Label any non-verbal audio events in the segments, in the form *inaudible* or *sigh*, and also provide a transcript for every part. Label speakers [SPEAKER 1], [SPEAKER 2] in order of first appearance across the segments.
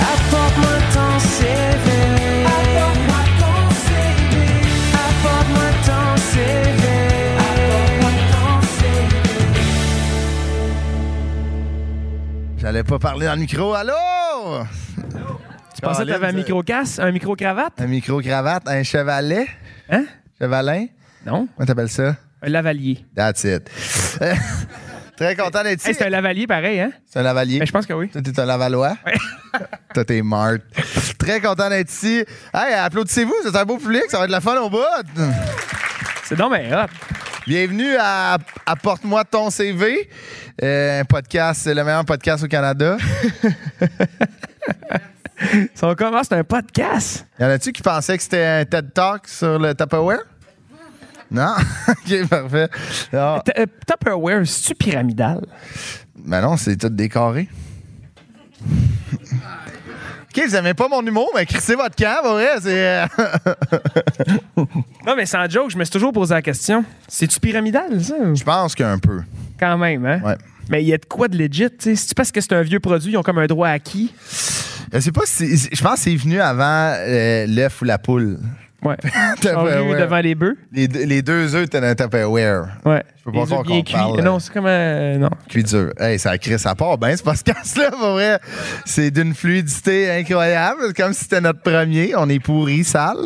[SPEAKER 1] Apporte-moi ton CV. Apporte-moi ton CV. Apporte-moi ton CV. Apporte-moi ton CV.
[SPEAKER 2] J'allais pas parler dans le micro. Allô?
[SPEAKER 3] Tu pensais que t'avais un micro-casse, un micro-cravate?
[SPEAKER 2] Un micro-cravate, un chevalet?
[SPEAKER 3] Hein?
[SPEAKER 2] Chevalin?
[SPEAKER 3] Euh, Non,
[SPEAKER 2] Comment t'appelles ça?
[SPEAKER 3] un lavalier.
[SPEAKER 2] That's it. *laughs* Très content d'être
[SPEAKER 3] Hey,
[SPEAKER 2] ici.
[SPEAKER 3] c'est un lavalier pareil, hein?
[SPEAKER 2] C'est un lavalier.
[SPEAKER 3] Mais je pense que oui.
[SPEAKER 2] Toi, t'es un Lavalois.
[SPEAKER 3] Ouais. *laughs*
[SPEAKER 2] Toi, t'es Marthe. Très content d'être ici. Hey, applaudissez-vous. C'est un beau public. Ça va être la fun au bout.
[SPEAKER 3] C'est non, mais hop.
[SPEAKER 2] Bienvenue à Apporte-moi ton CV. Euh, un podcast, c'est le meilleur podcast au Canada.
[SPEAKER 3] Ça, on commence, c'est un podcast.
[SPEAKER 2] Y en a-tu qui pensaient que c'était un TED Talk sur le Tupperware? Non? *laughs* ok, parfait. Non.
[SPEAKER 3] T- euh, Tupperware, c'est-tu pyramidal?
[SPEAKER 2] Ben non, c'est tout décoré. OK, vous aimez pas mon humour, mais crissez votre camp, pour vrai, c'est... euh,
[SPEAKER 3] Non, mais sans joke, je me suis toujours posé la question. C'est-tu pyramidal, ça?
[SPEAKER 2] Je pense qu'un peu,
[SPEAKER 3] Quand même, hein?
[SPEAKER 2] ouais.
[SPEAKER 3] Mais il y a de quoi de legit, tu sais. C'est-tu parce que c'est un vieux produit, ils ont comme un droit acquis?
[SPEAKER 2] Je sais pas si... Je pense que c'est venu avant euh, l'œuf ou la poule.
[SPEAKER 3] *laughs* Ouais. Charrue
[SPEAKER 2] Tupperware.
[SPEAKER 3] devant les bœufs?
[SPEAKER 2] Les, deux- les deux œufs étaient dans un Tupperware.
[SPEAKER 3] Ouais.
[SPEAKER 2] Je peux pas
[SPEAKER 3] Les
[SPEAKER 2] croire
[SPEAKER 3] œufs bien
[SPEAKER 2] qu'on
[SPEAKER 3] cuits.
[SPEAKER 2] parle. euh,
[SPEAKER 3] Non, c'est comme un... euh, Non.
[SPEAKER 2] Cuit dur. Hey, ça crée ça part bien, ce podcast-là, pour vrai. C'est d'une fluidité incroyable, comme si c'était notre premier. On est pourri, sale.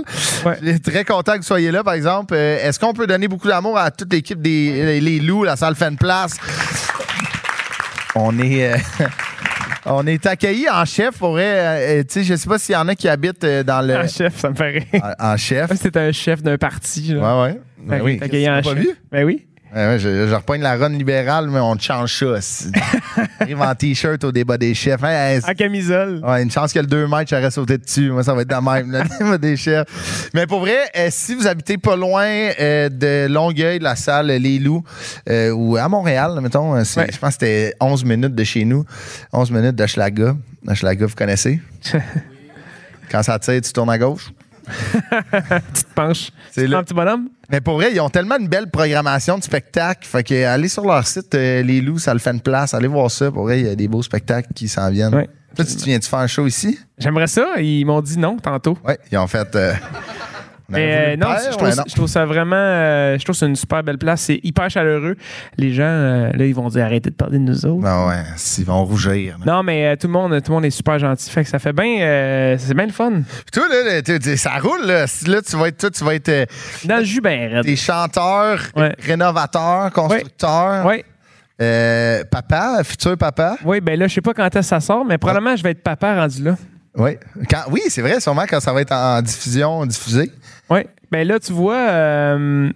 [SPEAKER 3] Ouais.
[SPEAKER 2] Je suis Très content que vous soyez là, par exemple. Euh, Est-ce qu'on peut donner beaucoup d'amour à toute l'équipe des les, les loups, la salle fan place? On est. euh, *laughs* On est accueillis en chef, pour vrai. Euh, tu sais, je sais pas s'il y en a qui habitent euh, dans le.
[SPEAKER 3] Un chef, ça me fait
[SPEAKER 2] *laughs*
[SPEAKER 3] rire.
[SPEAKER 2] En, en chef.
[SPEAKER 3] Comme si t'étais un chef d'un parti,
[SPEAKER 2] Ouais,
[SPEAKER 3] là.
[SPEAKER 2] ouais. Ben oui.
[SPEAKER 3] T'as gagné
[SPEAKER 2] Tu
[SPEAKER 3] un
[SPEAKER 2] m'as pas
[SPEAKER 3] chef.
[SPEAKER 2] vu?
[SPEAKER 3] Ben oui.
[SPEAKER 2] Ouais, ouais, je, je repogne la run libérale, mais on te change ça. c'est- Arrive en t-shirt au débat des chefs. Hein, hein, c'est-
[SPEAKER 3] En camisole.
[SPEAKER 2] Ouais, une chance que le 2 mètres, j'aurais sauté dessus. Moi, ça va être de même, le débat des chefs. Mais pour vrai, euh, si vous habitez pas loin euh, de Longueuil, de la salle Les Loups, euh, ou à Montréal, mettons, euh, c'est-
[SPEAKER 3] Ouais.
[SPEAKER 2] je pense que c'était 11 minutes de chez nous, 11 minutes d'Hochelaga. Hochelaga, vous connaissez?
[SPEAKER 3] *laughs*
[SPEAKER 2] Quand ça tire, tu tournes à gauche.
[SPEAKER 3] Tu te penches.
[SPEAKER 2] C'est
[SPEAKER 3] C'est
[SPEAKER 2] là.
[SPEAKER 3] un petit bonhomme?
[SPEAKER 2] Mais pour vrai, ils ont tellement une belle programmation de spectacles. Fait que allez sur leur site, euh, Les Loups, ça le fait une place. Allez voir ça. Pour vrai, il y a des beaux spectacles qui s'en viennent.
[SPEAKER 3] Ouais.
[SPEAKER 2] Toi, tu, tu viens de faire un show ici?
[SPEAKER 3] J'aimerais ça. Ils m'ont dit non tantôt.
[SPEAKER 2] Oui, ils ont fait. euh, on avait voulu
[SPEAKER 3] Mais euh,
[SPEAKER 2] le
[SPEAKER 3] non,
[SPEAKER 2] faire,
[SPEAKER 3] je trouve,
[SPEAKER 2] mais non.
[SPEAKER 3] je trouve ça vraiment. euh, je trouve que c'est une super belle place. C'est hyper chaleureux. Les gens, euh, là, ils vont dire arrêtez de parler de nous autres.
[SPEAKER 2] Ben ouais, s'ils vont rougir. là.
[SPEAKER 3] Non, mais euh, tout, le monde, tout le monde est super gentil. Fait que ça fait bien. euh, c'est bien le fun.
[SPEAKER 2] Puis toi, là, là, tu- tu- ça roule. Là, Si- là tu vas être, toi, tu vas être euh,
[SPEAKER 3] Dans le jus, ben raide.
[SPEAKER 2] des chanteurs,
[SPEAKER 3] Ouais.
[SPEAKER 2] rénovateurs, constructeurs,
[SPEAKER 3] Oui,
[SPEAKER 2] euh, papa, futur papa.
[SPEAKER 3] oui, ben là, je sais pas quand est-ce que ça sort, mais probablement je vais être papa rendu là.
[SPEAKER 2] Oui, quand, oui c'est vrai, sûrement quand ça va être en, en diffusion, diffusé.
[SPEAKER 3] Oui. Ben là, tu vois. euh,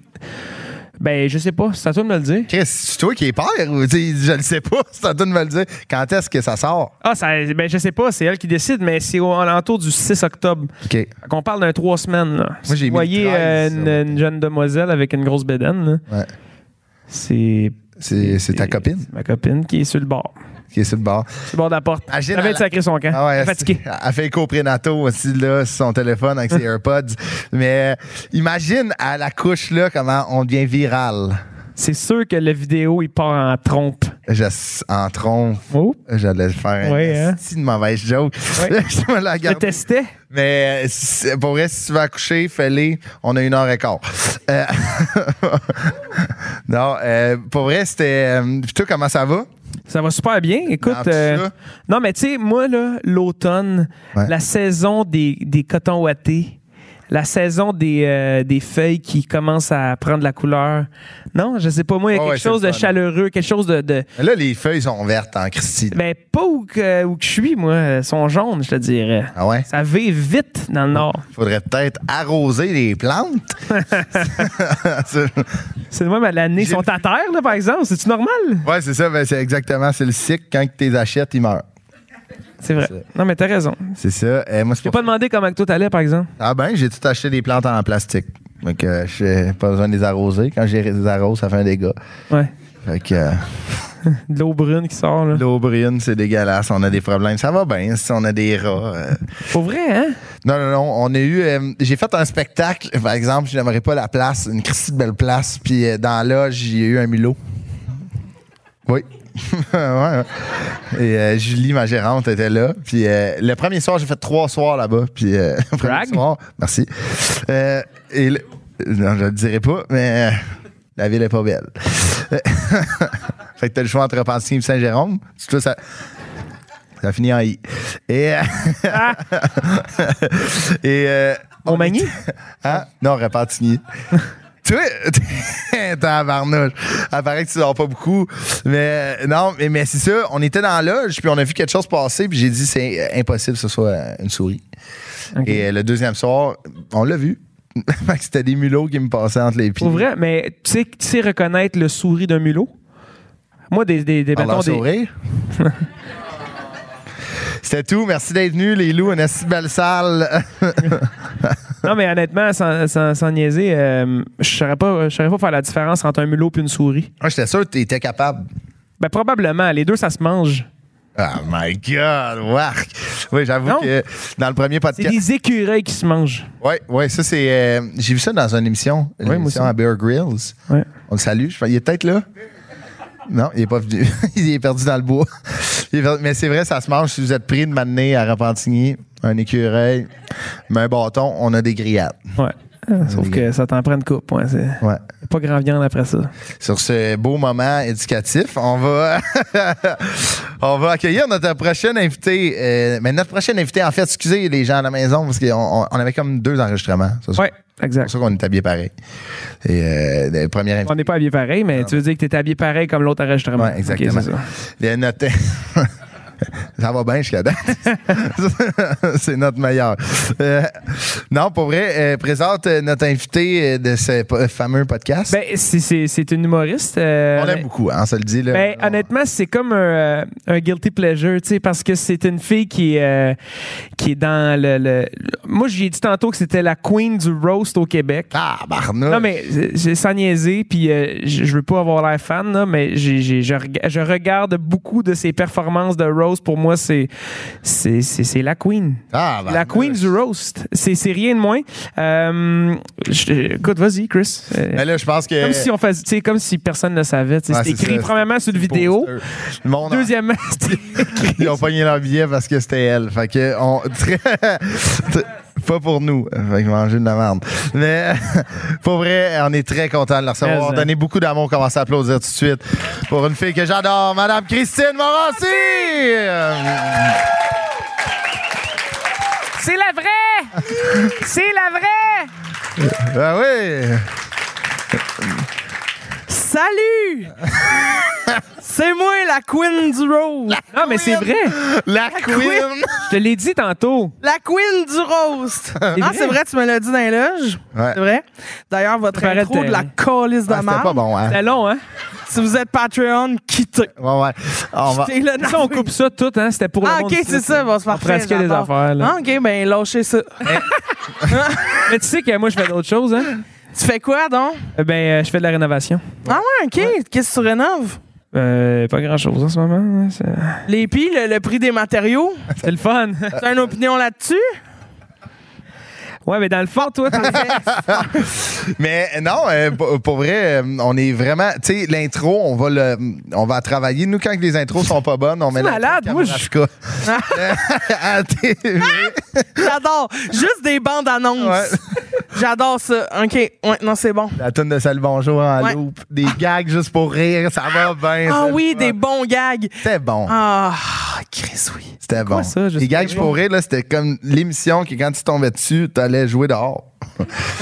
[SPEAKER 3] ben, je sais pas, c'est à toi de me le dire.
[SPEAKER 2] Chris, c'est toi qui es père ou tu sais, je le sais pas, *laughs* c'est à toi de me le dire. Quand est-ce que ça sort?
[SPEAKER 3] Ah, ça, ben, je sais pas, c'est elle qui décide, mais c'est au alentour du 6 octobre.
[SPEAKER 2] OK.
[SPEAKER 3] Qu'on parle d'un trois semaines. Là.
[SPEAKER 2] Moi, j'ai
[SPEAKER 3] Vous
[SPEAKER 2] mis le
[SPEAKER 3] voyez
[SPEAKER 2] 13,
[SPEAKER 3] euh,
[SPEAKER 2] ça.
[SPEAKER 3] une, une jeune demoiselle avec une grosse bédaine. là.
[SPEAKER 2] Ouais.
[SPEAKER 3] C'est
[SPEAKER 2] C'est, c'est ta copine
[SPEAKER 3] c'est ma copine qui est sur le bord.
[SPEAKER 2] qui est sur le bord.
[SPEAKER 3] Sur le bord de la porte.
[SPEAKER 2] Imagine,
[SPEAKER 3] elle vient
[SPEAKER 2] elle-
[SPEAKER 3] de sacrer son camp.
[SPEAKER 2] Ah ouais,
[SPEAKER 3] Elle est fatiguée.
[SPEAKER 2] c'est- Elle fait coprinato aussi, là, sur son téléphone
[SPEAKER 3] *laughs*
[SPEAKER 2] avec ses AirPods. Mais euh, imagine à la couche, là, comment on devient viral.
[SPEAKER 3] C'est sûr que la vidéo, il part en trompe.
[SPEAKER 2] Je, en trompe,
[SPEAKER 3] Oh.
[SPEAKER 2] j'allais faire un
[SPEAKER 3] Ouais, hein?
[SPEAKER 2] esti de mauvaise joke.
[SPEAKER 3] Ouais.
[SPEAKER 2] *laughs* Je me la
[SPEAKER 3] Je
[SPEAKER 2] garde.
[SPEAKER 3] testais.
[SPEAKER 2] Mais euh, si- pour vrai, si tu vas accoucher, fais-les. On a une heure et quart. Euh, *laughs* non, euh, pour vrai, c'était. euh, Puis toi, comment ça va?
[SPEAKER 3] Ça va super bien. Écoute,
[SPEAKER 2] Dans tout
[SPEAKER 3] euh,
[SPEAKER 2] ça.
[SPEAKER 3] non, mais tu sais, moi, là, l'automne,
[SPEAKER 2] Ouais.
[SPEAKER 3] la saison des, des cotons ouatés, la saison des, euh, des feuilles qui commence à prendre la couleur. Non, je sais pas, moi, il y a
[SPEAKER 2] Ah
[SPEAKER 3] quelque
[SPEAKER 2] ouais, c'est
[SPEAKER 3] chose
[SPEAKER 2] le
[SPEAKER 3] de
[SPEAKER 2] fun.
[SPEAKER 3] chaleureux, quelque chose de. de-
[SPEAKER 2] Mais Là, les feuilles sont vertes en Christie.
[SPEAKER 3] ben, pas où que, où que je suis, moi. Elles sont jaunes, je te dirais.
[SPEAKER 2] Ah ouais?
[SPEAKER 3] Ça vive vite dans le nord.
[SPEAKER 2] Faudrait peut-être arroser
[SPEAKER 3] *laughs*
[SPEAKER 2] les plantes.
[SPEAKER 3] C'est moi, mais l'année, ils sont à terre, là, par exemple. C'est-tu normal?
[SPEAKER 2] ouais, c'est ça. ben, c'est exactement. C'est le cycle. Quand tu les achètes, ils meurent.
[SPEAKER 3] C'est vrai.
[SPEAKER 2] C'est ça.
[SPEAKER 3] Non, mais t'as raison.
[SPEAKER 2] C'est ça. Euh, moi,
[SPEAKER 3] J'ai
[SPEAKER 2] c'est pour-
[SPEAKER 3] pas demandé comment que toi t'allais, par exemple.
[SPEAKER 2] Ah ben, j'ai tout acheté des plantes en plastique. Donc, euh, j'ai pas besoin de les arroser. Quand j'ai les arrose, ça fait un dégât.
[SPEAKER 3] Ouais.
[SPEAKER 2] Fait que euh,
[SPEAKER 3] De l'eau brune qui sort, là.
[SPEAKER 2] l'eau brune, c'est dégueulasse. On a des problèmes. Ça va bien si on a des rats. euh,
[SPEAKER 3] Pour vrai, hein?
[SPEAKER 2] Non, non, non. On a eu. euh, j'ai fait un spectacle, par exemple, je n'aimerais pas la place, une Christie de belle place. Puis euh, dans la loge, il y a eu un mulot. Oui. *laughs* Ouais, ouais. Et euh, Julie, ma gérante, était là. Puis euh, le premier soir, j'ai fait trois soirs là-bas. Puis euh, *laughs* le premier
[SPEAKER 3] Brag.
[SPEAKER 2] soir, merci. Euh, et le- non, je le dirai pas, mais euh, la ville est pas belle. *laughs* fait que t'as le choix entre Pensive et Saint-Jérôme. C'est tout ça. Ça finit en I. Et. euh, *laughs* et. euh, on
[SPEAKER 3] Ah! Montmagny?
[SPEAKER 2] était- Hein? Non, Repentigny. *laughs* Tu vois, *laughs* t'as la barnouche. Elle paraît que tu dors pas beaucoup. Mais euh, non, mais, mais c'est ça. On était dans la loge, puis on a vu quelque chose passer, puis j'ai dit c'est euh, impossible que ce soit euh, une souris. Et euh, le deuxième soir, on l'a vu. *laughs* Fait que C'était des mulots qui me passaient entre les pieds.
[SPEAKER 3] Pour vrai, mais tu sais, tu sais reconnaître le sourire d'un mulot? Moi, des, des, des,
[SPEAKER 2] Par leur
[SPEAKER 3] mettons, des-
[SPEAKER 2] sourire.
[SPEAKER 3] *laughs*
[SPEAKER 2] C'était tout. Merci d'être venus, les loups. On a si belle salle.
[SPEAKER 3] Non, mais honnêtement, sans, sans, sans niaiser, euh, je saurais pas, je saurais pas faire la différence entre un mulot et une souris.
[SPEAKER 2] Moi, Ah, j'étais sûr que tu étais capable.
[SPEAKER 3] Ben, probablement. Les deux, ça se mange.
[SPEAKER 2] Oh my God, Wark! Oui, j'avoue
[SPEAKER 3] Non.
[SPEAKER 2] que dans le premier
[SPEAKER 3] C'est
[SPEAKER 2] podcast.
[SPEAKER 3] des écureuils qui se mangent.
[SPEAKER 2] Oui, ouais, ça, c'est. euh, J'ai vu ça dans une émission.
[SPEAKER 3] moi
[SPEAKER 2] L'émission
[SPEAKER 3] aussi.
[SPEAKER 2] à Bear Grylls.
[SPEAKER 3] Ouais.
[SPEAKER 2] On le salue. Je fais- Il est peut-être là? Non, il est pas venu. *laughs* il est perdu dans le bois. *laughs* Il est perdu- Mais c'est vrai, ça se mange. Si vous êtes pris de m'amener à Repentigny, un écureuil, mais un bâton, on a des grillades.
[SPEAKER 3] Ouais. Ah, Sauf que ça t'en prend une coupe. Ouais, c'est
[SPEAKER 2] Ouais.
[SPEAKER 3] pas grand viande après ça.
[SPEAKER 2] Sur ce beau moment éducatif, on va, *laughs* on va accueillir notre prochaine invitée. Euh, mais notre prochaine invitée, en fait, excusez les gens à la maison, parce qu'on on- on avait comme deux enregistrements. ce soir.
[SPEAKER 3] Ouais, exact.
[SPEAKER 2] C'est pour ça qu'on est habillés pareil. Et euh, la première invitée.
[SPEAKER 3] On n'est pas habillé pareil, mais tu veux dire que t'es habillé pareil comme l'autre enregistrement.
[SPEAKER 2] Ouais, exactement.
[SPEAKER 3] Ok, c'est ça.
[SPEAKER 2] Le- notre- *laughs* ça va bien jusqu'à date. *laughs* C'est notre meilleur. Euh, non, pour vrai, euh, présente euh, notre invité euh, de ce po- fameux podcast.
[SPEAKER 3] Ben, c'est- c'est c'est une humoriste. euh,
[SPEAKER 2] on l'aime beaucoup, hein, on se le dit. Là.
[SPEAKER 3] Ben,
[SPEAKER 2] On-
[SPEAKER 3] honnêtement, c'est comme un, euh, un guilty pleasure, tu sais, parce que c'est une fille qui est, euh, qui est dans le, le- le- Moi, j'ai dit tantôt que c'était la queen du roast au Québec.
[SPEAKER 2] Ah, Barna.
[SPEAKER 3] Non, mais euh, c'est sans niaiser, puis euh, je je veux pas avoir l'air fan, là, mais j'ai- j'ai- je, rega- je regarde beaucoup de ses performances de roast. Pour moi, c'est c'est- c'est c'est la queen.
[SPEAKER 2] Ah, Barna.
[SPEAKER 3] La queen du roast. C'est c'est rien de moins. Euh, je- écoute, vas-y, Chris. Euh,
[SPEAKER 2] Mais là, je pense que.
[SPEAKER 3] comme si on faisait, tu sais, comme si personne ne savait. tu sais,
[SPEAKER 2] Ben, Ouais,
[SPEAKER 3] c'est
[SPEAKER 2] c'est
[SPEAKER 3] écrit
[SPEAKER 2] ça.
[SPEAKER 3] premièrement sur une vidéo.
[SPEAKER 2] Poster. Le monde en-
[SPEAKER 4] *laughs*
[SPEAKER 3] Deuxièmement, c'était écrit.
[SPEAKER 2] *laughs* Ils ont pogné leur billet parce que c'était elle. Fait que on. très- *laughs* très- pas pour nous. Fait que manger de la merde. Mais *laughs* pour vrai, on est très content de la recevoir.
[SPEAKER 3] Mais, euh,
[SPEAKER 2] Donnez beaucoup d'amour. On commence à applaudir tout de suite pour une fille que j'adore, Madame Christine Morancy! Euh,
[SPEAKER 3] C'est la vraie! C'est la vraie!
[SPEAKER 2] Ah oui!
[SPEAKER 3] Salut! c'est moi, la queen du rose! non, mais c'est vrai!
[SPEAKER 2] La, queen!
[SPEAKER 4] queen.
[SPEAKER 3] Je te l'ai dit tantôt.
[SPEAKER 4] La queen du roast. Ah,
[SPEAKER 3] vrai.
[SPEAKER 4] c'est vrai, tu me l'as dit dans les loges.
[SPEAKER 2] Ouais.
[SPEAKER 4] C'est vrai. D'ailleurs, votre
[SPEAKER 3] Ça paraît
[SPEAKER 4] intro de la
[SPEAKER 3] terrible.
[SPEAKER 4] calice de
[SPEAKER 2] Ah, C'était
[SPEAKER 4] merde.
[SPEAKER 2] pas bon, hein?
[SPEAKER 3] C'est long, hein?
[SPEAKER 4] Si vous êtes Patreon, quittez.
[SPEAKER 2] Ouais, ouais. On va-
[SPEAKER 4] Quittez le
[SPEAKER 3] Ça, on coupe ça tout, hein? C'était pour le
[SPEAKER 4] *laughs* Ah,
[SPEAKER 3] monde
[SPEAKER 4] OK,
[SPEAKER 3] ici.
[SPEAKER 4] c'est ça. Bon, c'est
[SPEAKER 3] On
[SPEAKER 4] parfait.
[SPEAKER 3] pratiquait des
[SPEAKER 4] j'adore.
[SPEAKER 3] affaires, là.
[SPEAKER 4] Ah, OK, ben lâchez ça.
[SPEAKER 3] Mais tu sais que moi, je fais d'autres choses, hein?
[SPEAKER 4] Tu fais quoi, donc?
[SPEAKER 3] Euh, Ben, euh, je fais de la rénovation.
[SPEAKER 4] Ah ouais, OK. Qu'est-ce que tu rénoves?
[SPEAKER 3] Euh, pas grand-chose en ce moment. hein, c'est-
[SPEAKER 4] Les pis, le, le prix des matériaux.
[SPEAKER 3] C'est le
[SPEAKER 4] *laughs*
[SPEAKER 3] fun.
[SPEAKER 4] T'as une opinion là-dessus?
[SPEAKER 3] ouais, mais dans le fort, toi, t'en fais.
[SPEAKER 2] Mais non, euh, pour- pour vrai, euh, on est vraiment. Tu sais, l'intro, on va le, on va travailler. Nous, quand les intros sont pas bonnes, on met l'intro
[SPEAKER 3] malade,
[SPEAKER 2] de
[SPEAKER 3] moi,
[SPEAKER 4] *laughs*
[SPEAKER 2] Kamarashka. à la TV.
[SPEAKER 4] J'adore. Juste des bandes annonces.
[SPEAKER 2] Ouais.
[SPEAKER 4] *laughs* J'adore ça. OK. Ouais, non, c'est bon.
[SPEAKER 2] La tonne de Salut Bonjour en
[SPEAKER 4] Ouais.
[SPEAKER 2] loop. Des gags juste pour rire, ça va bien.
[SPEAKER 4] Ah
[SPEAKER 2] c'est
[SPEAKER 4] oui,
[SPEAKER 2] le
[SPEAKER 4] des
[SPEAKER 2] fun.
[SPEAKER 4] bons gags.
[SPEAKER 2] C'était bon.
[SPEAKER 4] Ah, Chris, oui.
[SPEAKER 2] C'était bon.
[SPEAKER 3] ça, juste
[SPEAKER 2] les gags
[SPEAKER 3] pour
[SPEAKER 2] pour rire, là, c'était comme l'émission que quand tu tombais dessus, t'allais jouer dehors.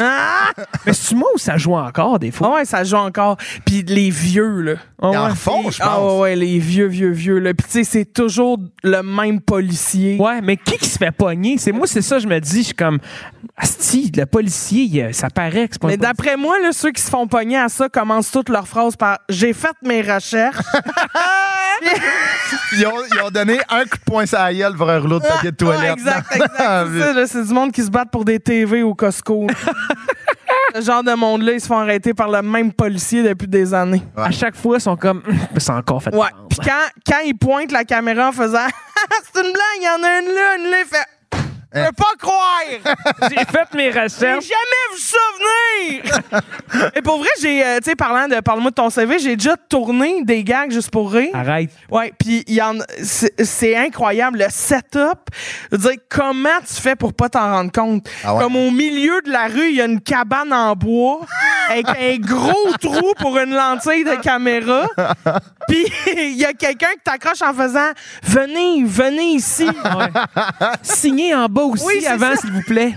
[SPEAKER 4] Ah!
[SPEAKER 3] Mais c'est moi où ça joue encore des
[SPEAKER 4] Ah
[SPEAKER 3] fois.
[SPEAKER 4] ouais, ça joue encore. Puis les vieux, là.
[SPEAKER 3] Ah
[SPEAKER 2] Ils en
[SPEAKER 3] ouais.
[SPEAKER 2] font, je pense.
[SPEAKER 4] Ah ouais, ouais, les vieux, vieux, vieux, là. Puis tu sais, c'est toujours le même policier.
[SPEAKER 3] Ouais, mais qui qui se fait pogner? C'est moi, c'est ça, je me dis, je suis comme, Asti, le policier, il, euh, ça paraît que c'est pas un
[SPEAKER 4] Mais d'après moi, là, ceux qui se font pogner à ça commencent toutes leurs phrases par J'ai fait mes recherches.
[SPEAKER 2] Ils ont, ils ont donné un coup de poing sur la gueule pour un rouleau de *laughs* papier de toilette.
[SPEAKER 4] Ouais, Ah,
[SPEAKER 2] *laughs*
[SPEAKER 4] exact, exact. C'est ça, là, c'est du monde qui se battent pour des TV au Costco. Ce genre de monde-là, ils se font arrêter par le même policier depuis des années.
[SPEAKER 3] À chaque fois, ils sont comme, *laughs* c'est encore fait.
[SPEAKER 4] Ouais.
[SPEAKER 3] prendre.
[SPEAKER 4] Puis quand, quand ils pointent la caméra en faisant *laughs* C'est une blague, il y en a une là, une là, il fait
[SPEAKER 2] Eh.
[SPEAKER 4] Je peux pas croire!
[SPEAKER 3] J'ai fait mes
[SPEAKER 4] J'ai
[SPEAKER 3] recherches.
[SPEAKER 4] jamais vu ça venir!
[SPEAKER 2] *laughs*
[SPEAKER 4] Et pour vrai, j'ai, euh, tu sais, parlant de Parle-moi de ton CV, j'ai déjà tourné des gags juste pour rire.
[SPEAKER 2] Ah.
[SPEAKER 3] Arrête.
[SPEAKER 4] Ouais, puis il y en c'est c'est incroyable le setup. Je veux dire comment tu fais pour pas t'en rendre compte
[SPEAKER 2] Ah ouais.
[SPEAKER 4] Comme au milieu de la rue, il y a une cabane en bois avec un
[SPEAKER 2] *laughs*
[SPEAKER 4] gros trou pour une lentille de caméra. Puis il y a quelqu'un qui t'accroche en faisant "Venez, venez
[SPEAKER 2] *laughs*
[SPEAKER 4] ici."
[SPEAKER 3] Signez en bas aussi
[SPEAKER 4] Oui, c'est
[SPEAKER 3] avant,
[SPEAKER 4] ça.
[SPEAKER 3] s'il vous plaît.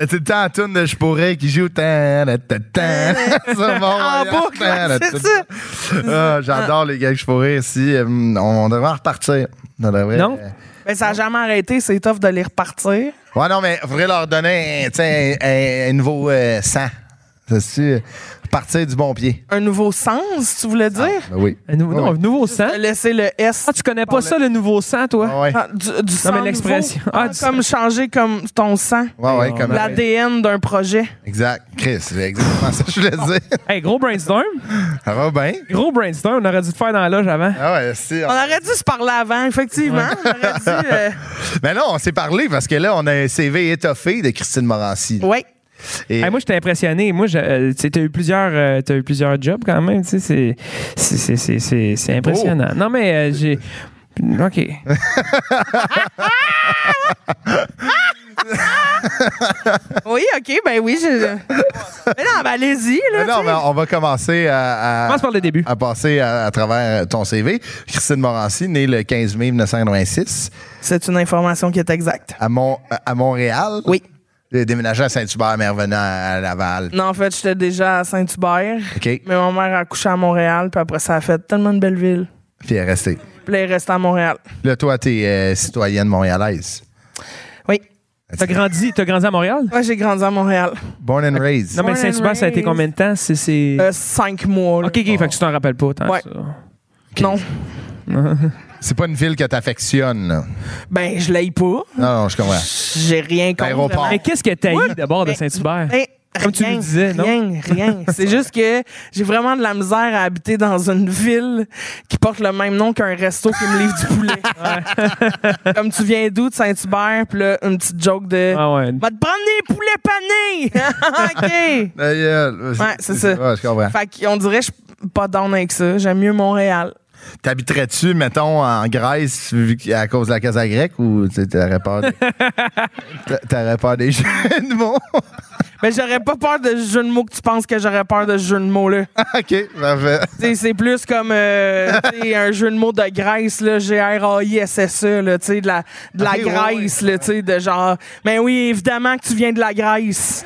[SPEAKER 2] C'est le temps en toune de Je pourrais qui joue. Tan, tan, tan,
[SPEAKER 4] *laughs*
[SPEAKER 2] tan. Ça, bon,
[SPEAKER 4] en
[SPEAKER 2] voyons.
[SPEAKER 4] boucle,
[SPEAKER 2] Tan,
[SPEAKER 4] ouais,
[SPEAKER 2] tan,
[SPEAKER 4] c'est
[SPEAKER 2] tan.
[SPEAKER 4] ça.
[SPEAKER 2] Ah, J'adore les gars que je pourrais ici. Hum, On, devrait en repartir. On devrait- euh,
[SPEAKER 3] Non.
[SPEAKER 4] Mais ça a jamais arrêté, c'est tough de les repartir.
[SPEAKER 2] Ouais, non, mais faudrait leur donner tu sais, un, un- un nouveau euh, 100. C'est-tu partir du bon pied?
[SPEAKER 4] Un nouveau sens, tu voulais dire
[SPEAKER 2] Ben oui.
[SPEAKER 3] Un nouveau,
[SPEAKER 2] Ouais,
[SPEAKER 3] non, un nouveau sang.
[SPEAKER 4] Laisser le S
[SPEAKER 3] Hein? Ah, tu connais pas ça, le nouveau sang, toi?
[SPEAKER 2] Ouais, ouais.
[SPEAKER 4] Ah, du, du sang nouveau.
[SPEAKER 3] l'expression. Ah,
[SPEAKER 4] Ah,
[SPEAKER 3] du Ben
[SPEAKER 4] comme changer comme ton sang.
[SPEAKER 2] Ouais, ouais,
[SPEAKER 4] Ah.
[SPEAKER 2] comme- euh,
[SPEAKER 4] L'ADN d'un projet.
[SPEAKER 2] Exact. Chris, c'est exactement ça que je voulais
[SPEAKER 4] *laughs*
[SPEAKER 2] dire.
[SPEAKER 3] Hey, gros brainstorm.
[SPEAKER 2] Ça va bien?
[SPEAKER 3] Gros brainstorm. On aurait dû te faire dans la loge avant.
[SPEAKER 2] Ah ouais, si.
[SPEAKER 4] On aurait dû se parler avant, effectivement. On aurait dû.
[SPEAKER 3] *laughs*
[SPEAKER 4] euh,
[SPEAKER 2] Mais là, on s'est parlé parce que là, on a un CV étoffé de Christine Morancy.
[SPEAKER 4] Ouais. Ah
[SPEAKER 2] Et-
[SPEAKER 3] Hey, moi, j'étais impressionné. Moi, je- euh, tu as eu plusieurs, euh, t'as eu plusieurs jobs quand même. Tu sais, c'est- c'est- c'est- c'est c'est- c'est impressionnant. Non, mais euh, j'ai. OK.
[SPEAKER 4] Oui, OK, ben oui. Je...
[SPEAKER 3] *laughs*
[SPEAKER 4] Mais non, ben allez-y, là.
[SPEAKER 2] Mais non,
[SPEAKER 4] tu
[SPEAKER 2] mais
[SPEAKER 4] sais.
[SPEAKER 2] on va commencer à, à-
[SPEAKER 3] Commence par le début.
[SPEAKER 2] à passer à, à travers euh, ton CV. Christine Morancy, née le 15 mai 1996
[SPEAKER 4] C'est une information qui est exacte.
[SPEAKER 2] à, Mon- à Montréal.
[SPEAKER 4] Oui.
[SPEAKER 2] J'ai déménagé à Saint-Hubert, mais revenant à Laval.
[SPEAKER 4] Non, en fait, j'étais déjà à Saint-Hubert.
[SPEAKER 2] OK.
[SPEAKER 4] Mais ma mère a couché à Montréal, puis après, ça a fait tellement de belle ville.
[SPEAKER 2] Puis elle est restée.
[SPEAKER 4] Puis là, elle est restée à Montréal.
[SPEAKER 2] Là, toi, t'es euh, citoyenne montréalaise.
[SPEAKER 4] Oui.
[SPEAKER 3] T'as grandi, t'as grandi à Montréal?
[SPEAKER 4] Moi, j'ai grandi à Montréal.
[SPEAKER 2] Born and raised.
[SPEAKER 3] Non, mais
[SPEAKER 4] Born and
[SPEAKER 3] Saint-Hubert, ça a été
[SPEAKER 4] raised.
[SPEAKER 3] combien de temps? C'est- C'est.
[SPEAKER 4] Euh, cinq mois, là.
[SPEAKER 3] OK, OK, fait que tu t'en rappelles pas tant que
[SPEAKER 4] Ouais.
[SPEAKER 3] ça.
[SPEAKER 4] Non.
[SPEAKER 2] C'est pas une ville que t'affectionnes. là.
[SPEAKER 4] Ben, je l'aille pas.
[SPEAKER 2] Non, non, je comprends.
[SPEAKER 4] J'ai rien contre.
[SPEAKER 2] L'aéroport.
[SPEAKER 4] vraiment.
[SPEAKER 3] Mais qu'est-ce que t'as eu
[SPEAKER 4] Ouais.
[SPEAKER 3] d'abord de
[SPEAKER 4] Mais-
[SPEAKER 3] Saint-Hubert?
[SPEAKER 4] Ben,
[SPEAKER 3] Comme tu
[SPEAKER 4] rien,
[SPEAKER 3] nous disais, non?
[SPEAKER 4] Rien, rien. *laughs* C'est juste que j'ai vraiment de la misère à habiter dans une ville qui porte le même nom qu'un resto qui me livre du *laughs* poulet. Comme tu viens d'où, de Saint-Hubert, puis là, une petite joke de.
[SPEAKER 3] Ah ouais.
[SPEAKER 4] Va te prendre des poulets *laughs* panés! OK!
[SPEAKER 2] Ta gueule.
[SPEAKER 4] Ouais, c'est ça.
[SPEAKER 2] Ouais, je comprends.
[SPEAKER 4] Fait qu'on dirait que je suis pas down avec ça. J'aime mieux Montréal.
[SPEAKER 2] T'habiterais-tu, mettons, en Grèce vu que- à cause de la casa grecque ou tu sais, t'aurais peur, de... t'a- t'aurais peur des *laughs* jeunes mots?
[SPEAKER 4] Mais j'aurais pas peur de ce jeu de mots que tu penses que j'aurais peur de ce jeu de mots-là.
[SPEAKER 2] *laughs* OK, parfait.
[SPEAKER 4] Tu sais, c'est plus comme
[SPEAKER 3] *laughs*
[SPEAKER 4] euh, tu sais, un jeu de mots de Grèce, là, G-R-A-I-S-S-E, E, là, tu sais, de la,
[SPEAKER 3] Ah
[SPEAKER 4] de la
[SPEAKER 2] Ok, ouais,
[SPEAKER 4] Grèce, là, tu sais, de genre, mais oui, évidemment que tu viens de la Grèce.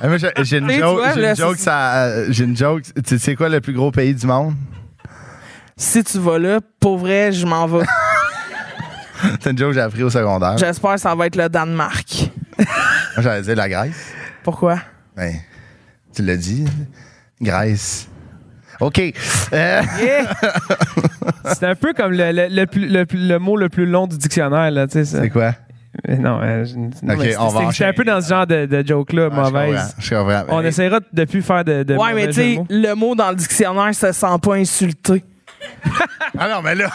[SPEAKER 2] Ah, moi, j'ai- J'ai une
[SPEAKER 4] Tu
[SPEAKER 2] joke,
[SPEAKER 4] vois,
[SPEAKER 2] j'ai
[SPEAKER 4] là,
[SPEAKER 2] une joke,
[SPEAKER 4] c'est-
[SPEAKER 2] ça, euh, j'ai une joke. Tu sais quoi le plus gros pays du monde?
[SPEAKER 4] Si tu vas là, pour vrai, je
[SPEAKER 3] *laughs*
[SPEAKER 4] m'en vais.
[SPEAKER 2] C'est une joke que j'ai appris au secondaire.
[SPEAKER 4] J'espère que ça va être le Danemark.
[SPEAKER 2] Moi, J'allais dire la Grèce.
[SPEAKER 4] Pourquoi?
[SPEAKER 2] Mais tu l'as dit. Grèce. OK. Euh,
[SPEAKER 3] C'est un peu comme le, le, le plus- le plus- le mot le plus long du dictionnaire, là, tu sais. ça.
[SPEAKER 2] c'est quoi?
[SPEAKER 3] Mais Non, euh, je- non, mais c'était-
[SPEAKER 2] on va
[SPEAKER 3] c'était- j'étais
[SPEAKER 2] enchaîner.
[SPEAKER 3] un peu dans ce genre de, de joke-là,
[SPEAKER 2] Ah, je
[SPEAKER 3] *laughs* mauvaise.
[SPEAKER 2] comprends, Je comprends.
[SPEAKER 3] On
[SPEAKER 2] Hey,
[SPEAKER 3] essaiera de plus faire de, de
[SPEAKER 4] ouais, mais
[SPEAKER 3] mauvais
[SPEAKER 4] tu
[SPEAKER 3] jeux de
[SPEAKER 4] sais,
[SPEAKER 3] mots.
[SPEAKER 4] le mot dans le dictionnaire, ça sent pas insulté.
[SPEAKER 2] Ah non, mais là.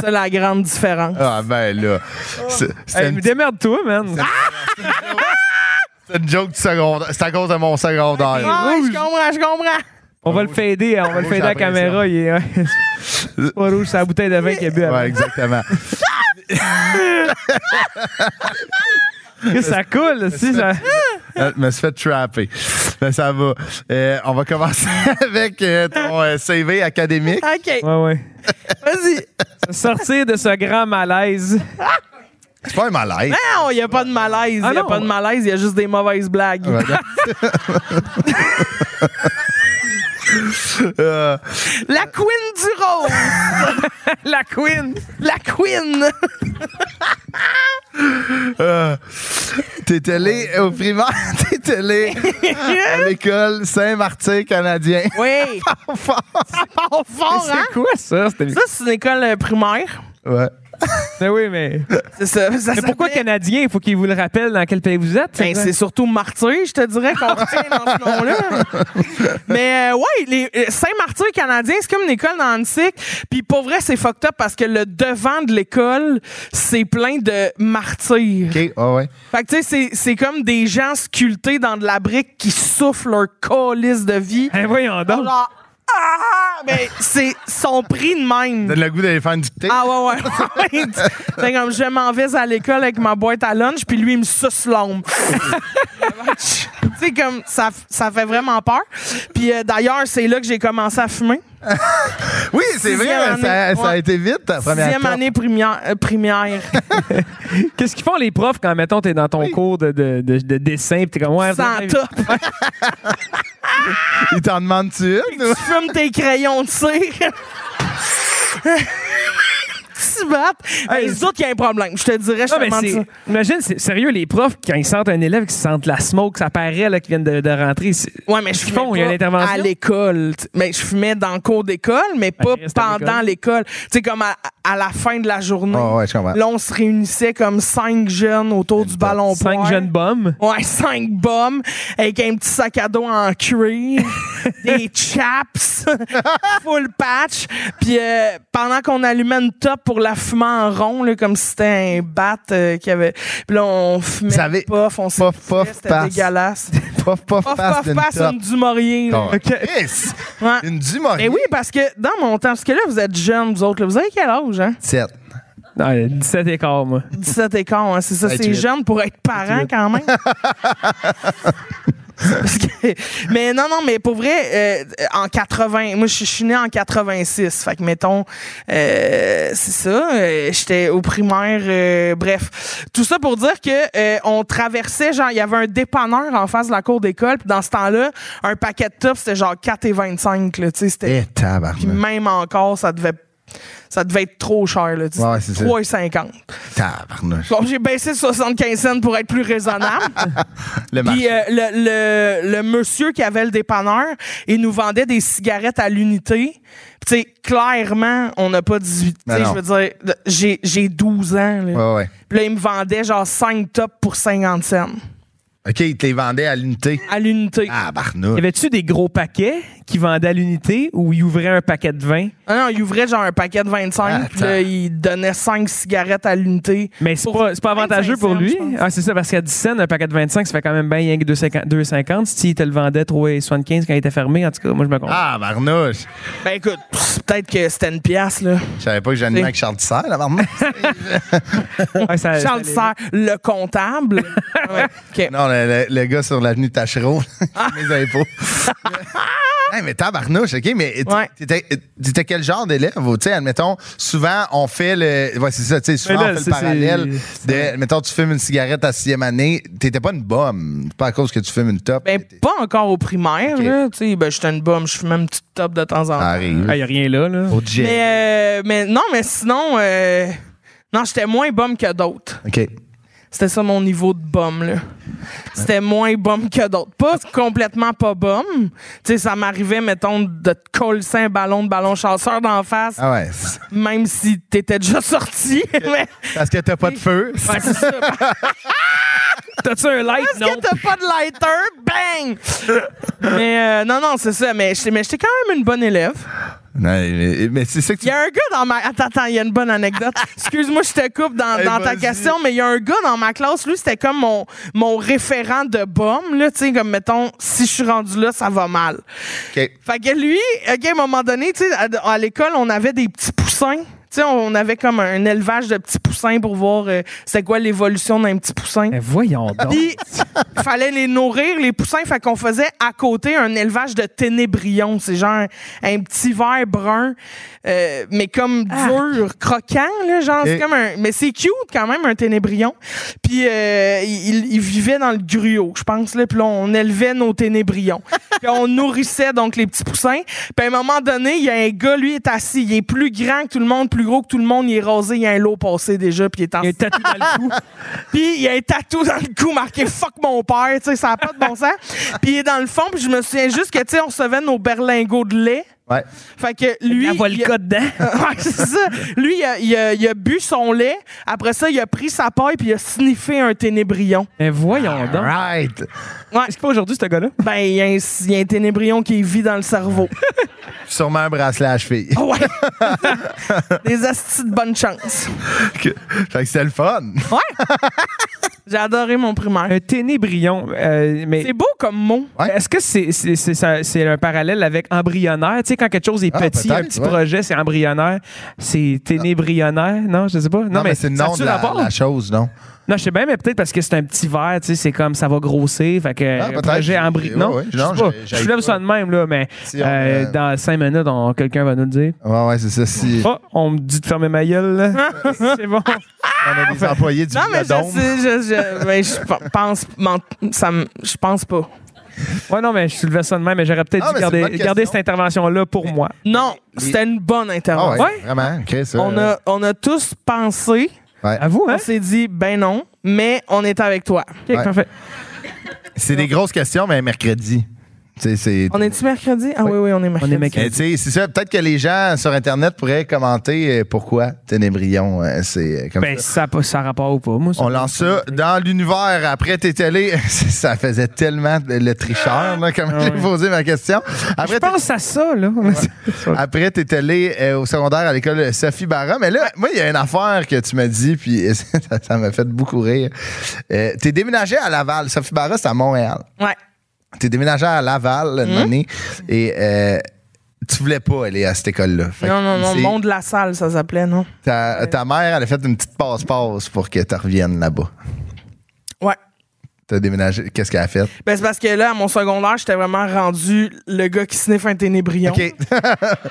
[SPEAKER 4] C'est la grande différence.
[SPEAKER 2] Ah ben là. C'est c'est
[SPEAKER 3] Hey,
[SPEAKER 2] une,
[SPEAKER 3] mais démerde-toi, man.
[SPEAKER 2] c'est une joke du secondaire. C'est à cause de mon secondaire.
[SPEAKER 4] Ah, je comprends, je comprends.
[SPEAKER 3] On va le fader, on va le
[SPEAKER 2] Rouge
[SPEAKER 3] fader à la
[SPEAKER 2] après ça.
[SPEAKER 3] caméra. Il est
[SPEAKER 2] *laughs*
[SPEAKER 3] C'est pas rouge, c'est la bouteille de vin qu'il a bu
[SPEAKER 2] Ouais,
[SPEAKER 3] avant.
[SPEAKER 2] exactement.
[SPEAKER 3] Que Ça coule, aussi. Ça...
[SPEAKER 2] Euh, Je me suis fait trapper. Mais ça va. Euh, on va commencer *laughs* avec euh, ton euh, CV académique.
[SPEAKER 4] OK,
[SPEAKER 3] Ouais, ouais.
[SPEAKER 4] vas-y.
[SPEAKER 3] Sortir de ce grand malaise. *laughs*
[SPEAKER 2] C'est pas un malaise.
[SPEAKER 4] Non, il n'y a pas de malaise. Il
[SPEAKER 3] Ah
[SPEAKER 4] n'y a
[SPEAKER 3] non.
[SPEAKER 4] pas de malaise, il y a juste des mauvaises blagues.
[SPEAKER 2] Euh,
[SPEAKER 4] La queen du rose!
[SPEAKER 3] La queen!
[SPEAKER 4] La queen!
[SPEAKER 2] euh, T'es allé au primaire, *laughs* t'es allé *laughs* à l'école Saint-Martin canadien. *laughs*
[SPEAKER 4] Oui! *laughs* Ça part fort, hein?
[SPEAKER 3] C'est quoi ça? C'était-
[SPEAKER 4] Ça, c'est une école euh, primaire.
[SPEAKER 2] Ouais.
[SPEAKER 3] Mais oui, mais.
[SPEAKER 4] C'est ça. ça
[SPEAKER 3] Mais pourquoi
[SPEAKER 4] s'appelait-
[SPEAKER 3] Canadien? Il faut qu'il vous le rappelle dans quel pays vous êtes.
[SPEAKER 4] Ben, c'est surtout Martyr, je te dirais, *laughs* qu'on retient dans ce nom-là. Mais euh, ouais, les- euh, Saint-Martyr canadien, c'est comme une école dans l'antique. Puis pour vrai, c'est fucked up parce que le devant de l'école, c'est plein de martyrs.
[SPEAKER 2] OK, ah ouais.
[SPEAKER 4] Fait que tu sais, c'est- c'est comme des gens sculptés dans de la brique qui soufflent leur calice de vie.
[SPEAKER 3] *laughs* Ben, voyons donc.
[SPEAKER 4] Genre, ah! Mais c'est son prix de même.
[SPEAKER 2] Donne le goût d'aller faire une dictée.
[SPEAKER 4] Ah ouais, ouais. *laughs* ouais. Fait comme je m'en vais à l'école avec ma boîte à lunch, puis lui, il me suce l'ombre. *laughs* tu sais, comme ça, ça fait vraiment peur. Puis euh, d'ailleurs, c'est là que j'ai commencé à fumer.
[SPEAKER 2] oui, c'est vrai,
[SPEAKER 4] sixième
[SPEAKER 2] ça,
[SPEAKER 4] année.
[SPEAKER 2] ça a
[SPEAKER 4] Ouais.
[SPEAKER 2] été vite, ta première
[SPEAKER 4] Sixième
[SPEAKER 2] classe.
[SPEAKER 4] année primaire. euh, primaire.
[SPEAKER 3] Qu'est-ce qu'ils font les profs quand, mettons, t'es dans ton cours de, de, de, de dessin pis t'es comme, ouais,
[SPEAKER 4] Sans
[SPEAKER 3] vous-
[SPEAKER 4] top.
[SPEAKER 2] Ils t'en demandent-tu une? ou-
[SPEAKER 4] Tu fumes tes crayons de cire. *laughs* Tu battes. Ben,
[SPEAKER 3] Hey,
[SPEAKER 4] les autres, il y a un problème. Je te dirais, je
[SPEAKER 3] Non,
[SPEAKER 4] te
[SPEAKER 3] mais
[SPEAKER 4] demande
[SPEAKER 3] c'est-
[SPEAKER 4] ça.
[SPEAKER 3] Imagine, c'est sérieux, les profs, quand ils sentent un élève qui sentent la smoke, ça paraît là, qu'ils viennent de, de rentrer. C'est-
[SPEAKER 4] Ouais, mais je
[SPEAKER 3] Qu'ils
[SPEAKER 4] fumais
[SPEAKER 3] font, il y a
[SPEAKER 4] pas
[SPEAKER 3] une intervention?
[SPEAKER 4] à l'école. tu- Mais je fumais dans le cours d'école, mais pas
[SPEAKER 3] reste à
[SPEAKER 4] pendant l'école. Tu sais, comme à, à la fin de la journée.
[SPEAKER 2] Ah ouais, je comprends.
[SPEAKER 4] Là, on se réunissait comme cinq jeunes autour du ballon
[SPEAKER 3] Cinq
[SPEAKER 4] poire.
[SPEAKER 3] jeunes bums.
[SPEAKER 4] Ouais, cinq bombes avec un petit sac à dos en
[SPEAKER 2] *laughs*
[SPEAKER 4] cuir, des chaps, full patch. Puis euh, pendant qu'on allumait une top pour la fumer en rond, là, comme si c'était un bat euh, qui avait. Puis là, on fumait
[SPEAKER 2] Ça avait-
[SPEAKER 4] puff, on
[SPEAKER 2] puff,
[SPEAKER 4] s'étouffait,
[SPEAKER 2] puff,
[SPEAKER 4] c'était
[SPEAKER 2] passe.
[SPEAKER 4] dégueulasse.
[SPEAKER 2] Puff, puff,
[SPEAKER 4] Puff,
[SPEAKER 2] pass,
[SPEAKER 4] puff,
[SPEAKER 2] d'une
[SPEAKER 4] passe
[SPEAKER 2] top.
[SPEAKER 4] une du Maurier. là.
[SPEAKER 2] Yes!
[SPEAKER 4] Ouais.
[SPEAKER 2] Une Dumouriez.
[SPEAKER 4] Ben oui, parce que dans mon temps, parce que là, vous êtes jeunes, vous autres, là, vous avez quel âge, hein?
[SPEAKER 2] Sept.
[SPEAKER 3] Non, 17 et quart, moi.
[SPEAKER 4] 17 et quart, hein, c'est ça, c'est
[SPEAKER 2] 28.
[SPEAKER 4] jeune pour être parent quand
[SPEAKER 2] *laughs*
[SPEAKER 4] même. Parce que- mais non, non, mais pour vrai, euh, en 80, moi je suis- je suis né en 86, fait que mettons, euh, c'est ça, euh, j'étais au primaire, euh, bref. Tout ça pour dire que euh, on traversait, genre, il y avait un dépanneur en face de la cour d'école, puis dans ce temps-là, un paquet de top, c'était genre 4 et 25, là, tu sais, c'était
[SPEAKER 2] Eh,
[SPEAKER 4] puis
[SPEAKER 2] tabarnak.
[SPEAKER 4] même encore, ça devait ça devait être trop cher là, tu sais,
[SPEAKER 2] Ouais, c'est ça.
[SPEAKER 4] 3,50.
[SPEAKER 2] Tabarnak.
[SPEAKER 4] Bon, j'ai baissé de 75 cents pour être
[SPEAKER 2] *laughs*
[SPEAKER 4] plus raisonnable.
[SPEAKER 2] Le marché.
[SPEAKER 4] Puis euh, le, le, le monsieur qui avait le dépanneur, il nous vendait des cigarettes à l'unité. Puis, Tu sais, clairement, on n'a pas 18. tu sais,
[SPEAKER 2] Ben non.
[SPEAKER 4] je veux dire, le- j'ai j'ai 12 ans. Là.
[SPEAKER 2] Ouais, ouais.
[SPEAKER 4] Puis là, il me vendait genre 5 tops pour 50 cents
[SPEAKER 2] OK, ils te les vendaient à l'unité.
[SPEAKER 4] à l'unité.
[SPEAKER 2] Ah, barnaud.
[SPEAKER 3] Y avait-tu des gros paquets qui vendaient à l'unité ou ils ouvraient un paquet de vin?
[SPEAKER 4] Ah non, il ouvrait genre un paquet de 25,
[SPEAKER 2] Ah,
[SPEAKER 4] puis là, il donnait 5 cigarettes à l'unité.
[SPEAKER 3] Mais c'est
[SPEAKER 4] Pour
[SPEAKER 3] pas, c'est pas avantageux
[SPEAKER 4] 25
[SPEAKER 3] pour
[SPEAKER 4] cents,
[SPEAKER 3] lui.
[SPEAKER 4] je pense.
[SPEAKER 3] Ah, c'est ça, parce qu'à 10 cents, un paquet de 25, ça fait quand même bien rien que 2,50 2,50. S'il te le vendait 3,75 quand il était fermé, en tout cas, moi, je me comprends.
[SPEAKER 2] Ah, barnouche.
[SPEAKER 4] Ben écoute, pff, peut-être que c'était une pièce, là.
[SPEAKER 2] Je savais pas que j'animais
[SPEAKER 4] C'est-
[SPEAKER 2] avec Charles Tissère, la barnouche. Ah,
[SPEAKER 3] Ouais, Ah,
[SPEAKER 2] Euh,
[SPEAKER 3] ça-
[SPEAKER 4] Charles
[SPEAKER 3] ça-
[SPEAKER 4] Serre, le
[SPEAKER 2] *laughs*
[SPEAKER 4] comptable. Ah Ouais, ok.
[SPEAKER 2] *laughs* Non, le, le- le gars sur l'avenue Tachereau,
[SPEAKER 4] *laughs* Ah!
[SPEAKER 2] mes impôts. Hey, mais tabarnouche, OK, mais t-
[SPEAKER 4] Ouais.
[SPEAKER 2] t'étais t'étais quel genre d'élève? ou, Tu sais, admettons, souvent, on fait le... Ouais, c'est ça,
[SPEAKER 4] Ben
[SPEAKER 2] tu sais, souvent,
[SPEAKER 3] Mais là,
[SPEAKER 2] on fait
[SPEAKER 3] c'est-
[SPEAKER 2] le parallèle
[SPEAKER 3] c'est-
[SPEAKER 2] de... Admettons, tu fumes une cigarette à sixième année, t'étais pas une bombe. pas à cause que tu fumes une top.
[SPEAKER 4] Ben,
[SPEAKER 2] t'étais-
[SPEAKER 4] pas encore au primaire,
[SPEAKER 2] Ok.
[SPEAKER 4] là. Tu sais, ben, j'étais une bombe, je fumais une petite top de temps en temps.
[SPEAKER 2] Ça arrive.
[SPEAKER 3] Ah, y a rien là, là.
[SPEAKER 2] Au gym.
[SPEAKER 4] Mais, euh, mais non, mais sinon, euh, non, j'étais moins bombe que d'autres.
[SPEAKER 2] OK.
[SPEAKER 4] C'était ça mon niveau de bombe, là. C'était moins bombe que d'autres. Pas complètement pas bombe. Tu sais, ça m'arrivait, mettons, de te coller un ballon de ballon chasseur d'en face,
[SPEAKER 2] Ah ouais. c'est-
[SPEAKER 4] même si t'étais déjà *laughs* sorti. mais,
[SPEAKER 2] Parce que t'as pas de feu.
[SPEAKER 4] *laughs* Ouais, *laughs* c'est ça.
[SPEAKER 3] T'as-tu un light?
[SPEAKER 4] Est-ce que t'as pas de lighter? Bang! mais euh, non, non, c'est ça. Mais j'étais mais j'étais quand même une bonne élève.
[SPEAKER 2] Non, mais, mais c'est ça que
[SPEAKER 4] Il
[SPEAKER 2] tu...
[SPEAKER 4] y a un gars dans ma... Attends, attends, il y a une
[SPEAKER 2] *laughs*
[SPEAKER 4] bonne anecdote. Excuse-moi, je te coupe dans,
[SPEAKER 2] Hey,
[SPEAKER 4] dans ta
[SPEAKER 2] vas-y.
[SPEAKER 4] question, mais il y a un gars dans ma classe, lui, c'était comme mon, mon référent de bombe. Là, tu sais, comme, mettons, si je suis rendu là, ça va mal.
[SPEAKER 2] OK.
[SPEAKER 4] Fait que lui, OK, à un moment donné, tu sais, à, à l'école, on avait des petits poussins sais, on avait comme un élevage de petits poussins pour voir euh, c'était quoi l'évolution d'un petit poussin.
[SPEAKER 3] Mais voyons donc.
[SPEAKER 4] Puis, il *laughs* fallait les nourrir, les poussins. Fait qu'on faisait à côté un élevage de ténébrions. C'est genre un, un petit verre brun, euh, mais comme
[SPEAKER 3] Ah.
[SPEAKER 4] dur, croquant, là, genre. c'est
[SPEAKER 2] Et-
[SPEAKER 4] comme un- mais c'est cute quand même, un ténébrion. Puis, euh, il, il vivait dans le gruau, je pense. Là. Puis là, on élevait
[SPEAKER 3] *laughs*
[SPEAKER 4] nos ténébrions. Puis on nourrissait donc les petits poussins. Puis à un moment donné, il y a un gars, lui, est assis. Il est plus grand que tout le monde, plus gros que tout le monde. Il est rasé, il a un lot passé déjà, puis il est en
[SPEAKER 3] Il y a un tatou dans le
[SPEAKER 2] *laughs*
[SPEAKER 3] cou.
[SPEAKER 4] puis il y a un tatou dans le cou marqué fuck mon père, tu sais, ça n'a pas de bon sens. Puis il est dans le fond, puis je me souviens juste que, tu sais, on recevait nos berlingots de lait.
[SPEAKER 2] Ouais.
[SPEAKER 4] Fait que lui.
[SPEAKER 3] La volca dedans.
[SPEAKER 4] *laughs* Ouais, c'est ça. Lui, il a, il a- il a bu son lait. Après ça, il a pris sa paille puis il a sniffé un ténébrion.
[SPEAKER 3] Mais voyons donc.
[SPEAKER 2] Right.
[SPEAKER 3] Est-ce qu'il pas aujourd'hui, ce gars-là?
[SPEAKER 4] Ben, il y, a un- il y a un ténébrion qui vit dans
[SPEAKER 3] *laughs*
[SPEAKER 4] le cerveau.
[SPEAKER 2] Sûrement un bracelet à la cheville.
[SPEAKER 4] Ah Ouais. *laughs* Des astis de bonne chance.
[SPEAKER 2] Que- *laughs* fait que c'est le fun.
[SPEAKER 4] J'ai adoré mon primaire.
[SPEAKER 3] Un ténébrion. euh, mais
[SPEAKER 4] C'est beau comme mot.
[SPEAKER 2] Ouais.
[SPEAKER 3] Est-ce que c'est c'est- c'est ça- c'est un parallèle avec embryonnaire? Tu sais, quand quelque chose est
[SPEAKER 2] Ah,
[SPEAKER 3] petit, un
[SPEAKER 2] peut-être,
[SPEAKER 3] petit
[SPEAKER 2] ouais. Ah.
[SPEAKER 3] projet, c'est embryonnaire, c'est ténébrionnaire, non? Je sais pas. Non,
[SPEAKER 2] Non, mais, c'est le
[SPEAKER 3] ça
[SPEAKER 2] nom
[SPEAKER 3] a-tu
[SPEAKER 2] de la,
[SPEAKER 3] rapport?
[SPEAKER 2] la chose, non?
[SPEAKER 3] Non, je sais bien, mais peut-être parce que c'est un petit verre, tu sais, c'est comme ça va grossir, fait que
[SPEAKER 2] Ah,
[SPEAKER 3] un
[SPEAKER 2] peut-être.
[SPEAKER 3] projet embry...
[SPEAKER 2] Oui,
[SPEAKER 3] non,
[SPEAKER 2] oui,
[SPEAKER 3] je
[SPEAKER 2] non,
[SPEAKER 3] sais pas.
[SPEAKER 2] j'ai-
[SPEAKER 3] Je
[SPEAKER 2] j'ai
[SPEAKER 3] soulève
[SPEAKER 2] pas.
[SPEAKER 3] ça de même, là, mais
[SPEAKER 2] Si on,
[SPEAKER 3] euh,
[SPEAKER 2] euh,
[SPEAKER 3] dans cinq minutes, on- quelqu'un va nous le dire.
[SPEAKER 2] Ouais, ouais, c'est
[SPEAKER 3] *laughs*
[SPEAKER 2] ça. Si
[SPEAKER 3] Oh, on me dit de fermer ma gueule, là. c'est bon.
[SPEAKER 2] on a des employés du
[SPEAKER 4] Non, mais je,
[SPEAKER 2] Villodome.
[SPEAKER 4] sais, je, je, mais
[SPEAKER 3] *laughs*
[SPEAKER 4] je p- pense, m'en- ça, me- je pense pas.
[SPEAKER 3] Ouais, non, mais je soulevais ça de même, mais j'aurais peut-être dû
[SPEAKER 2] Ah, mais c'est une
[SPEAKER 3] garder,
[SPEAKER 2] bonne question.
[SPEAKER 3] garder cette intervention-là pour moi.
[SPEAKER 4] Non, c'était une bonne
[SPEAKER 2] Ah
[SPEAKER 4] intervention.
[SPEAKER 2] ouais, Euh,
[SPEAKER 3] Ouais.
[SPEAKER 2] vraiment, Chris. ouais,
[SPEAKER 4] On, a, on a tous pensé,
[SPEAKER 2] ouais.
[SPEAKER 3] À vous, hein?
[SPEAKER 4] on s'est dit, ben non, mais on est avec toi.
[SPEAKER 3] Ok,
[SPEAKER 2] Ouais.
[SPEAKER 3] parfait.
[SPEAKER 2] C'est des grosses questions, mais mercredi. Tu sais, c'est.
[SPEAKER 4] On est-tu mercredi? Ah oui, oui, on est mercredi.
[SPEAKER 3] mercredi.
[SPEAKER 2] Mais tu sais, c'est ça. Peut-être que les gens sur Internet pourraient commenter euh, pourquoi Ténébrion. euh, C'est euh, comme
[SPEAKER 3] Ben, ça
[SPEAKER 2] ça.
[SPEAKER 3] n'a ça a rapport ou pas, moi. ça.
[SPEAKER 2] On lance ça dans l'univers après tes télés. *laughs* ça faisait tellement le tricheur, là, comme j'ai
[SPEAKER 3] ouais.
[SPEAKER 2] posé ma question. Après,
[SPEAKER 3] Je
[SPEAKER 2] t'es-
[SPEAKER 3] pense à ça, là. *laughs*
[SPEAKER 2] Après, tu allé euh, au secondaire à l'école Sophie Barra. Mais là, moi, il y a une affaire que tu m'as dit, puis *laughs* ça ça m'a fait beaucoup rire. Euh, T'es déménagé à Laval. Sophie Barra, c'est à Montréal.
[SPEAKER 4] Ouais.
[SPEAKER 2] T'es déménagé à Laval,
[SPEAKER 4] Hum.
[SPEAKER 2] là, une année, et euh, tu voulais pas aller à cette école-là. Fait que
[SPEAKER 4] Non, non, non,
[SPEAKER 2] c'est-
[SPEAKER 4] monde de la salle, ça s'appelait, non?
[SPEAKER 2] Ta, ta mère, elle a fait une petite passe-passe pour que tu reviennes là-bas.
[SPEAKER 4] Ouais.
[SPEAKER 2] T'as déménagé. Qu'est-ce qu'elle a fait?
[SPEAKER 4] Ben, c'est parce que là, à mon secondaire, j'étais vraiment rendu le gars qui sniffe un ténébrion.
[SPEAKER 2] OK. *laughs*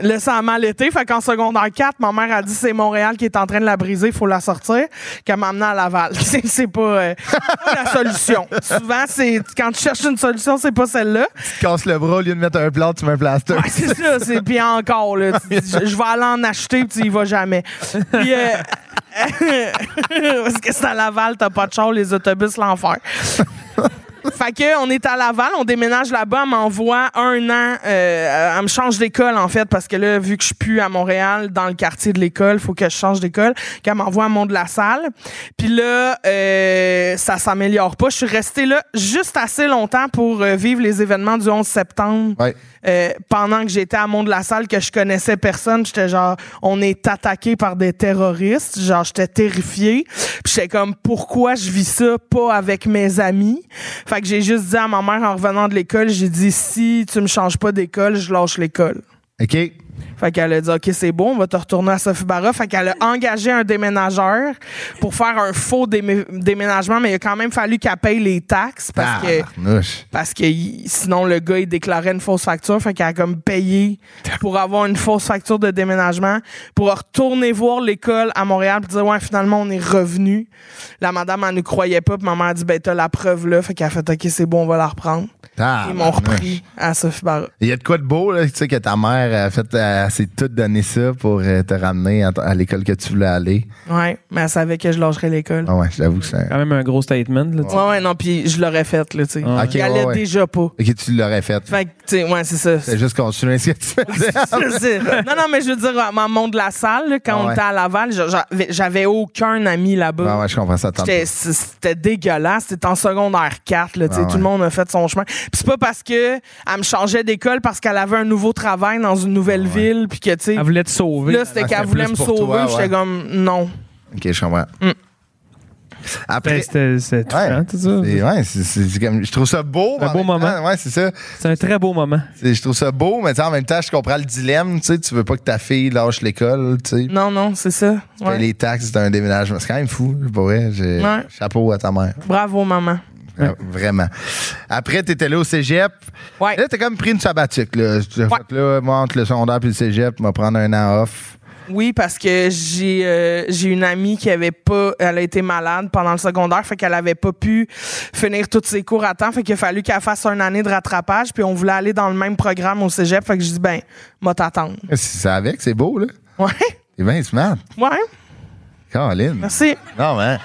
[SPEAKER 4] Là, ça a mal été. Fait qu'en secondaire 4, ma mère a dit c'est Montréal qui est en train de la briser, faut la sortir, qu'elle m'a amené à Laval. *laughs* C'est c'est pas, euh, pas la
[SPEAKER 2] *laughs*
[SPEAKER 4] solution. Souvent, c'est quand tu cherches une solution, c'est pas celle-là.
[SPEAKER 2] tu te casses le bras, au lieu de mettre un plat, tu mets un plaster.
[SPEAKER 4] Ouais, c'est ça, c'est puis encore là, tu dis, je, je vais aller en acheter, puis tu y vas jamais. Puis euh, *laughs* parce que c'est à Laval, t'as pas de char, les autobus l'enfer. Fait que on est à Laval, on déménage là-bas, elle m'envoie un an, euh, elle me change d'école en fait parce que là vu que je suis plus à Montréal dans le quartier de l'école, faut que je change d'école, qu'elle m'envoie à Mont de la Salle. Puis là euh, ça s'améliore pas, je suis restée là juste assez longtemps pour euh, vivre les événements du 11 septembre.
[SPEAKER 2] Ouais.
[SPEAKER 4] Euh, pendant que j'étais à Mont de la Salle, que je connaissais personne, j'étais genre, on est attaqué par des terroristes. Genre, j'étais terrifiée. Puis j'étais comme, pourquoi je vis ça pas avec mes amis? Fait que j'ai juste dit à ma mère en revenant de l'école, j'ai dit, si tu me changes pas d'école, je lâche l'école.
[SPEAKER 2] OK.
[SPEAKER 4] Fait qu'elle a dit, OK, c'est bon, on va te retourner à Sophie Barra. Fait qu'elle a engagé un déménageur pour faire un faux démé- déménagement, mais il a quand même fallu qu'elle paye les taxes
[SPEAKER 2] Ah.
[SPEAKER 4] parce que
[SPEAKER 2] Tabarnouche.
[SPEAKER 4] parce que il- sinon le gars il déclarait une fausse facture fait qu'elle a comme payé pour avoir une fausse facture de déménagement pour retourner voir l'école à Montréal puis dire ouais finalement on est revenu la madame elle ne croyait pas puis maman a dit ben t'as la preuve là fait qu'elle a fait ok c'est bon on va la reprendre ils m'ont
[SPEAKER 2] Tabarnouche.
[SPEAKER 4] repris à Sophie Barra
[SPEAKER 2] Il y a de quoi de beau, là, tu sais, que ta mère a fait, euh, elle s'est toute donné ça pour euh, te ramener à, t- à l'école que tu voulais aller.
[SPEAKER 4] ouais mais elle savait que je lâcherais l'école
[SPEAKER 2] Ah ouais, j'avoue que c'est un-
[SPEAKER 3] quand même un gros statement, là.
[SPEAKER 4] ouais ouais non puis je l'aurais faite là tu sais
[SPEAKER 2] Ah. Ok,
[SPEAKER 4] Elle
[SPEAKER 2] ouais,
[SPEAKER 4] allait
[SPEAKER 2] ouais.
[SPEAKER 4] déjà pas
[SPEAKER 2] Ok, tu l'aurais fait.
[SPEAKER 4] fait que tu sais ouais c'est ça
[SPEAKER 2] T'as juste continué ce que tu faisais.
[SPEAKER 4] *laughs* Je sais. non, non, mais je veux dire, à mon monde de la salle, là, quand
[SPEAKER 2] Ah
[SPEAKER 4] on
[SPEAKER 2] ouais.
[SPEAKER 4] était à Laval, je- j'avais- j'avais aucun ami là-bas.
[SPEAKER 2] Ah *laughs* ouais, je comprends ça. tente
[SPEAKER 4] J'étais- c- C'était dégueulasse. C'était en secondaire 4. Là, tu sais,
[SPEAKER 2] Ah
[SPEAKER 4] Tout
[SPEAKER 2] ouais.
[SPEAKER 4] le monde a fait son chemin. Puis c'est pas parce que elle me changeait d'école parce qu'elle avait un nouveau travail dans une nouvelle ville. Puis que, tu sais,
[SPEAKER 3] Elle voulait te sauver.
[SPEAKER 4] là, c'était
[SPEAKER 2] Ah,
[SPEAKER 4] qu'elle
[SPEAKER 2] c'était
[SPEAKER 4] voulait
[SPEAKER 2] plus
[SPEAKER 4] me
[SPEAKER 2] pour
[SPEAKER 4] sauver.
[SPEAKER 2] toi, ouais.
[SPEAKER 4] J'étais comme, non.
[SPEAKER 2] pas. Ok, je comprends. Après,
[SPEAKER 3] Ben, C'était c'est touchant,
[SPEAKER 2] Ouais.
[SPEAKER 3] tout ça.
[SPEAKER 2] c'est- ouais, c'est- c'est- c'est comme- je trouve ça beau. mais
[SPEAKER 3] Un
[SPEAKER 2] en
[SPEAKER 3] beau
[SPEAKER 2] même
[SPEAKER 3] moment.
[SPEAKER 2] temps, ouais, c'est ça.
[SPEAKER 3] C'est un très beau moment.
[SPEAKER 2] C'est- Je trouve ça beau, mais tu sais, en même temps, je comprends le dilemme. Tu sais, tu veux pas que ta fille lâche l'école, tu sais.
[SPEAKER 4] Non, non, c'est ça.
[SPEAKER 2] Tu payes
[SPEAKER 4] Mm, Ouais.
[SPEAKER 2] les taxes d'un déménagement. C'est quand même fou, pour vrai. J'ai-
[SPEAKER 4] Ouais.
[SPEAKER 2] Chapeau à ta mère.
[SPEAKER 4] Bravo, maman.
[SPEAKER 2] Ah, Vraiment. Après, t'étais là au cégep.
[SPEAKER 4] Ouais.
[SPEAKER 2] Là, t'as comme pris une sabbatique. Là. Tu as
[SPEAKER 4] Ouais.
[SPEAKER 2] fait, là, moi, entre le secondaire puis le cégep, je vais prendre un an off.
[SPEAKER 4] Oui, parce que j'ai euh, j'ai une amie qui avait pas, elle a été malade pendant le secondaire, fait qu'elle avait pas pu finir tous ses cours à temps, fait qu'il a fallu qu'elle fasse une année de rattrapage, puis on voulait aller dans le même programme au cégep, fait que je dis ben, moi t'attendre. *laughs*
[SPEAKER 2] C'est avec, c'est beau, là.
[SPEAKER 4] Ouais,
[SPEAKER 2] T'es bien smart.
[SPEAKER 4] ouais,
[SPEAKER 2] Caroline.
[SPEAKER 4] merci.
[SPEAKER 2] Non, mais.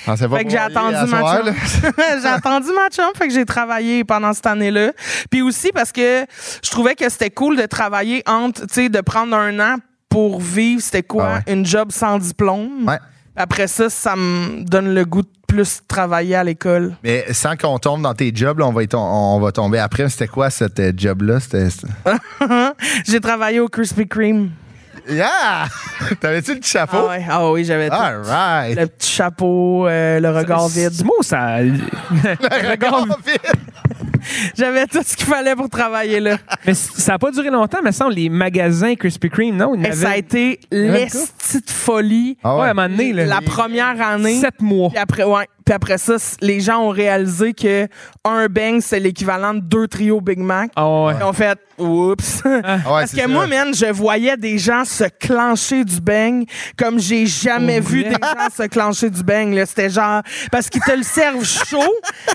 [SPEAKER 2] Je pensais pas
[SPEAKER 4] Fait que j'ai
[SPEAKER 2] pouvoir y aller à
[SPEAKER 4] attendu ma
[SPEAKER 2] soir, là.
[SPEAKER 4] chum. *laughs* j'ai attendu ma chum, fait que j'ai travaillé pendant cette année-là. Puis aussi parce que je trouvais que c'était cool de travailler entre, tu sais, de prendre un an pour vivre, c'était quoi,
[SPEAKER 2] Ah
[SPEAKER 4] une job sans diplôme.
[SPEAKER 2] *laughs* Ouais.
[SPEAKER 4] Après ça, ça me donne le goût de plus travailler à l'école. *laughs*
[SPEAKER 2] Mais sans qu'on tombe dans tes jobs, là, on, va y tom- on va tomber après. Mais C'était quoi, cet euh, job-là? C'était. c'était-
[SPEAKER 4] J'ai travaillé au Krispy Kreme.
[SPEAKER 2] Yeah! *laughs* T'avais-tu le petit
[SPEAKER 4] Ah
[SPEAKER 2] chapeau?
[SPEAKER 4] ouais, ah oui, j'avais tout.
[SPEAKER 2] All right.
[SPEAKER 4] le petit chapeau, euh, le regard
[SPEAKER 3] *laughs*
[SPEAKER 4] vide.
[SPEAKER 3] Ce mot, ça.
[SPEAKER 4] *laughs*
[SPEAKER 2] *laughs* regard vide.
[SPEAKER 4] J'avais tout ce qu'il fallait pour travailler là.
[SPEAKER 3] mais c- ça n'a pas duré longtemps, mais semble les magasins Krispy Kreme, non? Il y en
[SPEAKER 4] Et ça a
[SPEAKER 3] avait-
[SPEAKER 4] été
[SPEAKER 3] avait
[SPEAKER 4] l'esti de folie.
[SPEAKER 2] Ah
[SPEAKER 3] Ouais,
[SPEAKER 2] ouais.
[SPEAKER 3] à un moment donné, là.
[SPEAKER 4] La première année.
[SPEAKER 3] Sept mois.
[SPEAKER 4] Puis après, ouais. Puis après ça, c- les gens ont réalisé que un bang, c'est l'équivalent de deux trios Big Mac.
[SPEAKER 3] Ah ouais.
[SPEAKER 4] Ils ont fait oups.
[SPEAKER 2] Ah ouais,
[SPEAKER 4] Parce
[SPEAKER 2] c'est
[SPEAKER 4] que
[SPEAKER 2] ça.
[SPEAKER 4] moi, man, je voyais des gens se clencher du bang comme j'ai jamais
[SPEAKER 3] Pour
[SPEAKER 4] vu
[SPEAKER 3] vrai?
[SPEAKER 4] des gens se clencher du bang. là. C'était genre parce qu'ils te le
[SPEAKER 3] *laughs*
[SPEAKER 4] servent chaud.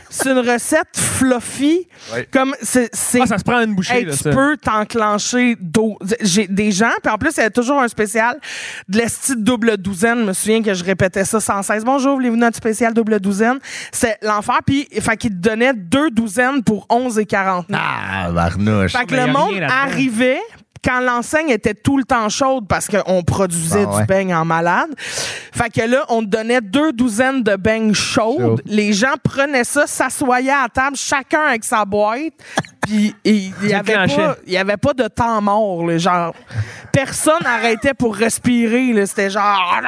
[SPEAKER 4] c'est une recette fluffy.
[SPEAKER 2] Ouais.
[SPEAKER 4] Comme c'est c'est-
[SPEAKER 3] Ah, ça se prend une bouchée,
[SPEAKER 4] Hey,
[SPEAKER 3] là,
[SPEAKER 4] tu
[SPEAKER 3] ça.
[SPEAKER 4] peux t'enclencher d'eau- j'ai des gens, puis en plus, il y a toujours un spécial de l'esti de double douzaine. Je me souviens que je répétais ça sans cesse. Bonjour, voulez-vous notre spécial double douzaine? C'est l'enfer, puis fait qu'il te donnait deux douzaines pour 11 et 49.
[SPEAKER 2] Ah, Barnouche.
[SPEAKER 4] fait que
[SPEAKER 3] mais y a
[SPEAKER 4] le monde
[SPEAKER 3] rien là-dedans.
[SPEAKER 4] arrivait quand l'enseigne était tout le temps chaude parce qu'on produisait
[SPEAKER 2] Ah ouais.
[SPEAKER 4] du beigne en malade. Fait que là, on te donnait deux douzaines de beignes chaudes.
[SPEAKER 2] Chaud.
[SPEAKER 4] Les gens prenaient ça, s'assoyaient à table, chacun avec sa boîte. Puis
[SPEAKER 3] *laughs*
[SPEAKER 4] il il y avait
[SPEAKER 3] clenchais.
[SPEAKER 4] pas- il y avait pas de temps mort. là, genre, personne arrêtait pour respirer. là. C'était genre...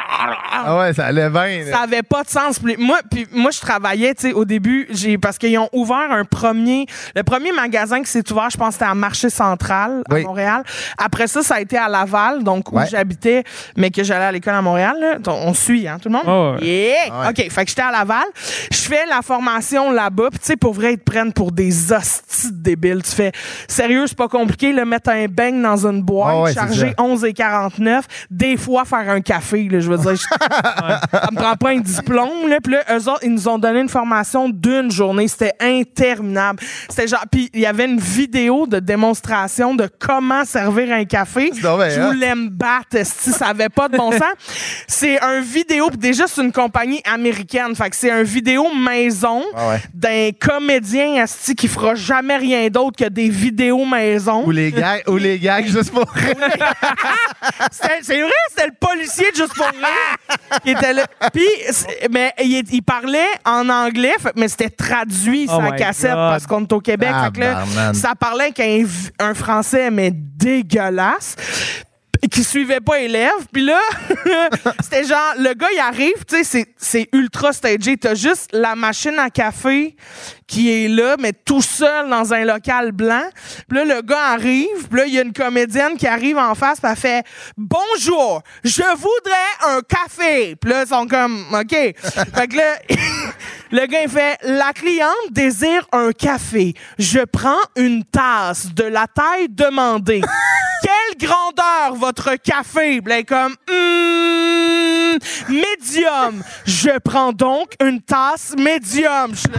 [SPEAKER 2] Ah ouais, ça allait bien. là.
[SPEAKER 4] Ça avait pas de sens. Puis Moi, puis moi, je travaillais, tu sais, au début, j'ai parce qu'ils ont ouvert un premier, le premier magasin qui s'est ouvert, je pense, c'était à Marché Central à
[SPEAKER 2] Oui.
[SPEAKER 4] Montréal. Après ça, ça a été à Laval, donc où
[SPEAKER 2] Ouais.
[SPEAKER 4] j'habitais, mais que j'allais à l'école à Montréal. là. Donc, On suit, hein, tout le monde.
[SPEAKER 3] Ah ouais.
[SPEAKER 4] Yeah!
[SPEAKER 2] Ah ouais.
[SPEAKER 4] Ok, fait que j'étais à Laval, je fais la formation là-bas, puis tu sais, pour vrai, ils te prennent pour des hosties de débiles. Tu fais, sérieux, c'est pas compliqué, le mettre un beigne dans une boîte,
[SPEAKER 2] Ah ouais, c'est
[SPEAKER 4] charger
[SPEAKER 2] ça.
[SPEAKER 4] 11 et 49, des fois faire un café, là, je veux dire, je- ça me prend pas un diplôme là puis là eux autres ils nous ont donné une formation d'une journée c'était interminable c'était genre puis il y avait une vidéo de démonstration de comment servir un café
[SPEAKER 2] C'est donc bien
[SPEAKER 4] je
[SPEAKER 2] hot.
[SPEAKER 4] voulais me battre si ça avait pas de
[SPEAKER 2] *laughs*
[SPEAKER 4] bon sens c'est un vidéo puis déjà c'est une compagnie américaine fait que c'est un vidéo maison
[SPEAKER 2] Ah ouais.
[SPEAKER 4] d'un comédien esti qui fera jamais rien d'autre que des vidéos maison
[SPEAKER 2] Ou les gags, ou les
[SPEAKER 4] *laughs*
[SPEAKER 2] gags juste pour
[SPEAKER 4] Ah
[SPEAKER 2] rire.
[SPEAKER 4] C'était- C'est vrai, c'était le policier de juste pour rire qui était là. Puis, c'est- mais il, est- il parlait en anglais, fait- mais c'était traduit
[SPEAKER 3] Oh
[SPEAKER 4] sa
[SPEAKER 3] my
[SPEAKER 4] cassette
[SPEAKER 3] God.
[SPEAKER 4] parce qu'on est au Québec.
[SPEAKER 2] Ah,
[SPEAKER 4] fait que là,
[SPEAKER 2] barman.
[SPEAKER 4] ça parlait avec un, v- un français, mais dégueulasse qui suivait pas élève puis là *laughs* c'était genre le gars il arrive tu sais c'est c'est ultra stagé t'as juste la machine à café qui est là mais tout seul dans un local blanc puis là le gars arrive puis là il y a une comédienne qui arrive en face puis elle fait bonjour je voudrais un café puis là ils sont comme
[SPEAKER 2] *laughs*
[SPEAKER 4] ok fait que là *laughs* le gars il fait la cliente désire un café je prends une tasse de la
[SPEAKER 2] *laughs*
[SPEAKER 4] taille demandée quelle grandeur votre café? Puis là, il est comme, Hmm, médium. Je prends donc une tasse médium. Je suis là,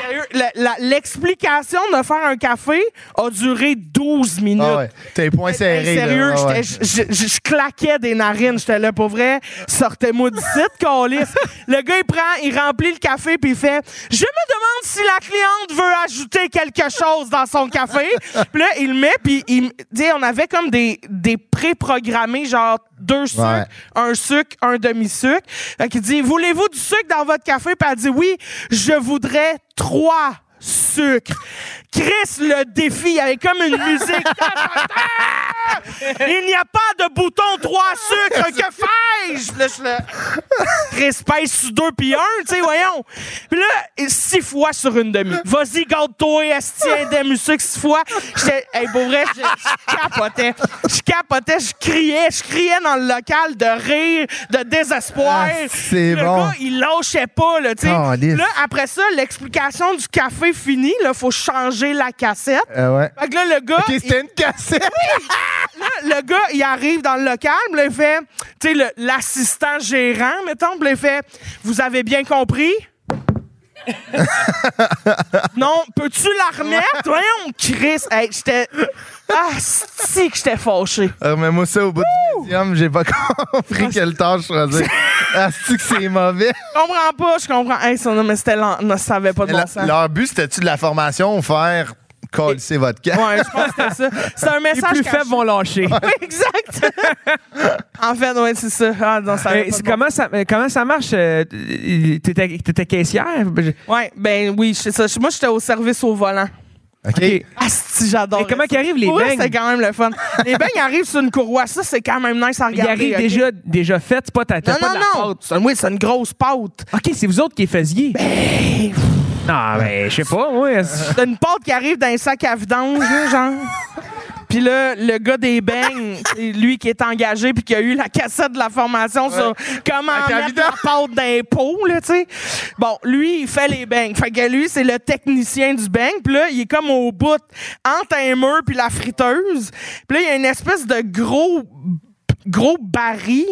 [SPEAKER 4] Sérieux, la- la- L'explication de faire un café a duré 12 minutes.
[SPEAKER 2] Ah ouais. T'as les poings
[SPEAKER 4] Hey,
[SPEAKER 2] serrés. là.
[SPEAKER 4] sérieux,
[SPEAKER 2] Ah ouais.
[SPEAKER 4] j'étais- je- je je claquais des narines. J'étais là, pour vrai, sortez-moi d'ici, *laughs* câlisse. Le gars, il prend, il remplit le café, puis il fait « Je me demande si la cliente veut ajouter quelque chose dans son café. » Puis là, il le met, puis il... tu sais, on avait comme des, des pré-programmés, genre deux sucres,
[SPEAKER 2] Ouais.
[SPEAKER 4] un sucre, un demi-sucre. Fait qu'il dit « Voulez-vous du sucre dans votre café? » Puis elle dit « Oui, je voudrais trois sucres. » Chris, le défi, il y avait comme une musique. Il n'y a pas de bouton trois sucres. Que fais-je? Puis Là, je le respèce sur deux puis un, tu sais, voyons. Puis là, il- six fois sur une demi. Vas-y, garde-toi, esti, indemne sucre six fois. J'étais, hey, pour vrai, je, je capotais. Je capotais, je criais, je criais dans le local de rire, de désespoir.
[SPEAKER 2] Ah, c'est
[SPEAKER 4] le
[SPEAKER 2] bon.
[SPEAKER 4] gars, il lâchait pas, là, tu sais.
[SPEAKER 2] Oh, lisse.
[SPEAKER 4] là, après ça, l'explication du café finie, là, faut changer la cassette.
[SPEAKER 2] Euh, ouais.
[SPEAKER 4] Fait que là, le gars,
[SPEAKER 2] Ok,
[SPEAKER 4] il-
[SPEAKER 2] c'était une cassette.
[SPEAKER 4] là, *laughs* le gars, il arrive dans le local, puis là, il fait, tu sais, le- l'assistant gérant, mettons, puis là, il fait, vous avez bien compris? *laughs* non, peux-tu la remettre? Voyons, Chris, hey, j'étais. Ah, si que j'étais fâché.
[SPEAKER 2] Remets-moi ça au bout du médium. J'ai pas *laughs* compris
[SPEAKER 4] Ah,
[SPEAKER 2] quelle tâche choisir. Asti que c'est mauvais.
[SPEAKER 4] Je comprends pas, je comprends. Hey, ça, non, mais c'était lent. Non, ça avait pas de
[SPEAKER 2] La-
[SPEAKER 4] *laughs* bon sens.
[SPEAKER 2] leur but, c'était-tu de la formation ou faire coller votre cas?
[SPEAKER 4] Ouais, je pense que c'était ça. C'est un
[SPEAKER 3] Les
[SPEAKER 4] message.
[SPEAKER 3] plus
[SPEAKER 4] caché.
[SPEAKER 3] faibles vont lâcher.
[SPEAKER 4] *laughs*
[SPEAKER 3] Euh,
[SPEAKER 4] Oui, exact. en fait, ouais, c'est ça. Ah, non, ça avait
[SPEAKER 3] Euh,
[SPEAKER 4] pas
[SPEAKER 3] c'est
[SPEAKER 4] de bon
[SPEAKER 3] comment, ça, euh, comment ça marche? euh, T'étais t'étais caissière? Je-
[SPEAKER 4] Oui, ben oui, c'est ça. Moi, j'étais au service au volant.
[SPEAKER 3] OK.
[SPEAKER 4] Asti, j'adore.
[SPEAKER 3] Et comment
[SPEAKER 4] ça.
[SPEAKER 3] qu'ils arrivent, les
[SPEAKER 4] Pour vrai,
[SPEAKER 3] beignes?
[SPEAKER 4] C'est quand même le fun. les beignes arrivent sur une courroie. Ça, c'est quand même nice à
[SPEAKER 3] Ils
[SPEAKER 4] regarder.
[SPEAKER 3] arrivent
[SPEAKER 4] ok?
[SPEAKER 3] déjà, déjà faits, c'est pas ta t'as
[SPEAKER 4] Non,
[SPEAKER 3] pas de la
[SPEAKER 4] non, non.
[SPEAKER 3] pâte.
[SPEAKER 4] C'est- Oui, c'est une grosse pâte.
[SPEAKER 3] OK, c'est vous autres qui les faisiez. Non, ben, je sais pas, moi.
[SPEAKER 4] *laughs*
[SPEAKER 3] est-ce-
[SPEAKER 4] C'est une pâte qui arrive dans un sac à vidange, là, genre. Puis là, le gars des beignes, c'est lui qui est engagé puis qui a eu la cassette de la formation sur comment
[SPEAKER 2] Sac à
[SPEAKER 4] mettre
[SPEAKER 2] vidange.
[SPEAKER 4] la pâte dans les pots, là, tu sais. Bon, lui, il fait les beignes. Fait que lui, c'est le technicien du beigne. Puis là, il est comme au bout entre un mur puis la friteuse. Puis là, il y a une espèce de gros gros baril,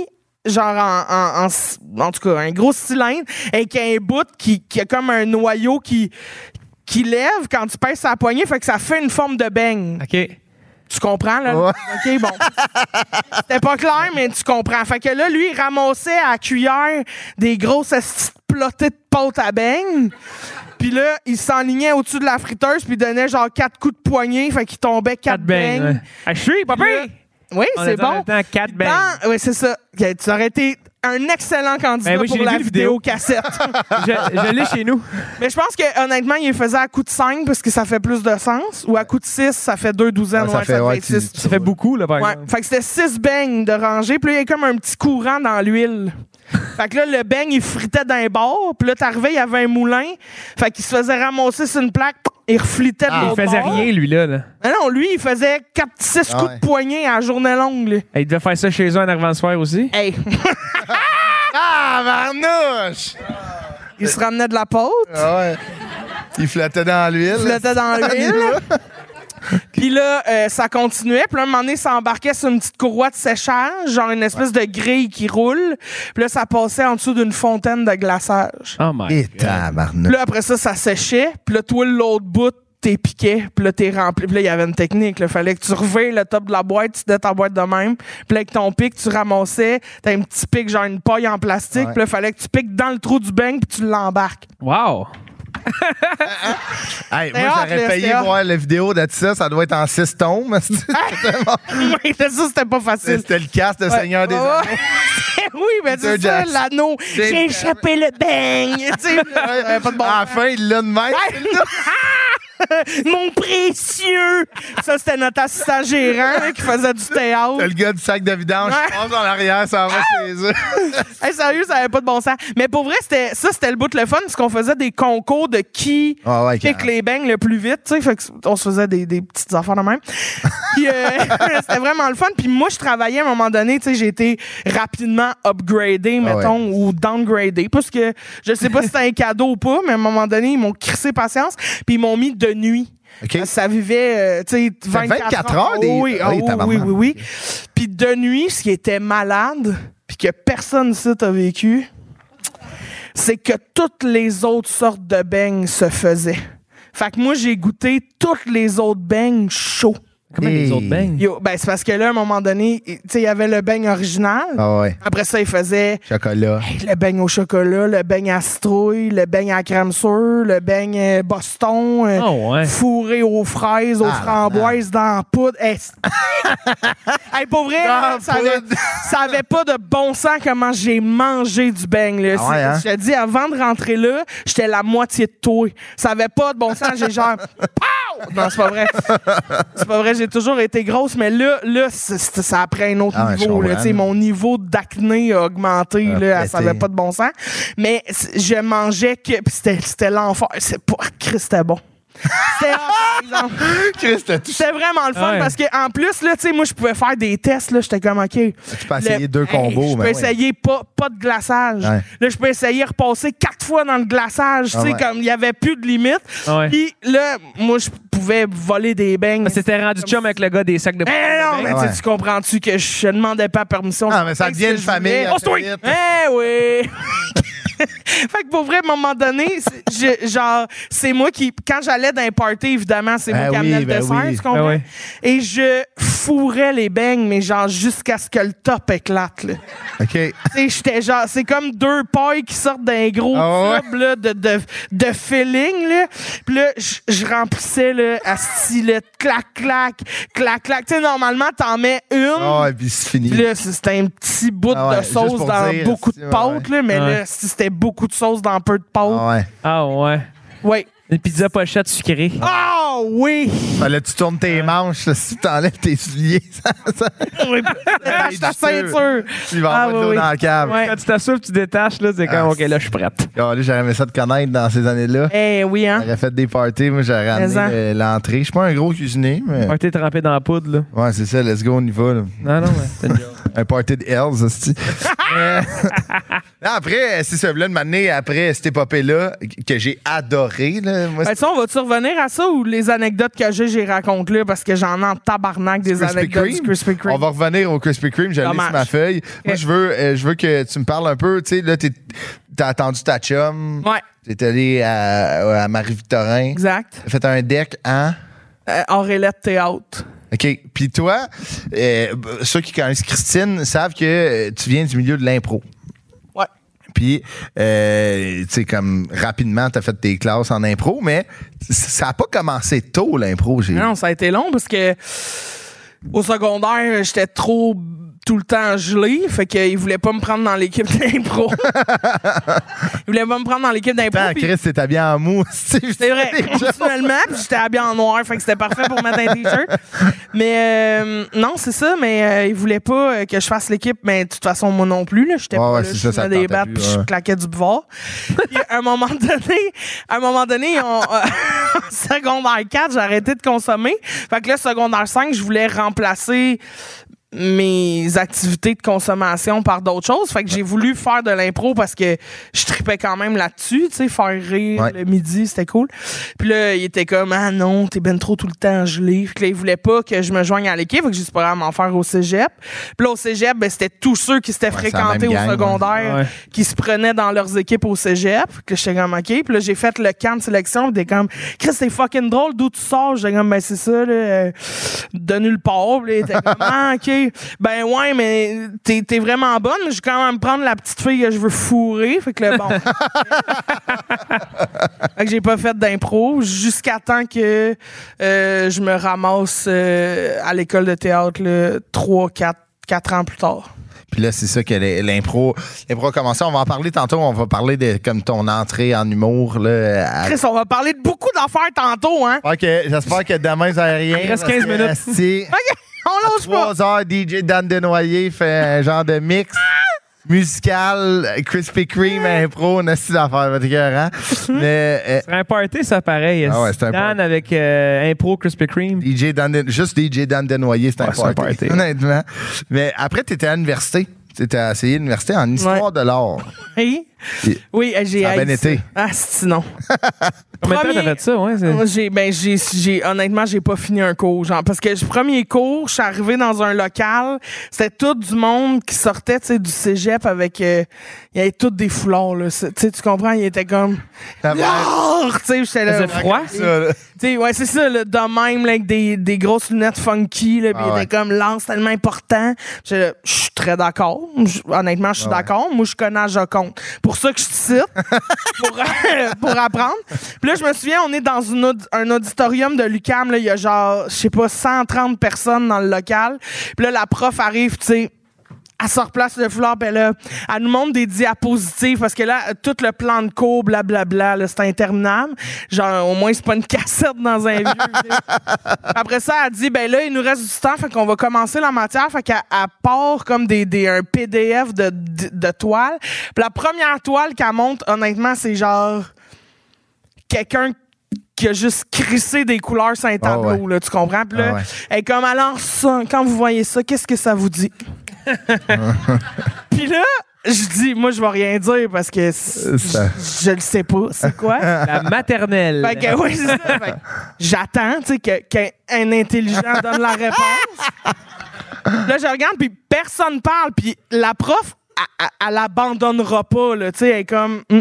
[SPEAKER 4] genre en, en, en- en tout cas, un gros cylindre, avec un bout qui, qui a comme un noyau qui, qui lève quand tu pèses sa poignée, fait que ça fait une forme de beigne.
[SPEAKER 3] OK.
[SPEAKER 4] Tu comprends, là?
[SPEAKER 2] Ouais.
[SPEAKER 4] OK, bon. C'était pas clair, mais tu comprends. Fait que là, lui, il ramassait à la cuillère des grosses esti de plotées de pâte à beigne. Puis là, il s'enlignait au-dessus de la friteuse, puis il donnait genre quatre coups de poignet, fait qu'il tombait quatre,
[SPEAKER 3] Quatre beignes.
[SPEAKER 4] beignes.
[SPEAKER 3] ouais. Ah, je suis, papa!
[SPEAKER 4] Puis là- Oui,
[SPEAKER 3] On
[SPEAKER 4] c'est
[SPEAKER 3] attend
[SPEAKER 4] bon.
[SPEAKER 3] le temps, quatre beignes.
[SPEAKER 4] Oui, c'est ça. Ok, Tu aurais été un excellent candidat
[SPEAKER 3] Ben oui,
[SPEAKER 4] pour
[SPEAKER 3] j'ai
[SPEAKER 4] la
[SPEAKER 3] vu la vidéo.
[SPEAKER 4] vidéo cassette.
[SPEAKER 3] *laughs* Je, je l'ai chez nous.
[SPEAKER 4] Mais je pense que honnêtement, il les faisait à coup de 5 parce que ça fait plus de sens. Ou à coup de 6, ça fait deux douzaines.
[SPEAKER 2] Ouais, Ah, ça
[SPEAKER 4] ouais,
[SPEAKER 2] fait- ouais, tu-
[SPEAKER 4] 6.
[SPEAKER 3] *laughs* Ça fait beaucoup, là, par
[SPEAKER 4] Ouais.
[SPEAKER 3] exemple.
[SPEAKER 4] Fait que c'était 6 beignes de rangée. Puis là, il y a comme un petit courant dans l'huile. fait que là, le beigne, il fritait d'un bord. Puis là, t'arrivais, il y avait un moulin. Fait qu'il se faisait ramasser sur une plaque. Il reflitait de
[SPEAKER 2] Ah.
[SPEAKER 3] Il
[SPEAKER 4] l'autre
[SPEAKER 3] faisait
[SPEAKER 4] bord.
[SPEAKER 3] rien, lui, là. là.
[SPEAKER 4] Mais non, lui, il faisait 4-6
[SPEAKER 2] Ah
[SPEAKER 4] coups
[SPEAKER 2] ouais.
[SPEAKER 4] de poignet à la journée longue. lui.
[SPEAKER 3] Il devait faire ça chez eux en arrivant le soir aussi.
[SPEAKER 4] Hey,
[SPEAKER 2] Ah, Varnouche!
[SPEAKER 4] il se ramenait de la pâte.
[SPEAKER 2] Ah ouais. Il flottait dans l'huile.
[SPEAKER 4] flottait dans l'huile. *laughs* Puis là, euh, ça continuait. Puis là, un moment donné, ça embarquait sur une petite courroie de séchage, genre une espèce de grille qui roule. Puis là, ça passait en dessous d'une fontaine de glaçage.
[SPEAKER 3] Oh my.
[SPEAKER 2] Et tabarnouche.
[SPEAKER 4] Puis là, après ça, ça séchait. Puis là, toi, l'autre bout, t'es piqué. Puis là, t'es rempli. Puis là, il y avait une technique. Il fallait que tu revais le top de la boîte, tu tenais ta boîte de même. Puis là, avec ton pic, tu ramassais. T'as un petit pic, genre une paille en plastique.
[SPEAKER 2] Ouais.
[SPEAKER 4] Puis là, il fallait que tu piques dans le trou du bain puis tu l'embarques. *laughs*
[SPEAKER 3] Wow!
[SPEAKER 2] Hey, moi,
[SPEAKER 4] hot,
[SPEAKER 2] j'aurais
[SPEAKER 4] le
[SPEAKER 2] payé
[SPEAKER 4] STA.
[SPEAKER 2] voir la vidéo de ça. Ça doit être en 6 tomes. *laughs*
[SPEAKER 4] Oui, ça, c'était pas facile.
[SPEAKER 2] C'était le cast de Seigneur des
[SPEAKER 4] Ouais,
[SPEAKER 2] Anneaux.
[SPEAKER 4] ouais. *laughs* oui, mais
[SPEAKER 2] Peter
[SPEAKER 4] c'est ça,
[SPEAKER 2] Jackson.
[SPEAKER 4] l'anneau. J'ai
[SPEAKER 2] James
[SPEAKER 4] échappé le beigne. *laughs* Tu sais, ça avait pas de bon
[SPEAKER 2] à la
[SPEAKER 4] sens.
[SPEAKER 2] fin, il l'a de même.
[SPEAKER 4] Mon précieux! Ça, c'était notre assistant gérant là, qui faisait du théâtre.
[SPEAKER 2] T'as *laughs* le gars du sac de vidange
[SPEAKER 4] Ouais.
[SPEAKER 2] qui passe dans l'arrière, ça va chez
[SPEAKER 4] *laughs*
[SPEAKER 2] eux.
[SPEAKER 4] Hey, sérieux, ça avait pas de bon sens. Mais pour vrai, c'était ça, c'était le bout de le fun, parce qu'on faisait des concours de qui
[SPEAKER 2] Ah ouais,
[SPEAKER 4] pique les beignes le plus vite, tu sais. Fait que on se faisait des, des petites affaires de même. *laughs* Puis, euh, *laughs* c'était vraiment le fun. Puis moi, je travaillais à un moment donné, tu sais, j'ai été rapidement upgradé,
[SPEAKER 2] Ah ouais.
[SPEAKER 4] mettons, ou downgradé, parce que je sais pas si c'était un cadeau ou pas, mais à un moment donné, ils m'ont crissé patience, puis ils m'ont mis de nuit.
[SPEAKER 2] OK.
[SPEAKER 4] Ça vivait, euh, tu sais, 24,
[SPEAKER 2] 24 heures, des-
[SPEAKER 4] Oh oui,
[SPEAKER 2] Ah oui,
[SPEAKER 4] oh oui,
[SPEAKER 2] tabarnak.
[SPEAKER 4] oui, oui. Puis de nuit, ce qui était malade, puis que personne ici t'a vécu, c'est que toutes les autres sortes de beignes se faisaient. Fait que moi, j'ai goûté toutes les autres beignes chauds.
[SPEAKER 3] Comment les
[SPEAKER 2] Hey.
[SPEAKER 3] autres beignes?
[SPEAKER 4] Yo, ben, c'est parce que là, à un moment donné, il- tu sais, il y avait le beigne original.
[SPEAKER 2] Ah ouais,
[SPEAKER 4] Après ça, il faisait
[SPEAKER 2] chocolat.
[SPEAKER 4] le beigne au chocolat, le beigne à citrouille, le beigne à la crème sûre, le beigne euh, Boston, euh,
[SPEAKER 3] Oh, ouais.
[SPEAKER 4] fourré aux fraises, aux
[SPEAKER 2] Ah,
[SPEAKER 4] framboises, dans la poudre. Hey,
[SPEAKER 2] *laughs*
[SPEAKER 4] c'est- Hey, pour vrai,
[SPEAKER 2] Dans
[SPEAKER 4] là,
[SPEAKER 2] la
[SPEAKER 4] ça, avait,
[SPEAKER 2] poudre.
[SPEAKER 4] ça avait pas de bon sens comment j'ai mangé du beigne. là.
[SPEAKER 2] Ah ouais,
[SPEAKER 4] C'est-
[SPEAKER 2] hein?
[SPEAKER 4] Je te dis, avant de rentrer là, j'étais
[SPEAKER 2] *laughs*
[SPEAKER 4] la moitié de toi. Ça avait pas de bon sens. J'ai genre... Pow! Non, c'est pas vrai. C'est pas vrai, j'ai toujours été grosse, mais là, là c'est- c'est- ça a pris un autre
[SPEAKER 2] Ah ouais, je
[SPEAKER 4] niveau.
[SPEAKER 2] comprends.
[SPEAKER 4] là. Tu sais, mon niveau d'acné a augmenté.
[SPEAKER 2] Ah,
[SPEAKER 4] là,
[SPEAKER 2] pété.
[SPEAKER 4] ça n'avait pas de bon sens. Mais c- je mangeais que. puis c'était- C'était l'enfer. C'est pas. ah, Christ, c'était bon.
[SPEAKER 2] *laughs*
[SPEAKER 4] C'était hot, par exemple.
[SPEAKER 2] Chris, t'as tout
[SPEAKER 4] C'était vraiment le fun
[SPEAKER 3] Ouais.
[SPEAKER 4] parce que en plus là, tu sais, moi je pouvais faire des tests là, j'étais comme ok. Tu
[SPEAKER 2] peux essayer deux combos,
[SPEAKER 4] Je peux
[SPEAKER 2] mais ouais.
[SPEAKER 4] essayer pas pas de glaçage.
[SPEAKER 2] Ouais.
[SPEAKER 4] Là, je peux essayer repasser quatre fois dans le glaçage,
[SPEAKER 2] Ah
[SPEAKER 4] tu sais,
[SPEAKER 2] ouais.
[SPEAKER 4] comme il y avait plus de limite.
[SPEAKER 3] Ah Ouais.
[SPEAKER 4] Puis là, moi je pouvais voler des beignes.
[SPEAKER 3] Parce que C'était rendu chum avec le gars des sacs de
[SPEAKER 4] Eh non, mais
[SPEAKER 2] Ah
[SPEAKER 4] tu sais,
[SPEAKER 2] ouais.
[SPEAKER 4] tu comprends-tu que je ne demandais pas permission.
[SPEAKER 2] Ah, mais ça
[SPEAKER 4] Fait que
[SPEAKER 2] devient
[SPEAKER 4] ce
[SPEAKER 2] une
[SPEAKER 4] que je voulais-
[SPEAKER 2] famille,
[SPEAKER 4] Oh, c'est toi!
[SPEAKER 2] assez
[SPEAKER 4] Eh oui! *laughs* fait que pour vrai, à un moment donné, c'est- je- genre, c'est moi qui. Quand j'allais dans un party, évidemment, c'est
[SPEAKER 2] Ben
[SPEAKER 4] moi qui
[SPEAKER 2] oui,
[SPEAKER 4] amenais le
[SPEAKER 2] ben
[SPEAKER 4] dessert,
[SPEAKER 2] oui.
[SPEAKER 4] tu comprends?
[SPEAKER 3] Ben oui.
[SPEAKER 4] Et je fourrais les beignes, mais genre jusqu'à ce que le top éclate, là.
[SPEAKER 2] OK.
[SPEAKER 4] Tu sais, j'étais genre, c'est comme deux pailles qui sortent d'un gros
[SPEAKER 2] Ah ouais?
[SPEAKER 4] tube, là, de, de, de feeling, là. Puis là, je- je remplissais, là, à style, clac, clac, clac, clac. Tu sais, normalement, t'en mets une.
[SPEAKER 2] Ah, et puis c'est fini.
[SPEAKER 4] Puis là, c'est- c'était un petit bout
[SPEAKER 2] Ah ouais,
[SPEAKER 4] de
[SPEAKER 2] juste
[SPEAKER 4] sauce
[SPEAKER 2] pour
[SPEAKER 4] dans
[SPEAKER 2] dire,
[SPEAKER 4] beaucoup
[SPEAKER 2] si,
[SPEAKER 4] de
[SPEAKER 2] ouais,
[SPEAKER 4] pâte, là, mais
[SPEAKER 3] Ouais.
[SPEAKER 4] là, si c'était beaucoup de sauce dans peu de pâte.
[SPEAKER 2] Ah ouais.
[SPEAKER 3] Ah ouais.
[SPEAKER 4] Ouais.
[SPEAKER 3] Une pizza pochette sucrée.
[SPEAKER 4] Ah oui!
[SPEAKER 2] *laughs* Fallait que tu tournes tes manches, là, si tu t'enlèves tes souliers, *laughs* ça, ça-
[SPEAKER 4] Oui, Attache ta ceinture!
[SPEAKER 2] tu vas
[SPEAKER 4] Ah,
[SPEAKER 2] avoir de l'eau
[SPEAKER 4] oui,
[SPEAKER 2] dans
[SPEAKER 4] oui.
[SPEAKER 2] la cave.
[SPEAKER 4] Ouais.
[SPEAKER 3] Quand tu t'assures, tu détaches, là, c'est comme,
[SPEAKER 2] Ah,
[SPEAKER 3] OK, là, je suis prête.
[SPEAKER 2] Ah, là, J'aurais aimé ça te connaître dans ces années-là.
[SPEAKER 4] Eh oui, hein?
[SPEAKER 2] J'aurais fait des parties, moi j'aurais
[SPEAKER 4] Mais en-
[SPEAKER 2] amené le- l'entrée. Je suis pas un gros cuisinier, mais.
[SPEAKER 3] Ouais, t'es trempé dans la poudre, là.
[SPEAKER 2] Ouais, c'est ça, let's go, on y va. là.
[SPEAKER 3] Non, non, mais c'est
[SPEAKER 4] *laughs*
[SPEAKER 3] une joke.
[SPEAKER 2] Un party de Hells, hostie. Euh, *laughs* là, Après, c'est ça, là, de m'amener après cette épopée-là, que j'ai adoré, là. Moi,
[SPEAKER 4] Ben, tu sais, on va-tu revenir à ça ou les anecdotes que j'ai, j'ai raconte là parce que j'en ai en tabarnak des
[SPEAKER 2] Krispy
[SPEAKER 4] anecdotes
[SPEAKER 2] Kreme?
[SPEAKER 4] du Krispy Kreme.
[SPEAKER 2] On va revenir au Krispy Kreme. Je l'ai sur
[SPEAKER 4] Dommage.
[SPEAKER 2] ma feuille. Moi, je veux, euh, je veux que tu me parles un peu. Tu sais, là, t'es- t'as attendu ta chum.
[SPEAKER 4] Ouais.
[SPEAKER 2] T'es allé à, à Marie-Victorin.
[SPEAKER 4] Exact.
[SPEAKER 2] T'as fait un deck hein?
[SPEAKER 4] Euh, Aurélette Théâtre.
[SPEAKER 2] OK. Puis toi, euh, b- ceux qui connaissent Christine savent que euh, tu viens du milieu de l'impro.
[SPEAKER 4] Ouais.
[SPEAKER 2] Puis, euh, tu sais, comme rapidement, t'as fait tes classes en impro, mais c- ça n'a pas commencé tôt, l'impro. J'ai...
[SPEAKER 4] Mais Non, ça a été long parce que au secondaire, j'étais trop tout le temps gelé, fait qu'ils voulaient pas me prendre dans l'équipe d'impro. Ils voulaient pas me prendre dans l'équipe d'impro.
[SPEAKER 2] Attends,
[SPEAKER 4] puis-
[SPEAKER 2] Chris, t'es habillé en mou. *laughs*
[SPEAKER 4] C'est vrai. Finalement, puis j'étais habillée en noir, fait que c'était parfait pour mettre un t-shirt. Mais euh, non, c'est ça, mais euh, ils voulaient pas euh, que je fasse l'équipe, mais de toute façon, moi non plus. là, J'étais
[SPEAKER 2] Ouais,
[SPEAKER 4] pas
[SPEAKER 2] ouais,
[SPEAKER 4] là,
[SPEAKER 2] c'est
[SPEAKER 4] je
[SPEAKER 2] ça, ça
[SPEAKER 4] fumais
[SPEAKER 2] te
[SPEAKER 4] des
[SPEAKER 2] tentait
[SPEAKER 4] battes,
[SPEAKER 2] plus,
[SPEAKER 4] puis je
[SPEAKER 2] ouais.
[SPEAKER 4] claquais du buvard. Puis à un moment donné, à un moment donné, on, euh, *laughs* secondaire 4, j'ai arrêté de consommer. Fait que là, secondaire 5, je voulais remplacer mes activités de consommation par d'autres choses. Fait que j'ai voulu faire de l'impro parce que je tripais quand même là-dessus, tu sais, faire rire
[SPEAKER 2] Ouais.
[SPEAKER 4] le midi, c'était cool. Puis là, il était comme ah non, t'es ben trop tout le temps gelé. Fait que là, il voulait pas que je me joigne à l'équipe, fait que j'ai dit, pas grave, m'en faire au cégep. Puis là, au cégep, ben c'était tous ceux qui s'étaient
[SPEAKER 2] c'est la même
[SPEAKER 4] fréquentés au
[SPEAKER 2] gang, ouais.
[SPEAKER 4] secondaire
[SPEAKER 3] Ouais.
[SPEAKER 4] qui se prenaient dans leurs équipes au cégep. Fait Que j'étais comme, OK. Puis là, j'ai fait le camp de sélection. Puis t'es comme, Chris, c'est fucking drôle. D'où tu sors? J'étais comme, ben, c'est ça, là. euh, de nulle part. Puis là, t'es *laughs* comme, ah, OK. Ben, ouais, mais t'es t'es vraiment bonne. mais Je vais quand même prendre la petite fille que je veux fourrer. Fait que là, *laughs* bon. Fait que j'ai pas fait d'impro jusqu'à temps que euh, je me ramasse euh, à l'école de théâtre, là, 3, 4, 4 ans plus tard.
[SPEAKER 2] Puis là, c'est ça que les- l'impro, l'impro a commencé. On va en parler tantôt. On va parler de comme ton entrée en humour. Là, à-
[SPEAKER 4] Chris, on va parler de beaucoup d'affaires tantôt, hein?
[SPEAKER 2] Ok, j'espère que demain, ça n'a rien.
[SPEAKER 3] Il reste
[SPEAKER 2] parce
[SPEAKER 3] 15
[SPEAKER 2] que,
[SPEAKER 3] minutes.
[SPEAKER 2] si,
[SPEAKER 4] On lâche pas!
[SPEAKER 2] 3 heures, DJ Dan Desnoyers fait un genre de mix musical, Krispy Kreme, impro, on a si d'affaires, votre écœurant. Mais euh,
[SPEAKER 3] C'est un party, ça, pareil.
[SPEAKER 2] Ah ouais, c'est un
[SPEAKER 3] Dan
[SPEAKER 2] party.
[SPEAKER 3] avec euh, Impro Krispy Kreme.
[SPEAKER 2] DJ Dan Den- juste DJ Dan Desnoyers, c'est
[SPEAKER 3] Ouais, c'est
[SPEAKER 2] important.
[SPEAKER 3] un party.
[SPEAKER 2] Honnêtement. Mais après, tu étais à l'université. Tu étais à essayer l'université en histoire de l'art.
[SPEAKER 4] Oui,
[SPEAKER 2] Et-
[SPEAKER 4] oui euh, j'ai
[SPEAKER 2] Ça a
[SPEAKER 4] haï
[SPEAKER 2] bien
[SPEAKER 4] ça.
[SPEAKER 2] été.
[SPEAKER 4] Ah, sinon.
[SPEAKER 3] Combien de temps
[SPEAKER 4] Premier-
[SPEAKER 3] t'as fait ça, ouais? c'est-
[SPEAKER 4] Moi, j'ai, ben, j'ai, j'ai, honnêtement, j'ai pas fini un cours, genre, parce que le premier cours, je suis arrivé dans un local, c'était tout du monde qui sortait, tu sais, du cégep avec, euh, il y avait tous des foulards, là, C'est- tu sais, tu comprends, il était comme,
[SPEAKER 2] Ça va-
[SPEAKER 4] l'or, tu sais, j'étais là.
[SPEAKER 3] faisait froid?
[SPEAKER 2] Ça, là.
[SPEAKER 4] Tu sais, ouais, c'est ça, là, de même, là, avec des, des grosses lunettes funky, là, pis
[SPEAKER 2] Ah
[SPEAKER 4] il
[SPEAKER 2] ouais.
[SPEAKER 4] était comme lance tellement important. J'étais là, Je suis très d'accord. Je- Honnêtement,
[SPEAKER 2] Ah,
[SPEAKER 4] je suis d'accord. Moi, je connais Joconde. Pour ça que je te
[SPEAKER 2] *laughs*
[SPEAKER 4] cite, pour, *laughs* pour apprendre. Puis là, je me souviens, on est dans une aud- un auditorium de l'UCAM, là, il y a genre, je sais pas, 130 personnes dans le local. Puis là, la prof arrive, tu sais, Elle se replace le foulard, ben là, elle nous montre des diapositives parce que là, tout le plan de cours, blablabla, là, c'est interminable. Genre, au moins, c'est pas une *laughs* cassette dans un vieux. là. Après ça, elle dit, ben là, il nous reste du temps, fait qu'on va commencer la matière. Fait qu'elle elle part comme des, des- un PDF de, de, de toile. Puis la première toile qu'elle monte, honnêtement, c'est genre quelqu'un qui a juste crissé des couleurs sur un tableau,
[SPEAKER 2] Ah ouais.
[SPEAKER 4] là, tu comprends? Puis là,
[SPEAKER 2] Ah ouais.
[SPEAKER 4] elle est comme, alors ça, quand vous voyez ça, qu'est-ce que ça vous dit? Puis là, je dis, moi, je vais rien dire parce que c-
[SPEAKER 2] Ça-
[SPEAKER 4] je je le sais pas, c'est quoi?
[SPEAKER 3] La maternelle.
[SPEAKER 4] Fait que, ouais, c'est ça. Fait que j'attends, tu sais, que- qu'un intelligent donne la réponse. là, je regarde, puis personne parle, puis la prof, elle- elle- elle abandonnera pas, là, tu sais, elle est comme... Hmm.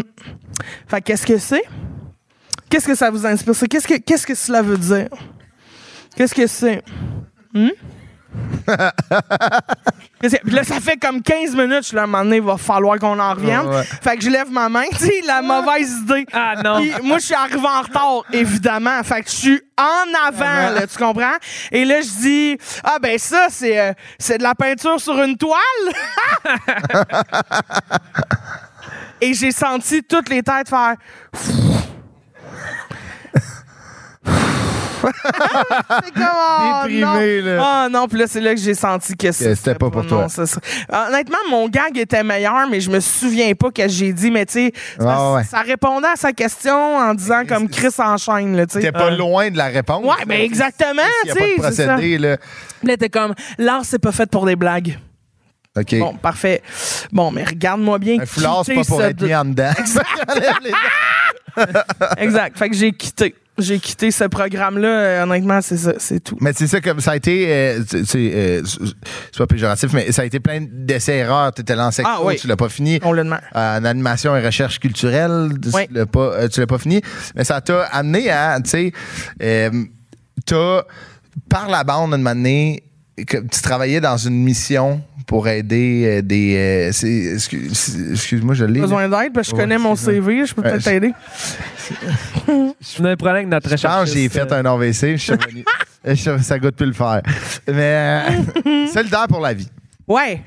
[SPEAKER 4] Fait que qu'est-ce que c'est? Qu'est-ce que ça vous inspire? ça? Qu'est-ce que, qu'est-ce que cela veut dire? Qu'est-ce que c'est? Hmm? Qu'est-ce que- Puis là, ça fait comme 15 minutes. Je suis là, à un moment donné, il va falloir qu'on en revienne.
[SPEAKER 2] Ouais.
[SPEAKER 4] Fait que je lève ma main. *laughs* Tu sais, la mauvaise idée.
[SPEAKER 3] Ah non.
[SPEAKER 4] Puis moi, je suis arrivé en retard, évidemment. Fait que je suis en
[SPEAKER 2] Uh-huh.
[SPEAKER 4] avant, là, tu comprends? Et là, je dis, ah ben ça, c'est euh, c'est de la peinture sur une toile.
[SPEAKER 2] *laughs*
[SPEAKER 4] Et j'ai senti toutes les têtes faire. C'est comme, oh,
[SPEAKER 2] Déprimé,
[SPEAKER 4] non.
[SPEAKER 2] là.
[SPEAKER 4] Ah non, puis là, c'est là que j'ai senti que
[SPEAKER 2] Que
[SPEAKER 4] c'était,
[SPEAKER 2] c'était pas pour toi.
[SPEAKER 4] non, ça, ça. Honnêtement, mon gag était meilleur, mais je me souviens pas que j'ai dit, mais tu sais, c'est parce
[SPEAKER 2] Ah ouais.
[SPEAKER 4] que ça répondait à sa question en disant comme Chris enchaîne, là, tu sais.
[SPEAKER 2] T'es pas loin de la réponse.
[SPEAKER 4] Euh, Ouais, ben exactement,
[SPEAKER 2] Il
[SPEAKER 4] tu
[SPEAKER 2] n'y a pas de
[SPEAKER 4] sais. c'est ça. Puis
[SPEAKER 2] procédé, là.
[SPEAKER 4] là, t'es comme, l'art, c'est pas fait pour des blagues.
[SPEAKER 2] OK.
[SPEAKER 4] Bon, parfait. Bon, mais regarde-moi bien.
[SPEAKER 2] Un foulard, c'est pas
[SPEAKER 4] quitter
[SPEAKER 2] pour
[SPEAKER 4] ce
[SPEAKER 2] être mis en
[SPEAKER 4] *laughs*
[SPEAKER 2] dedans. Lève les dents.
[SPEAKER 4] Exact. Fait que j'ai quitté. J'ai quitté ce programme-là. Euh, honnêtement, c'est ça. C'est tout.
[SPEAKER 2] *laughs* Mais c'est ça, comme ça a été, euh, c'est c'est, euh, c'est pas péjoratif, mais ça a été plein d'essais-erreurs. Tu étais lancé
[SPEAKER 4] Ah oui.
[SPEAKER 2] tu l'as pas fini.
[SPEAKER 4] On le demande.
[SPEAKER 2] en animation et recherche culturelle.
[SPEAKER 4] Oui.
[SPEAKER 2] Tu l'as pas, euh, tu l'as pas fini. Mais ça t'a amené à, tu sais, euh, t'as, par la bande, une année, que tu travaillais dans une mission pour aider euh, des. euh, c'est- excuse- c'est- Excuse-moi, je l'ai. là.
[SPEAKER 4] Besoin d'aide, parce que je
[SPEAKER 2] Ouais,
[SPEAKER 4] connais mon
[SPEAKER 2] c'est ça.
[SPEAKER 4] CV, je peux
[SPEAKER 2] Ouais, je-
[SPEAKER 4] peut-être t'aider.
[SPEAKER 3] On a un problème avec notre euh,
[SPEAKER 2] Je pense
[SPEAKER 3] recherche.
[SPEAKER 2] que j'ai fait un AVC, je suis revenu.
[SPEAKER 4] euh.
[SPEAKER 2] *laughs* Je- ça goûte plus le faire. Mais euh, solidaire pour la vie.
[SPEAKER 4] Ouais.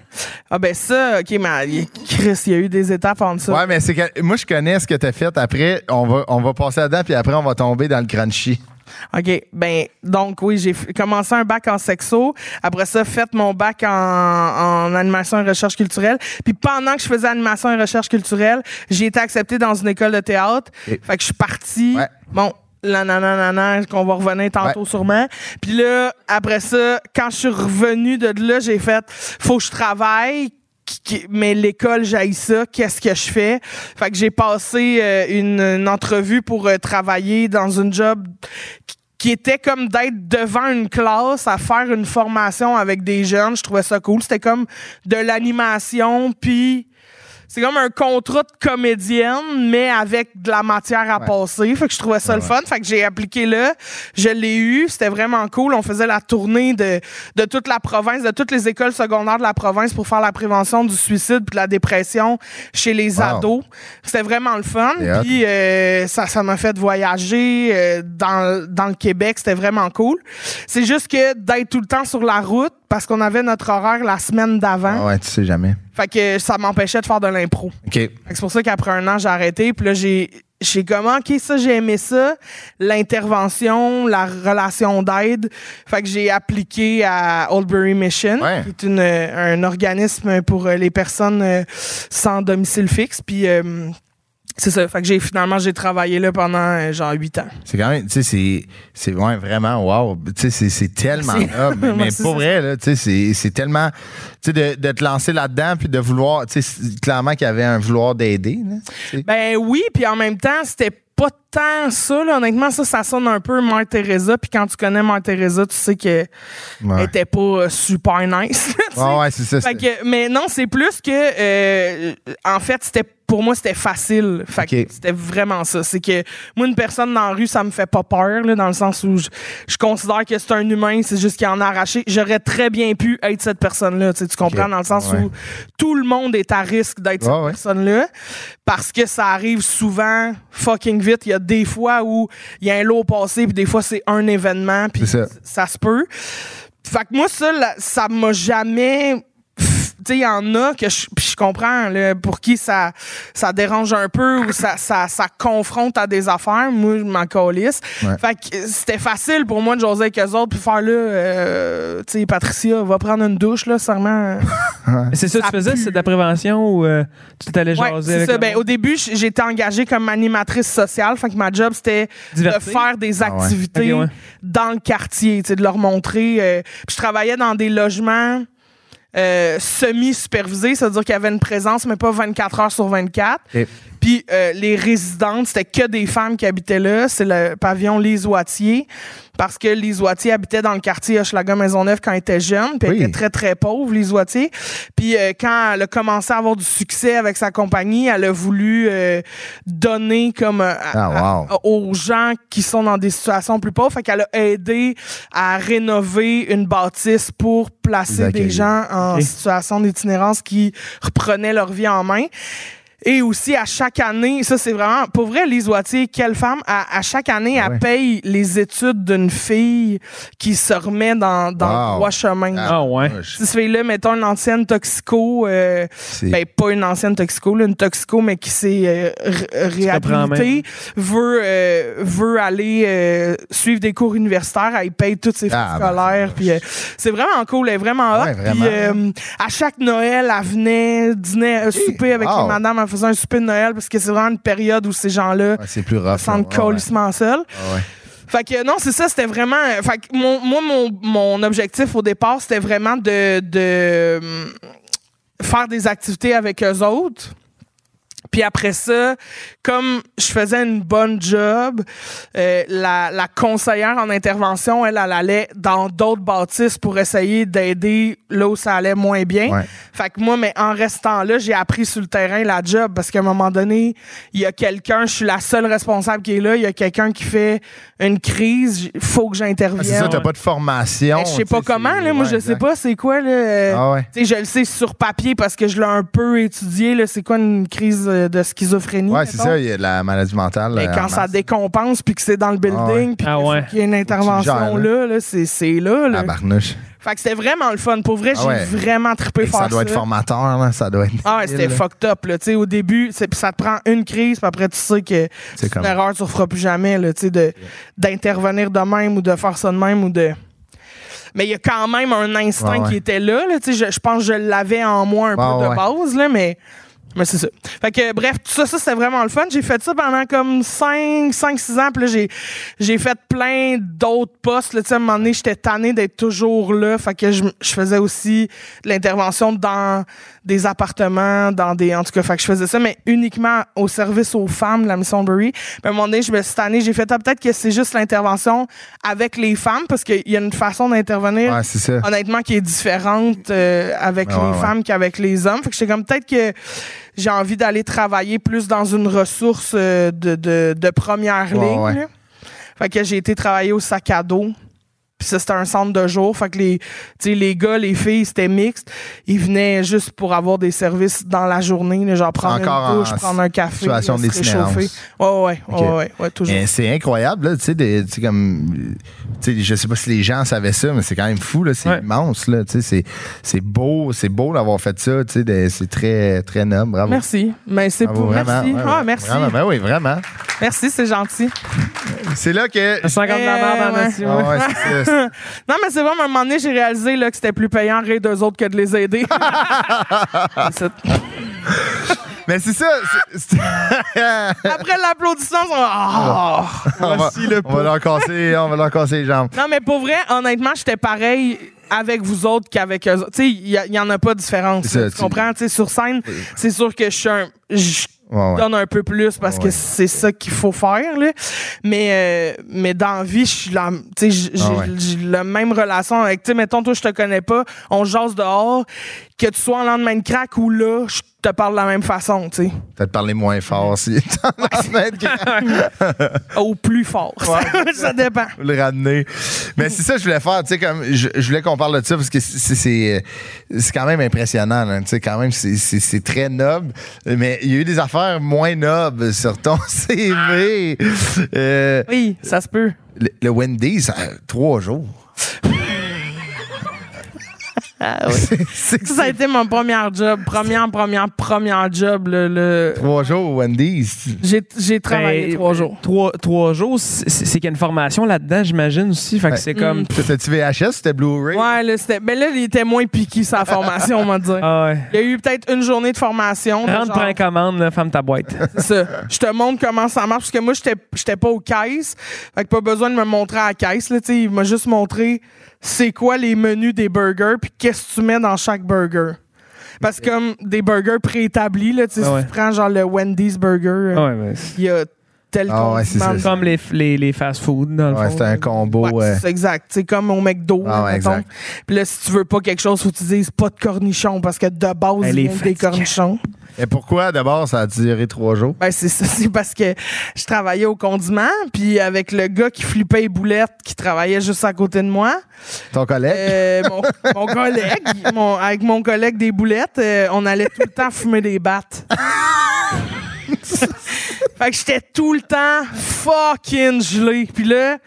[SPEAKER 4] Ah ben ça, OK, mais il- Chris, il y a eu des étapes en dessous.
[SPEAKER 2] Ouais, mais c'est que moi, je connais ce que t'as fait. Après, on va, on va passer là-dedans, puis après, on va tomber dans le crunchy.
[SPEAKER 4] OK, ben donc oui, j'ai f- commencé un bac en sexo, après ça fait mon bac en, en animation et recherche culturelle, puis pendant que je faisais animation et recherche culturelle, j'ai été acceptée dans une école de théâtre.
[SPEAKER 2] Et-
[SPEAKER 4] Fait que je suis partie.
[SPEAKER 2] Ouais.
[SPEAKER 4] Bon, la nanana qu'on va revenir tantôt
[SPEAKER 2] Ouais.
[SPEAKER 4] sûrement. Puis là, après ça, quand je suis revenue de là, j'ai fait faut que je travaille. qui- qui- Mais l'école, j'aille ça, qu'est-ce que je fais? Fait que j'ai passé euh, une, une entrevue pour euh, travailler dans une job qui- qui était comme d'être devant une classe à faire une formation avec des jeunes. Je trouvais ça cool. C'était comme de l'animation, puis c'est comme un contrat de comédienne, mais avec de la matière à passer. Fait que je trouvais ça le fun. Fait que j'ai appliqué là. Je l'ai eu. C'était vraiment cool. On faisait la tournée de, de toute la province, de toutes les écoles secondaires de la province pour faire la prévention du suicide puis de la dépression chez les
[SPEAKER 2] Wow.
[SPEAKER 4] ados. C'était vraiment le fun.
[SPEAKER 2] C'est hot.
[SPEAKER 4] Puis euh, ça ça m'a fait voyager euh, dans, dans le Québec. C'était vraiment cool. C'est juste que d'être tout le temps sur la route parce qu'on avait notre horaire la semaine d'avant.
[SPEAKER 2] Ah ouais, tu sais jamais.
[SPEAKER 4] Fait que ça m'empêchait de faire de l'impro.
[SPEAKER 2] OK.
[SPEAKER 4] Fait que C'est pour ça qu'après un an, j'ai arrêté. Puis là, j'ai, j'ai comme, ah, OK, ça, j'ai aimé ça. L'intervention, la relation d'aide. Fait que j'ai appliqué à Oldbury Mission,
[SPEAKER 2] Ouais.
[SPEAKER 4] qui est une, euh, un organisme pour euh, les personnes euh, sans domicile fixe. Puis euh, c'est ça. Fait que j'ai, finalement, j'ai travaillé là pendant euh, genre huit ans.
[SPEAKER 2] C'est quand même, tu sais, c'est- c'est ouais, vraiment wow. Tu sais, c'est- c'est tellement
[SPEAKER 4] Merci.
[SPEAKER 2] noble.
[SPEAKER 4] *laughs*
[SPEAKER 2] Mais, mais
[SPEAKER 4] Merci,
[SPEAKER 2] pour
[SPEAKER 4] c'est
[SPEAKER 2] vrai, là, tu sais, c'est- c'est tellement. Tu sais, de, de te lancer là-dedans, puis de vouloir. Tu sais, c'est- clairement qu'il y avait un vouloir d'aider. là, tu sais.
[SPEAKER 4] Ben oui, puis en même temps, c'était pas tant ça. là. Honnêtement, ça, ça sonne un peu Mère Teresa. Puis quand tu connais Mère Teresa, tu sais qu'elle
[SPEAKER 2] Ouais.
[SPEAKER 4] était pas euh, super nice. tu sais.
[SPEAKER 2] Ouais, ouais, c'est ça.
[SPEAKER 4] Fait
[SPEAKER 2] c'est-
[SPEAKER 4] que- mais non, c'est plus que, euh, en fait, c'était pour moi, c'était facile. Fait que
[SPEAKER 2] Ok.
[SPEAKER 4] c'était vraiment ça. C'est que moi, une personne dans la rue, ça me fait pas peur, là, dans le sens où je, je considère que c'est un humain, c'est juste qu'il en a arraché. J'aurais très bien pu être cette personne-là. Tu sais, tu comprends? Dans le sens
[SPEAKER 2] Ouais.
[SPEAKER 4] où tout le monde est à risque d'être
[SPEAKER 2] Ouais,
[SPEAKER 4] cette
[SPEAKER 2] ouais.
[SPEAKER 4] personne-là. Parce que ça arrive souvent fucking vite. Il y a des fois où il y a un lot passé, puis des fois, c'est un événement, puis
[SPEAKER 2] C'est ça.
[SPEAKER 4] ça se peut. Fait que moi, ça, là, ça m'a jamais f- tu sais, il y en a que je, puis je comprends là, pour qui ça, ça dérange un peu ou ça, ça, ça confronte à des affaires. Moi, je m'en calisse.
[SPEAKER 2] Ouais.
[SPEAKER 4] Fait que euh, c'était facile pour moi de jaser avec eux autres puis faire là, euh, tu sais, Patricia, va prendre une douche, là, sûrement.
[SPEAKER 3] C'est ça que tu faisais, c'est de la prévention ou euh, tu t'allais
[SPEAKER 4] Ouais,
[SPEAKER 3] jaser
[SPEAKER 4] c'est
[SPEAKER 3] avec
[SPEAKER 4] ça.
[SPEAKER 3] le
[SPEAKER 4] Ben,
[SPEAKER 3] monde?
[SPEAKER 4] au début, j- j'étais engagée comme animatrice sociale. Fait que ma job, c'était de
[SPEAKER 3] Divertir.
[SPEAKER 4] faire des
[SPEAKER 2] Ah ouais.
[SPEAKER 4] activités
[SPEAKER 3] Ok, ouais.
[SPEAKER 4] dans le quartier, tu sais, de leur montrer. euh, puis je travaillais dans des logements euh, semi-supervisés, c'est-à-dire qu'il y avait une présence, mais pas 24 heures sur 24.
[SPEAKER 2] Ok.
[SPEAKER 4] Puis euh, les résidentes, c'était que des femmes qui habitaient là. C'est le pavillon Les Oitiers. Parce que les Oitiers habitaient dans le quartier Hochelaga-Maisonneuve quand ils étaient jeunes. Puis
[SPEAKER 2] Oui.
[SPEAKER 4] ils étaient très, très pauvres, les Oitiers. Puis euh, quand elle a commencé à avoir du succès avec sa compagnie, elle a voulu euh, donner comme euh, à-
[SPEAKER 2] Ah, wow.
[SPEAKER 4] à- aux gens qui sont dans des situations plus pauvres. Fait qu'elle a aidé à rénover une bâtisse pour placer des
[SPEAKER 2] accueillir.
[SPEAKER 4] gens en
[SPEAKER 3] Ok.
[SPEAKER 4] situation d'itinérance qui reprenaient leur vie en main. Et aussi, à chaque année, ça, c'est vraiment... Pour vrai, Lise Wattier, quelle femme, à, à chaque année,
[SPEAKER 2] Ah
[SPEAKER 4] elle
[SPEAKER 2] ouais.
[SPEAKER 4] paye les études d'une fille qui se remet dans, dans
[SPEAKER 2] Wow.
[SPEAKER 4] le droit chemin.
[SPEAKER 2] Ah,
[SPEAKER 3] Ah ouais.
[SPEAKER 4] Si ce fille-là, mettons, une ancienne toxico... euh,
[SPEAKER 2] C'est-
[SPEAKER 4] ben, pas une ancienne toxico, là, une toxico, mais qui s'est euh, r-
[SPEAKER 3] comprends
[SPEAKER 4] réhabilitée, veut, euh, veut aller euh, suivre des cours universitaires, elle paye toutes ses frais
[SPEAKER 2] Ah, ben,
[SPEAKER 4] scolaires. Puis, euh, c'est vraiment cool, elle est vraiment hot.
[SPEAKER 2] Ouais,
[SPEAKER 4] Puis,
[SPEAKER 2] vraiment.
[SPEAKER 4] euh, à chaque Noël, elle venait dîner, euh, souper avec
[SPEAKER 2] wow.
[SPEAKER 4] les madames, elle faisait un souper de Noël, parce que c'est vraiment une période où ces gens-là
[SPEAKER 2] Ouais, c'est plus rough.
[SPEAKER 4] sentent
[SPEAKER 2] là. Ouais, ouais.
[SPEAKER 4] colissement seuls.
[SPEAKER 2] Ah, ouais.
[SPEAKER 4] Fait que euh, non, c'est ça, c'était vraiment. euh, Fait que mon, moi, mon, mon objectif au départ, c'était vraiment de, de hum, faire des activités avec eux autres. Puis après ça, comme je faisais une bonne job, euh, la, la conseillère en intervention, elle, elle allait dans d'autres bâtisses pour essayer d'aider là où ça allait moins bien.
[SPEAKER 2] Ouais.
[SPEAKER 4] Fait que moi, mais en restant là, j'ai appris sur le terrain la job parce qu'à un moment donné, il y a quelqu'un, je suis la seule responsable qui est là, il y a quelqu'un qui fait une crise, j- faut
[SPEAKER 2] Ah,
[SPEAKER 4] que
[SPEAKER 2] c'est ça,
[SPEAKER 4] j'intervienne.
[SPEAKER 2] t'as pas de formation.
[SPEAKER 4] Mais Ben, je sais pas
[SPEAKER 2] tu sais,
[SPEAKER 4] comment,
[SPEAKER 2] c'est-
[SPEAKER 4] là, moi
[SPEAKER 2] ouais,
[SPEAKER 4] je sais
[SPEAKER 2] exact.
[SPEAKER 4] pas c'est quoi. Là, euh,
[SPEAKER 2] Ah ouais.
[SPEAKER 4] tu sais, je le sais sur papier parce que je l'ai un peu étudié, là, c'est quoi une crise euh, de schizophrénie.
[SPEAKER 2] Ouais, c'est
[SPEAKER 4] mettons.
[SPEAKER 2] ça, il y a de la maladie mentale.
[SPEAKER 4] Mais
[SPEAKER 2] euh, en
[SPEAKER 4] quand ça
[SPEAKER 2] masse.
[SPEAKER 4] décompense puis que c'est dans le building puis
[SPEAKER 3] Ah
[SPEAKER 4] qu'il faut
[SPEAKER 3] ouais.
[SPEAKER 4] qu'il y a une intervention
[SPEAKER 2] gères, hein.
[SPEAKER 4] là, là, c'est, c'est là. là.
[SPEAKER 2] Ah, barnouche.
[SPEAKER 4] Fait que c'était vraiment le fun. Pour vrai,
[SPEAKER 2] Ah
[SPEAKER 4] j'ai
[SPEAKER 2] ouais.
[SPEAKER 4] vraiment trippé
[SPEAKER 2] Fait que
[SPEAKER 4] faire
[SPEAKER 2] Ça doit être formateur, là, ça doit être.
[SPEAKER 4] Ah ouais, c'était fucked up là, tu sais au début, c'est puis ça te prend une crise puis après tu sais que
[SPEAKER 2] C'est
[SPEAKER 4] une
[SPEAKER 2] comme.
[SPEAKER 4] erreur tu referas plus jamais là, tu sais de d'intervenir de même ou de faire ça de même ou de mais il y a quand même un instinct
[SPEAKER 2] Ouais, ouais. Bah
[SPEAKER 4] qui était là, là, tu sais je, je pense que je l'avais en moi un peu
[SPEAKER 2] Ouais,
[SPEAKER 4] de
[SPEAKER 2] ouais.
[SPEAKER 4] base là mais mais c'est ça. Fait que, euh, bref, tout ça, ça c'était vraiment le fun. J'ai fait ça pendant comme 5, 5 6 ans. Puis là, j'ai, j'ai fait plein d'autres postes. Là, tu sais, à un moment donné, j'étais tanné d'être toujours là. Fait que je, je faisais aussi de l'intervention dans des appartements, dans des... En tout cas, fait que je faisais ça, mais uniquement au service aux femmes de la Mission Berry. Puis à un moment donné, je me suis tanné. J'ai fait, ah, peut-être que c'est juste l'intervention avec les femmes, parce qu'il y a une façon d'intervenir
[SPEAKER 2] Ouais, c'est ça.
[SPEAKER 4] honnêtement qui est différente euh, avec
[SPEAKER 2] Ah Ouais,
[SPEAKER 4] les
[SPEAKER 2] ouais, ouais.
[SPEAKER 4] femmes qu'avec les hommes. Fait que j'étais comme peut-être que j'ai envie d'aller travailler plus dans une ressource euh, de, de, de première
[SPEAKER 2] Ouais,
[SPEAKER 4] ligne.
[SPEAKER 2] ouais.
[SPEAKER 4] là. Fait que j'ai été travailler au sac à dos. Puis ça, c'était un centre de jour. Fait que les, tu sais, les gars, les filles, c'était mixte. Ils venaient juste pour avoir des services dans la journée, là, genre prendre
[SPEAKER 2] Encore
[SPEAKER 4] une douche,
[SPEAKER 2] en
[SPEAKER 4] prendre un café,
[SPEAKER 2] situation
[SPEAKER 4] se
[SPEAKER 2] d'itinérance.
[SPEAKER 4] réchauffer. Ouais, ouais, ouais,
[SPEAKER 2] Ok.
[SPEAKER 4] ouais, ouais, ouais, toujours.
[SPEAKER 2] Mais C'est incroyable, là, tu sais, des- tu sais, comme. Tu sais, je sais pas si les gens savaient ça, mais c'est quand même fou, là. C'est
[SPEAKER 3] Ouais.
[SPEAKER 2] immense, là. Tu sais, c'est- c'est beau, c'est beau d'avoir fait ça, tu sais. des- C'est très, très noble. Bravo.
[SPEAKER 4] Merci. Mais c'est
[SPEAKER 2] Bravo,
[SPEAKER 4] pour.
[SPEAKER 2] vraiment.
[SPEAKER 4] Merci.
[SPEAKER 2] Ouais,
[SPEAKER 4] ah,
[SPEAKER 2] ouais.
[SPEAKER 4] merci.
[SPEAKER 2] Vraiment, ben oui, vraiment.
[SPEAKER 4] Merci, c'est gentil.
[SPEAKER 2] C'est là que.
[SPEAKER 3] Ça sent comme de la
[SPEAKER 4] Eh,
[SPEAKER 3] merde en
[SPEAKER 4] ouais.
[SPEAKER 3] esti,
[SPEAKER 2] Ah
[SPEAKER 3] ouais.
[SPEAKER 2] ouais, c'est ça.
[SPEAKER 4] *laughs* Non, mais c'est vrai, à un moment donné, j'ai réalisé là, que c'était plus payant rire d'eux autres que de les aider. C'est-
[SPEAKER 2] Mais c'est ça. c'est- c'est- *laughs*
[SPEAKER 4] Après l'applaudissement, on... Ah!
[SPEAKER 2] on, va, on va leur casser, on va leur casser les jambes.
[SPEAKER 4] Non, mais pour vrai, honnêtement, j'étais pareil avec vous autres qu'avec eux autres. Tu sais, il y, a- il y en a pas de différence.
[SPEAKER 2] C'est ça,
[SPEAKER 4] là, tu
[SPEAKER 2] tu-
[SPEAKER 4] comprends? Tu sais, sur scène, c'est sûr que je suis un... Je
[SPEAKER 2] Ouais, ouais.
[SPEAKER 4] donne un peu plus parce
[SPEAKER 2] Ouais.
[SPEAKER 4] que c'est ça qu'il faut faire, là. Mais, euh, mais dans la vie, je suis la... Tu sais, j'ai
[SPEAKER 2] Ah ouais.
[SPEAKER 4] j'ai la même relation avec... Tu sais, mettons, toi, je te connais pas, on jase dehors, que tu sois en lendemain de crack ou là, je te parle de la même façon, tu sais.
[SPEAKER 2] Peut-être parler moins fort si *laughs* t'en
[SPEAKER 4] au plus fort. *laughs* ça dépend.
[SPEAKER 2] Vous le ramener. Mais c'est ça que je voulais faire, tu sais, comme je, je voulais qu'on parle de ça parce que c'est- c'est euh, c'est quand même impressionnant, là, tu sais, quand même c'est- c'est c'est très noble, mais il y a eu des affaires moins nobles sur ton *laughs* CV. Euh,
[SPEAKER 4] Oui, ça se peut.
[SPEAKER 2] le, le Wendy's, euh, trois jours.
[SPEAKER 4] Ah, oui.
[SPEAKER 2] *laughs* C'est-
[SPEAKER 4] Ça, ça a été mon premier job. Première, première, première job. Le, le-
[SPEAKER 2] Trois jours au Wendy's.
[SPEAKER 4] J'ai, j'ai travaillé
[SPEAKER 3] Ben,
[SPEAKER 4] trois jours.
[SPEAKER 3] Trois, trois jours, c'est c'est qu'il y a une formation là-dedans, j'imagine aussi. Fait que
[SPEAKER 2] Ouais.
[SPEAKER 3] c'est
[SPEAKER 4] Mm.
[SPEAKER 3] comme.
[SPEAKER 2] C'était-tu VHS? C'était Blu-ray?
[SPEAKER 4] Ouais, là, c'était. Mais là, il était moins piqué, sa formation, on va dire.
[SPEAKER 3] Ah ouais.
[SPEAKER 4] Il y a eu peut-être une journée de formation. de
[SPEAKER 3] Rentre,
[SPEAKER 4] genre-
[SPEAKER 3] prends commande, là, ferme ta
[SPEAKER 2] *laughs*
[SPEAKER 3] boîte.
[SPEAKER 4] C'est ça. Je te montre comment ça marche, parce que moi, j'étais, j'étais pas aux caisses. Fait que pas besoin de me montrer à la caisse, là. tu sais. il m'a juste montré c'est quoi les menus des burgers, puis qu'est-ce que tu mets dans chaque burger. Parce que comme des burgers préétablis, là, tu sais,
[SPEAKER 3] Ah ouais.
[SPEAKER 4] si tu prends genre le Wendy's burger, euh,
[SPEAKER 3] Ah ouais, ben, c'est
[SPEAKER 4] il y a tel
[SPEAKER 2] Ah ouais, c'est
[SPEAKER 4] condiment.
[SPEAKER 2] ça.
[SPEAKER 3] comme les, les, les fast-food, dans le
[SPEAKER 2] Ouais,
[SPEAKER 3] fond.
[SPEAKER 2] c'était un combo.
[SPEAKER 4] Ouais,
[SPEAKER 2] euh,
[SPEAKER 4] c'est ça, exact. C'est comme au McDo.
[SPEAKER 2] Ah
[SPEAKER 4] là,
[SPEAKER 2] ouais,
[SPEAKER 4] mettons.
[SPEAKER 2] exact.
[SPEAKER 4] Puis là, si tu veux pas quelque chose, faut que tu dises pas de cornichons parce que de base,
[SPEAKER 3] Elle
[SPEAKER 4] il
[SPEAKER 3] est
[SPEAKER 4] manque des
[SPEAKER 3] fatiguée.
[SPEAKER 4] cornichons.
[SPEAKER 2] Et pourquoi, d'abord, ça a duré trois jours?
[SPEAKER 4] Ben, c'est ça. *laughs* C'est parce que je travaillais au condiment, puis avec le gars qui flippait les boulettes, qui travaillait juste à côté de moi,
[SPEAKER 2] Ton collègue?
[SPEAKER 4] euh, mon, mon collègue, mon- avec mon collègue des boulettes, euh, on allait tout le temps fumer des battes. fait que j'étais tout le temps fucking gelé. Puis là,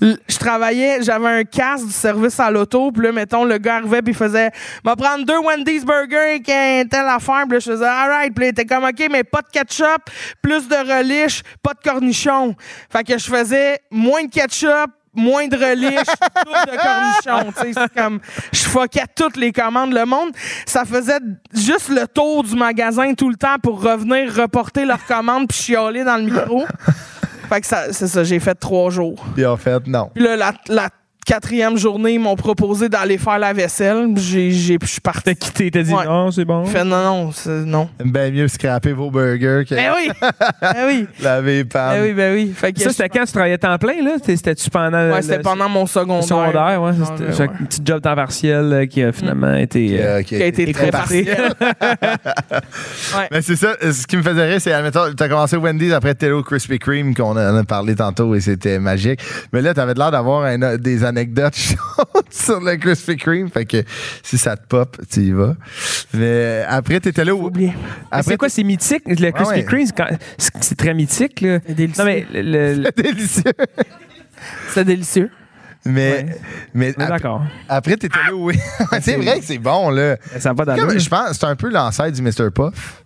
[SPEAKER 4] l- je travaillais, j'avais un casque du service à l'auto. Puis là, mettons, le gars arrivait puis il faisait « Va prendre deux Wendy's Burger et un telle affaire. » Puis là, je faisais « Alright. » Puis là, il était comme « OK, mais pas de ketchup, plus de relish, pas de cornichons. » Fait que je faisais moins de ketchup, moins
[SPEAKER 3] *laughs*
[SPEAKER 4] de relish, tout de cornichons. tu sais, C'est comme, je fuckais toutes les commandes. Le monde, ça faisait juste le tour du magasin tout le temps pour revenir reporter leurs commandes puis chialer dans le
[SPEAKER 3] *laughs*
[SPEAKER 4] micro. Fait que ça, c'est ça, j'ai fait trois jours.
[SPEAKER 2] Puis en fait, non.
[SPEAKER 4] Puis là, la, la quatrième journée, ils m'ont proposé d'aller faire la vaisselle. J'ai, j'ai, je suis parti.
[SPEAKER 3] T'as quitté, t'as dit
[SPEAKER 4] Ouais.
[SPEAKER 3] non, c'est bon.
[SPEAKER 4] Fait non, non, c'est, non.
[SPEAKER 2] Ben mieux scraper vos burgers que
[SPEAKER 4] Ben oui!
[SPEAKER 3] *laughs*
[SPEAKER 4] Ben oui!
[SPEAKER 2] laver les
[SPEAKER 4] Ben
[SPEAKER 2] pannes.
[SPEAKER 4] oui, ben oui. Fait que
[SPEAKER 3] Ça, c'était quand tu travaillais temps plein, là? T'es- C'était-tu pendant.
[SPEAKER 4] Ouais,
[SPEAKER 3] le-
[SPEAKER 4] c'était
[SPEAKER 3] le-
[SPEAKER 4] pendant mon
[SPEAKER 3] le
[SPEAKER 4] secondaire.
[SPEAKER 3] secondaire, ouais.
[SPEAKER 4] Ouais,
[SPEAKER 3] C'était
[SPEAKER 4] ouais,
[SPEAKER 3] fait que
[SPEAKER 4] ouais. Mm.
[SPEAKER 3] un petit job temps partiel euh, qui a finalement été. euh,
[SPEAKER 2] Euh, ok.
[SPEAKER 4] Qui a été très partiel.
[SPEAKER 3] *laughs*
[SPEAKER 2] Mais c'est ça, ce qui me faisait rire, c'est, admettons, t'as commencé Wendy's après Tello Krispy Kreme, qu'on a- en a parlé tantôt et c'était magique. Mais là, t'avais l'air d'avoir un- des anecdotes *laughs* chaudes sur le Krispy Kreme. Fait que si ça te pop, tu y vas. Mais après, t'étais là où.
[SPEAKER 3] Mais C'est
[SPEAKER 2] Après, *laughs*
[SPEAKER 3] quoi, c'est mythique? Le Krispy
[SPEAKER 2] ouais.
[SPEAKER 3] Kreme, c'est quand- c'est c'est très mythique, là.
[SPEAKER 4] délicieux.
[SPEAKER 3] Non, mais le- le-
[SPEAKER 4] *laughs*
[SPEAKER 2] t'étais délicieux.
[SPEAKER 4] C'était délicieux.
[SPEAKER 2] Mais, mais
[SPEAKER 3] Mais
[SPEAKER 2] ap-
[SPEAKER 3] D'accord.
[SPEAKER 2] après, t'étais là où.
[SPEAKER 4] Ah!
[SPEAKER 2] *laughs* c'est vrai que c'est bon, là.
[SPEAKER 3] Ça va pas
[SPEAKER 2] Comme,
[SPEAKER 3] d'allure.
[SPEAKER 2] je pense, c'est un peu l'ancêtre du Mr. Puff.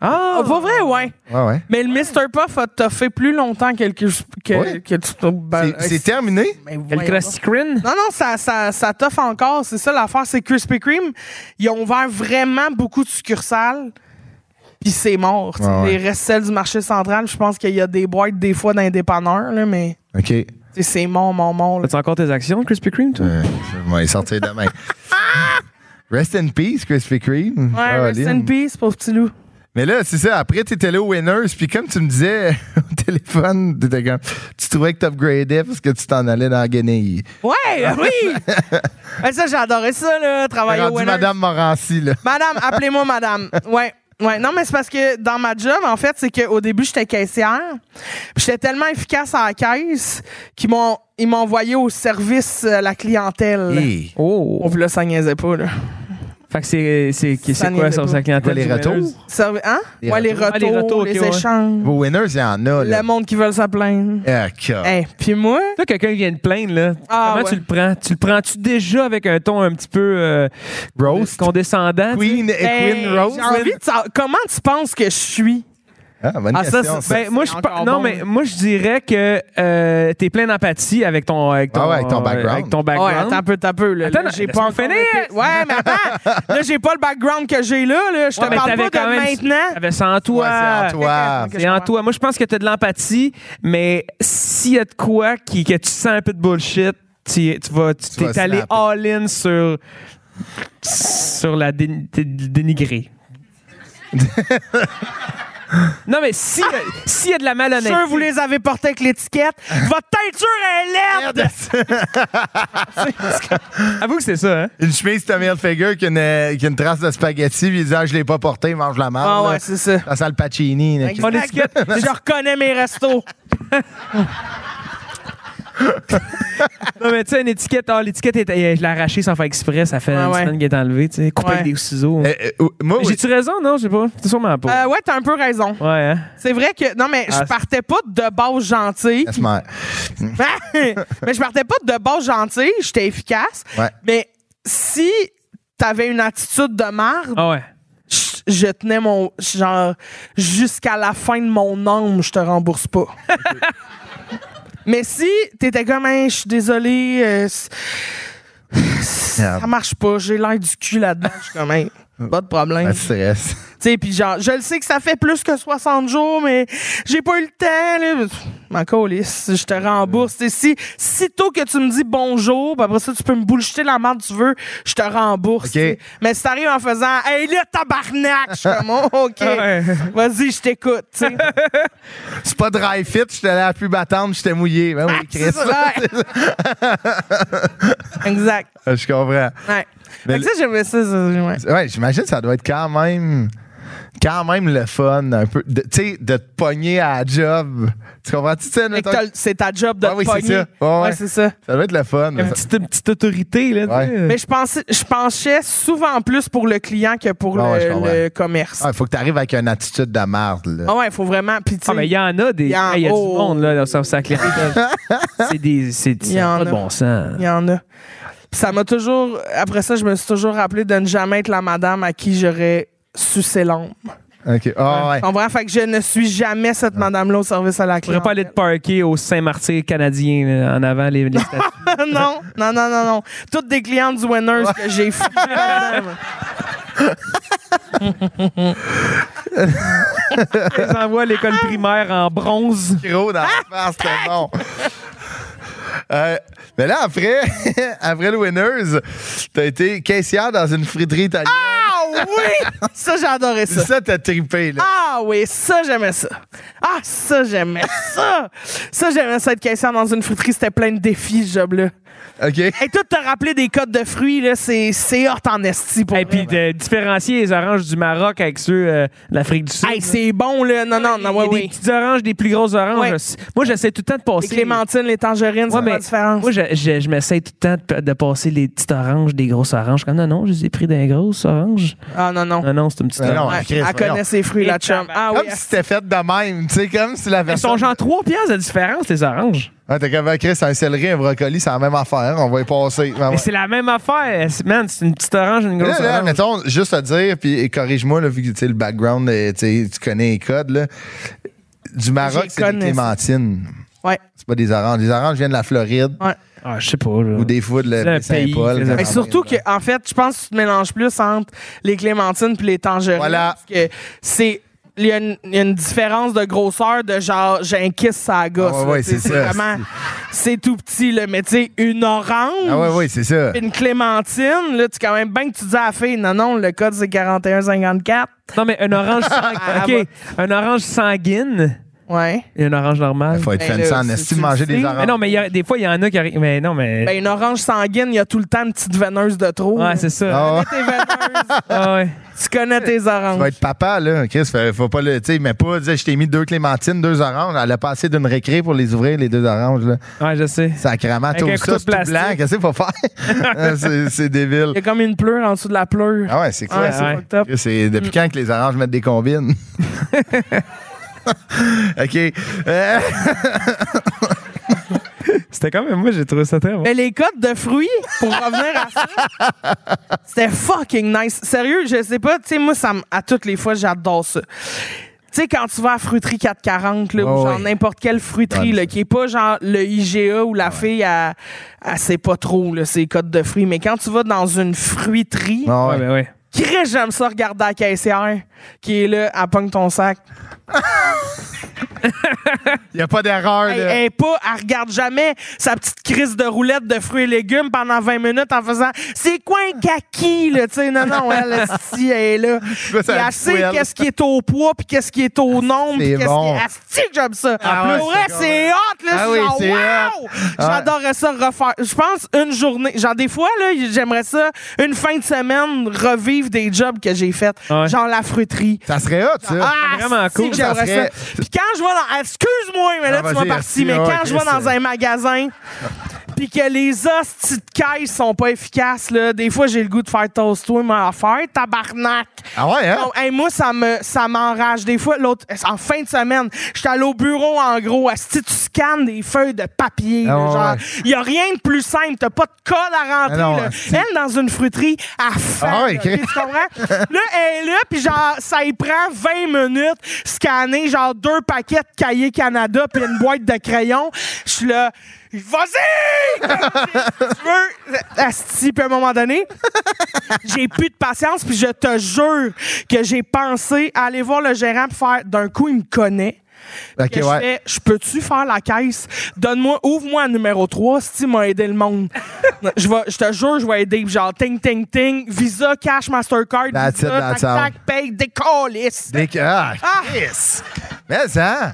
[SPEAKER 3] Ah!
[SPEAKER 4] Ah, pas vrai, ouais.
[SPEAKER 2] Ouais, ouais.
[SPEAKER 4] Mais le Mr. Puff a toffé plus longtemps que le Cris- que,
[SPEAKER 2] Ouais.
[SPEAKER 4] que le- ben,
[SPEAKER 2] C'est- c'est terminé?
[SPEAKER 4] ben,
[SPEAKER 3] Le
[SPEAKER 4] voyons
[SPEAKER 3] Krusty Kreme?
[SPEAKER 4] donc. Non, non, ça, ça, ça toffe encore. C'est ça l'affaire. C'est Krispy Kreme. Ils ont ouvert vraiment beaucoup de succursales. Puis c'est mort. tu sais.
[SPEAKER 2] Ouais, ouais.
[SPEAKER 4] Les restes celles du marché central, je pense qu'il y a des boîtes des fois dans les dépanneurs, là, mais
[SPEAKER 2] OK.
[SPEAKER 4] tu sais, c'est mort, mort, mort. là.
[SPEAKER 3] As-tu encore tes actions de Krispy Kreme, toi?
[SPEAKER 2] Euh, Ils va y sortir
[SPEAKER 4] *laughs*
[SPEAKER 2] demain. Rest in peace, Krispy Kreme.
[SPEAKER 4] Ouais,
[SPEAKER 2] Ah,
[SPEAKER 4] rest in
[SPEAKER 2] Lynn.
[SPEAKER 4] peace, pauvre petit loup.
[SPEAKER 2] Mais là, c'est ça. Après, t'étais là au Winners. Puis comme tu me disais *laughs* au téléphone, t'étais comme, tu trouvais que t'upgradais parce que tu t'en allais dans la guenille.
[SPEAKER 4] Ouais,
[SPEAKER 2] *laughs*
[SPEAKER 4] oui! Ben, ça, j'ai adoré ça, là,
[SPEAKER 2] T'as
[SPEAKER 4] travailler au
[SPEAKER 2] rendu
[SPEAKER 4] Winners.
[SPEAKER 2] Madame Morancy, là.
[SPEAKER 4] Madame, appelez-moi madame. Ouais. Ouais, non, mais c'est parce que dans ma job, en fait, c'est qu'au début, j'étais caissière. Puis J'étais tellement efficace à la caisse qu'ils m'ont, ils m'ont envoyé au service euh, à la clientèle.
[SPEAKER 2] Hey.
[SPEAKER 4] Oh,
[SPEAKER 3] Oh!
[SPEAKER 4] puis là, ça niaisait pas, là.
[SPEAKER 3] Fait que c'est- c'est c'est-
[SPEAKER 4] Ça
[SPEAKER 3] c'est quoi
[SPEAKER 4] n'y
[SPEAKER 3] ça,
[SPEAKER 4] est pas.
[SPEAKER 3] sa clientèle?
[SPEAKER 2] les
[SPEAKER 3] du Winners?
[SPEAKER 2] retours?
[SPEAKER 4] Servi- hein?
[SPEAKER 2] Les
[SPEAKER 4] ouais, les
[SPEAKER 2] retours.
[SPEAKER 4] retours,
[SPEAKER 3] Ah, les
[SPEAKER 4] les,
[SPEAKER 3] retours, ok, ouais.
[SPEAKER 4] échanges.
[SPEAKER 2] Au Winners, il y en a, là.
[SPEAKER 4] Le monde qui veut se plaindre.
[SPEAKER 2] Ah, car-
[SPEAKER 4] Hey, puis moi,
[SPEAKER 3] Toi, quelqu'un qui vient de plaindre, là,
[SPEAKER 4] Ah,
[SPEAKER 3] comment
[SPEAKER 4] ouais.
[SPEAKER 3] tu le prends? Tu le prends-tu déjà avec un ton un petit peu euh,
[SPEAKER 2] Roast.
[SPEAKER 3] condescendant? tu sais?
[SPEAKER 2] Queen,
[SPEAKER 4] hey,
[SPEAKER 2] Queen Rose.
[SPEAKER 4] ben, j'ai envie de savoir- comment tu penses que je suis?
[SPEAKER 2] Ah, bonne
[SPEAKER 3] Ah, ça,
[SPEAKER 2] question.
[SPEAKER 3] c'est-
[SPEAKER 2] ça.
[SPEAKER 3] ben, moi, je
[SPEAKER 4] encore
[SPEAKER 3] pa- non,
[SPEAKER 4] bon,
[SPEAKER 3] mais
[SPEAKER 2] hein.
[SPEAKER 4] là.
[SPEAKER 3] moi, je dirais que euh, t'es plein d'empathie avec ton, avec ton,
[SPEAKER 2] Ah ouais, avec ton
[SPEAKER 3] euh,
[SPEAKER 2] background.
[SPEAKER 3] avec ton
[SPEAKER 4] Ouais,
[SPEAKER 3] background.
[SPEAKER 4] attends un peu, attends un peu. Là,
[SPEAKER 3] Attends,
[SPEAKER 4] Là, j'ai
[SPEAKER 3] laisse-moi
[SPEAKER 4] pas encore
[SPEAKER 3] finir.
[SPEAKER 4] le pi- Ouais, mais attends. là, j'ai pas le background que j'ai là. là. Je te
[SPEAKER 3] Ouais, mais
[SPEAKER 4] parle
[SPEAKER 3] t'avais
[SPEAKER 4] pas
[SPEAKER 3] quand
[SPEAKER 4] de
[SPEAKER 3] même-
[SPEAKER 4] maintenant.
[SPEAKER 3] T'avais ça en toi.
[SPEAKER 2] Ouais, c'est en toi.
[SPEAKER 4] Ok,
[SPEAKER 3] C'est en toi. Moi, je pense que t'as de l'empathie, mais s'il y a de quoi qui, que tu sens un peu de bullshit, tu, tu vas, tu,
[SPEAKER 2] vas
[SPEAKER 3] t'es allé
[SPEAKER 2] snapper.
[SPEAKER 3] all-in sur, sur la dé- dé-
[SPEAKER 2] *laughs*
[SPEAKER 3] dénigrer. non, mais si- s'il y a de la
[SPEAKER 4] Je
[SPEAKER 3] malhonnêteté.
[SPEAKER 4] suis sûr, vous les avez portés avec l'étiquette. Votre teinture est laide!
[SPEAKER 3] Avoue que c'est ça, hein?
[SPEAKER 2] *laughs* Une chemise Tommy Hilfiger qui a une, qui a une trace de spaghetti, puis il dit, ah, je l'ai pas porté, mange la marde.
[SPEAKER 4] Ah
[SPEAKER 2] là.
[SPEAKER 4] ouais, c'est ça.
[SPEAKER 2] Ça sent le Pacini. là.
[SPEAKER 4] Oh,
[SPEAKER 3] Mon étiquette.
[SPEAKER 4] Je reconnais mes restos.
[SPEAKER 3] *laughs* Non, mais tu sais, une étiquette, ah, l'étiquette, est- eh, je l'ai arrachée sans faire exprès, ça fait
[SPEAKER 4] Ouais,
[SPEAKER 3] une
[SPEAKER 4] ouais.
[SPEAKER 3] semaine qu'elle est enlevée, tu sais, coupée
[SPEAKER 4] Ouais.
[SPEAKER 3] avec des ciseaux.
[SPEAKER 2] Euh, euh, moi,
[SPEAKER 3] Mais J'ai-tu raison? Non, je sais pas. C'est sûrement pas.
[SPEAKER 4] Euh, ouais, t'as un peu raison.
[SPEAKER 3] Ouais, hein?
[SPEAKER 4] C'est vrai que. Non, mais
[SPEAKER 3] Ah,
[SPEAKER 4] je partais pas de base gentille. *laughs*
[SPEAKER 2] Yes, ma'am.
[SPEAKER 4] mais je partais pas de base gentille. J'étais efficace.
[SPEAKER 2] Ouais.
[SPEAKER 4] Mais si t'avais une attitude de marde,
[SPEAKER 3] Ah ouais.
[SPEAKER 4] je- je tenais mon. Genre, jusqu'à la fin de mon âme, je te rembourse
[SPEAKER 3] *laughs*
[SPEAKER 4] pas. Mais si t'étais comme, Hey, je suis désolé, euh, c-
[SPEAKER 3] Ah.
[SPEAKER 4] ça marche pas, j'ai l'air du cul là-dedans, je suis comme, Hey, pas de problème.
[SPEAKER 3] Ben,
[SPEAKER 2] Ça te stresse.
[SPEAKER 4] Tu sais, puis genre, je le sais que ça fait plus que 60 jours, mais j'ai pas eu le temps, là. Ma colisse, je te rembourse. T'sais, si, sitôt que tu me dis bonjour, puis après ça, tu peux me bullshiter la merde que tu veux, je te rembourse.
[SPEAKER 2] OK.
[SPEAKER 4] t'sais. Mais si t'arrives en faisant, hey là, tabarnak, je suis comme, Oh,
[SPEAKER 2] *laughs*
[SPEAKER 4] OK,
[SPEAKER 3] Ouais.
[SPEAKER 4] vas-y, je t'écoute, tu sais.
[SPEAKER 2] C'est pas dry fit, j'étais allé à la plus battante, j'étais mouillé. Ben oui, Chris.
[SPEAKER 4] Ah, C'est ça. exact.
[SPEAKER 2] Ah, Je comprends.
[SPEAKER 4] Ouais.
[SPEAKER 2] Mais
[SPEAKER 4] Fait que ça, j'aimais ça, ça, ouais.
[SPEAKER 2] Ouais, j'imagine que ça doit être quand même quand même le fun un peu de- tu sais de te pogner à la job. Tu comprends tu sais
[SPEAKER 4] Fait que
[SPEAKER 2] mettons-
[SPEAKER 4] t'as le- C'est ta job de
[SPEAKER 2] Ah oui,
[SPEAKER 4] te
[SPEAKER 2] c'est
[SPEAKER 4] pogner.
[SPEAKER 2] ça. Ouais, ouais.
[SPEAKER 4] ouais, c'est ça.
[SPEAKER 2] ça doit être le fun. mais
[SPEAKER 3] Une
[SPEAKER 2] ça-
[SPEAKER 3] petite, une petite autorité, là.
[SPEAKER 2] Ouais.
[SPEAKER 3] tu sais.
[SPEAKER 4] Mais je pensais, je penchais souvent plus pour le client que pour
[SPEAKER 2] Ah ouais, je
[SPEAKER 4] le,
[SPEAKER 2] comprends.
[SPEAKER 4] le commerce.
[SPEAKER 2] Ah, faut que tu arrives avec une attitude de merde là.
[SPEAKER 4] Ah ouais, faut vraiment. Puis tu
[SPEAKER 3] Ah, mais il y en a des.
[SPEAKER 4] Il
[SPEAKER 3] Hey, Il
[SPEAKER 4] y en-
[SPEAKER 3] y a du
[SPEAKER 4] oh.
[SPEAKER 3] monde, là, dans sa
[SPEAKER 4] *laughs*
[SPEAKER 3] sa clientèle. C'est des. C'est
[SPEAKER 4] Il y
[SPEAKER 3] ça a
[SPEAKER 4] en
[SPEAKER 3] pas de
[SPEAKER 4] a.
[SPEAKER 3] bon sens.
[SPEAKER 4] il y en a. Puis ça m'a toujours. Après ça, je me suis toujours rappelé de ne jamais être la madame à qui j'aurais sucé l'ombre.
[SPEAKER 2] OK. Ah ouais.
[SPEAKER 4] En vrai, fait que je ne suis jamais cette madame-là au service à la
[SPEAKER 3] Je pourrais
[SPEAKER 4] clientèle.
[SPEAKER 3] pas
[SPEAKER 4] *laughs*
[SPEAKER 3] aller te parquer au Saint-Martyr canadien, là, en avant les, les statues.
[SPEAKER 4] *laughs* non, non, non, non, non. Toutes des clientes du Winners que j'ai foutu.
[SPEAKER 2] *laughs*
[SPEAKER 4] là-dedans.
[SPEAKER 3] Je les envoie à l'école primaire en bronze.
[SPEAKER 2] Gros dans la
[SPEAKER 4] Ah!
[SPEAKER 2] face, c'est bon. Euh, mais là, après, *laughs* après le Winners, t'as été caissière dans une friterie italienne.
[SPEAKER 4] Ah oui! Ça, j'ai adoré ça.
[SPEAKER 2] ça, t'as trippé, là.
[SPEAKER 4] Ah oui, ça j'aimais ça. Ah ça j'aimais ça. Ça j'aimais ça être caissière dans une fruiterie, c'était plein de défis ce job là.
[SPEAKER 2] OK?
[SPEAKER 4] Et tout te rappeler des codes de fruits là, c'est c'est hot en esti pour.
[SPEAKER 3] Et puis de différencier les oranges du Maroc avec ceux euh, de l'Afrique du Sud.
[SPEAKER 4] Hey, c'est bon là. Non non non ouais
[SPEAKER 3] Il y a des
[SPEAKER 4] oui.
[SPEAKER 3] petites oranges, des plus grosses oranges.
[SPEAKER 4] Ouais.
[SPEAKER 3] Moi, j'essaie tout le temps de
[SPEAKER 4] Les
[SPEAKER 3] passer.
[SPEAKER 4] clémentines, les tangerines, c'est
[SPEAKER 3] Ouais,
[SPEAKER 4] pas
[SPEAKER 3] mais-
[SPEAKER 4] la différence.
[SPEAKER 3] Moi, je, je, je m'essaie tout le temps de, de passer les petites oranges, des grosses oranges. Comme non, non, je les ai pris des grosses oranges.
[SPEAKER 4] Ah non non.
[SPEAKER 3] Non, non, c'est une petite
[SPEAKER 2] Mais non,
[SPEAKER 3] orange.
[SPEAKER 4] Ouais,
[SPEAKER 2] Ah, Chris,
[SPEAKER 4] elle
[SPEAKER 2] voyons.
[SPEAKER 4] connaît ses fruits la chum. Ah
[SPEAKER 2] Comme
[SPEAKER 4] oui.
[SPEAKER 2] si c'était fait de même, tu sais, comme si la
[SPEAKER 3] Ils
[SPEAKER 2] version.
[SPEAKER 3] sont genre 3 piastres de différence, les oranges.
[SPEAKER 2] Ah, t'es comme, ah, Chris, un céleri, un brocoli, c'est la même affaire, on va y passer. Ah, ouais.
[SPEAKER 3] Mais c'est la même affaire. C'est- Man, c'est une petite orange, une grosse
[SPEAKER 2] Là, là,
[SPEAKER 3] orange.
[SPEAKER 2] mettons, juste à dire, puis et corrige-moi, là, vu que tu sais, le background, euh, tu sais, tu connais les codes, là. Du Maroc,
[SPEAKER 4] les
[SPEAKER 2] c'est des
[SPEAKER 4] connais.
[SPEAKER 2] clémentines.
[SPEAKER 4] Ouais.
[SPEAKER 2] C'est pas des oranges. Les oranges viennent de la Floride
[SPEAKER 4] Ouais.
[SPEAKER 3] Ah, je sais pas. là.
[SPEAKER 2] ou des fois de
[SPEAKER 3] C'est un
[SPEAKER 2] la
[SPEAKER 3] pays,
[SPEAKER 2] Saint-Paul.
[SPEAKER 3] c'est un-
[SPEAKER 4] Mais
[SPEAKER 3] Ah,
[SPEAKER 4] surtout que, en fait, je pense que tu te mélanges plus entre les clémentines puis les tangerines.
[SPEAKER 2] Voilà.
[SPEAKER 4] Parce que c'est. Il y, a une, il y a une différence de grosseur de genre j'ai un kiss ça gosse.
[SPEAKER 2] Ah ouais,
[SPEAKER 4] là,
[SPEAKER 2] ouais,
[SPEAKER 4] tu sais,
[SPEAKER 2] c'est
[SPEAKER 4] c'est
[SPEAKER 2] ça.
[SPEAKER 4] vraiment c'est tout petit là, mais tu sais une orange
[SPEAKER 2] Ah ouais, oui, c'est ça.
[SPEAKER 4] puis
[SPEAKER 3] Ben
[SPEAKER 4] une clémentine là, tu quand même bien que tu dis à la fille non non, le code c'est 4154.
[SPEAKER 3] Non, mais une
[SPEAKER 2] *laughs*
[SPEAKER 3] orange,
[SPEAKER 2] Ah,
[SPEAKER 3] sang- ok, une orange sanguine
[SPEAKER 4] Ouais.
[SPEAKER 3] et une orange normale.
[SPEAKER 2] Faut être
[SPEAKER 4] Ben
[SPEAKER 2] fan en
[SPEAKER 4] là, si
[SPEAKER 2] esti de
[SPEAKER 4] tu le
[SPEAKER 2] manger des
[SPEAKER 4] sais.
[SPEAKER 3] Mais
[SPEAKER 2] oranges.
[SPEAKER 3] non, mais il y a- des fois, il y en a qui arrivent. Mais non, mais.
[SPEAKER 4] Ben une orange sanguine, il y a tout le temps une petite veineuse de trop.
[SPEAKER 3] ouais, c'est ça. *laughs*
[SPEAKER 2] Ah ouais.
[SPEAKER 4] Tes veineuses,
[SPEAKER 3] Ah ouais.
[SPEAKER 4] tu connais tes
[SPEAKER 2] Tu vas
[SPEAKER 4] oranges.
[SPEAKER 2] être papa, là. Chris, faut, faut pas le. Tu sais, mais pas dire, je t'ai mis deux clémentines, deux oranges. Elle a passé d'une récré pour les ouvrir, les deux oranges, là.
[SPEAKER 3] Ouais, je sais.
[SPEAKER 2] Sacrament,
[SPEAKER 3] Avec
[SPEAKER 2] tout
[SPEAKER 3] un
[SPEAKER 2] ça,
[SPEAKER 3] couteau
[SPEAKER 2] c'est tout blanc.
[SPEAKER 3] plastique.
[SPEAKER 2] Qu'est-ce qu'il
[SPEAKER 3] *laughs*
[SPEAKER 2] faut faire? Ah, C'est- c'est débile.
[SPEAKER 4] Il y a comme une pleure en dessous de la pleure.
[SPEAKER 2] Ah ouais, c'est
[SPEAKER 4] Ah
[SPEAKER 2] clair.
[SPEAKER 4] ouais,
[SPEAKER 3] Ouais,
[SPEAKER 4] c'est
[SPEAKER 3] ouais. Mm.
[SPEAKER 4] fucked up.
[SPEAKER 2] Chris, C'est depuis quand que les oranges mettent des combines? *laughs* OK. Euh,
[SPEAKER 3] C'était quand même. Moi, j'ai trouvé ça très bon.
[SPEAKER 4] Mais Ben, les cotes de fruits, pour revenir à ça,
[SPEAKER 2] *laughs*
[SPEAKER 4] c'était fucking nice. Sérieux, je sais pas, tu sais, moi, ça me- à toutes les fois, j'adore ça. Tu sais, quand tu vas à Fruiterie 440, là,
[SPEAKER 2] Ouais,
[SPEAKER 4] ou genre
[SPEAKER 2] ouais.
[SPEAKER 4] n'importe quelle fruiterie,
[SPEAKER 2] Bonne,
[SPEAKER 4] là,
[SPEAKER 2] ça.
[SPEAKER 4] qui est pas genre le IGA ou la fille, elle, elle sait pas trop, là, ses cotes de fruits. Mais quand tu vas dans une fruiterie,
[SPEAKER 2] non,
[SPEAKER 3] Ouais,
[SPEAKER 2] ouais.
[SPEAKER 3] ben ouais.
[SPEAKER 4] Chris, j'aime ça regarder la caissière qui est là, elle pogne ton sac.
[SPEAKER 2] Il n'y a pas d'erreur.
[SPEAKER 4] Elle,
[SPEAKER 2] là.
[SPEAKER 4] elle est pas, elle regarde jamais sa petite crise de roulette de fruits et légumes pendant 20 minutes en faisant c'est quoi un kaki là, tu sais non non elle si elle est là.
[SPEAKER 2] quoi, *laughs* ça,
[SPEAKER 4] Puis
[SPEAKER 2] un
[SPEAKER 4] elle sait
[SPEAKER 2] poêle?
[SPEAKER 4] qu'est-ce qui est au poids puis qu'est-ce qui est au nombre, puis
[SPEAKER 2] Ah, C'est
[SPEAKER 4] qu'est-ce
[SPEAKER 2] bon.
[SPEAKER 4] qui est asti que j'aime ça.
[SPEAKER 2] Ah ouais,
[SPEAKER 4] Pour vrai,
[SPEAKER 2] c'est
[SPEAKER 4] c'est hot là,
[SPEAKER 2] Ah
[SPEAKER 4] je
[SPEAKER 2] oui,
[SPEAKER 4] suis genre,
[SPEAKER 2] c'est hot. Ah.
[SPEAKER 4] wow! J'adorerais ça refaire. Je pense une journée, genre des fois là, j'aimerais ça une fin de semaine revivre des jobs que j'ai faits,
[SPEAKER 2] Ah
[SPEAKER 3] Ouais.
[SPEAKER 4] genre la fruiterie.
[SPEAKER 2] Ça serait hot, ça.
[SPEAKER 4] Ah,
[SPEAKER 3] Vraiment
[SPEAKER 4] si,
[SPEAKER 3] cool.
[SPEAKER 4] que j'aimerais
[SPEAKER 2] Ça serait-
[SPEAKER 4] ça. Puis quand je vais dans. Excuse-moi, mais là,
[SPEAKER 2] Ah, vas-y,
[SPEAKER 4] tu m'as
[SPEAKER 2] merci.
[SPEAKER 4] parti, mais
[SPEAKER 2] Ah ouais,
[SPEAKER 4] quand je vais
[SPEAKER 2] Chris,
[SPEAKER 4] dans
[SPEAKER 2] euh.
[SPEAKER 4] un magasin, puis Puis que les hosties de caisse sont pas efficaces, là. Des fois, j'ai le goût de faire toast toi, mais à faire tabarnak.
[SPEAKER 2] Ah ouais, hein?
[SPEAKER 4] Non, hey, moi, ça me, ça m'enrage. Des fois, l'autre, en fin de semaine, j'étais allé au bureau, en gros, à si tu scannes des feuilles de papier,
[SPEAKER 2] Ah
[SPEAKER 4] là,
[SPEAKER 2] ouais,
[SPEAKER 4] genre,
[SPEAKER 2] ouais.
[SPEAKER 4] il y a rien de plus simple. T'as pas de colle à rentrer,
[SPEAKER 2] Ah non,
[SPEAKER 4] là.
[SPEAKER 2] asti.
[SPEAKER 4] Elle, dans une fruiterie, à faim,
[SPEAKER 2] Ah ouais,
[SPEAKER 4] là,
[SPEAKER 2] ok.
[SPEAKER 4] tu comprends? là, elle est là, puis genre, ça y prend 20 minutes, scanner, genre, deux paquets de cahiers Canada, puis une boîte de crayons. Je suis là, vas-y! tu veux. Asti, puis à un moment donné, j'ai plus de patience, puis je te jure que j'ai pensé à aller voir le gérant pour faire d'un coup, il me connaît.
[SPEAKER 2] Ok,
[SPEAKER 4] Que je
[SPEAKER 2] ouais.
[SPEAKER 4] fais, je peux-tu faire la caisse? Donne-moi, ouvre-moi le numéro 3 si tu m'as aidé
[SPEAKER 2] *laughs*
[SPEAKER 4] le monde. je, vais, je te jure, je vais aider. Genre, ting, ting, ting, Visa, Cash, Mastercard,
[SPEAKER 2] That's it,
[SPEAKER 4] Visa,
[SPEAKER 2] that's all.
[SPEAKER 4] tac, tac, paye, des colis.
[SPEAKER 2] Dès que- ah,
[SPEAKER 4] Ah!
[SPEAKER 2] Chris! Mais ça...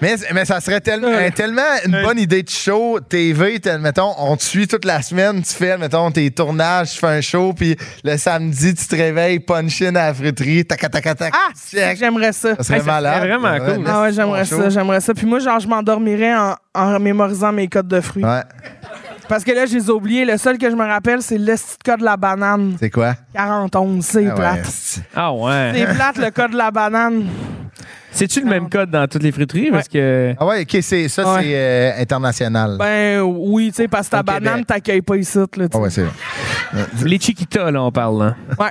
[SPEAKER 2] Mais, mais ça serait tel- euh, tellement une bonne idée de show TV. tel- mettons, on te suit toute la semaine, tu fais, mettons, tes tournages, tu fais un show, puis le samedi, tu te réveilles, punch-in à la friterie, tac tac tac
[SPEAKER 4] Ah,
[SPEAKER 2] check.
[SPEAKER 4] j'aimerais ça.
[SPEAKER 2] Ça serait
[SPEAKER 3] Hey, ça
[SPEAKER 2] malade.
[SPEAKER 3] serait vraiment
[SPEAKER 2] Ouais,
[SPEAKER 3] cool.
[SPEAKER 2] mais
[SPEAKER 4] Ah ouais,
[SPEAKER 2] c'est
[SPEAKER 4] j'aimerais
[SPEAKER 2] bon
[SPEAKER 4] ça,
[SPEAKER 2] show.
[SPEAKER 4] j'aimerais ça. Puis moi, genre, je m'endormirais en, en mémorisant mes codes de fruits.
[SPEAKER 2] Ouais,
[SPEAKER 4] Parce que là, je les ai oubliés. Le seul que je me rappelle, c'est le petit code de la banane.
[SPEAKER 2] c'est quoi?
[SPEAKER 4] 41, c'est
[SPEAKER 2] Ah ouais,
[SPEAKER 4] plate.
[SPEAKER 2] c'est-
[SPEAKER 3] Ah ouais.
[SPEAKER 4] C'est plate, le code de
[SPEAKER 2] *laughs*
[SPEAKER 4] la banane.
[SPEAKER 3] C'est-tu le même code dans toutes les friteries? Parce que.
[SPEAKER 2] Ah ouais, ok, c'est, ça,
[SPEAKER 4] Ouais.
[SPEAKER 2] c'est euh, international.
[SPEAKER 4] Ben oui, tu sais, parce que ta
[SPEAKER 2] Au Québec.
[SPEAKER 4] banane, t'accueilles pas ici. Là, tu sais.
[SPEAKER 2] Ah ouais, c'est vrai.
[SPEAKER 3] Les Chiquitas, là, on parle. hein. Là.
[SPEAKER 4] Ouais.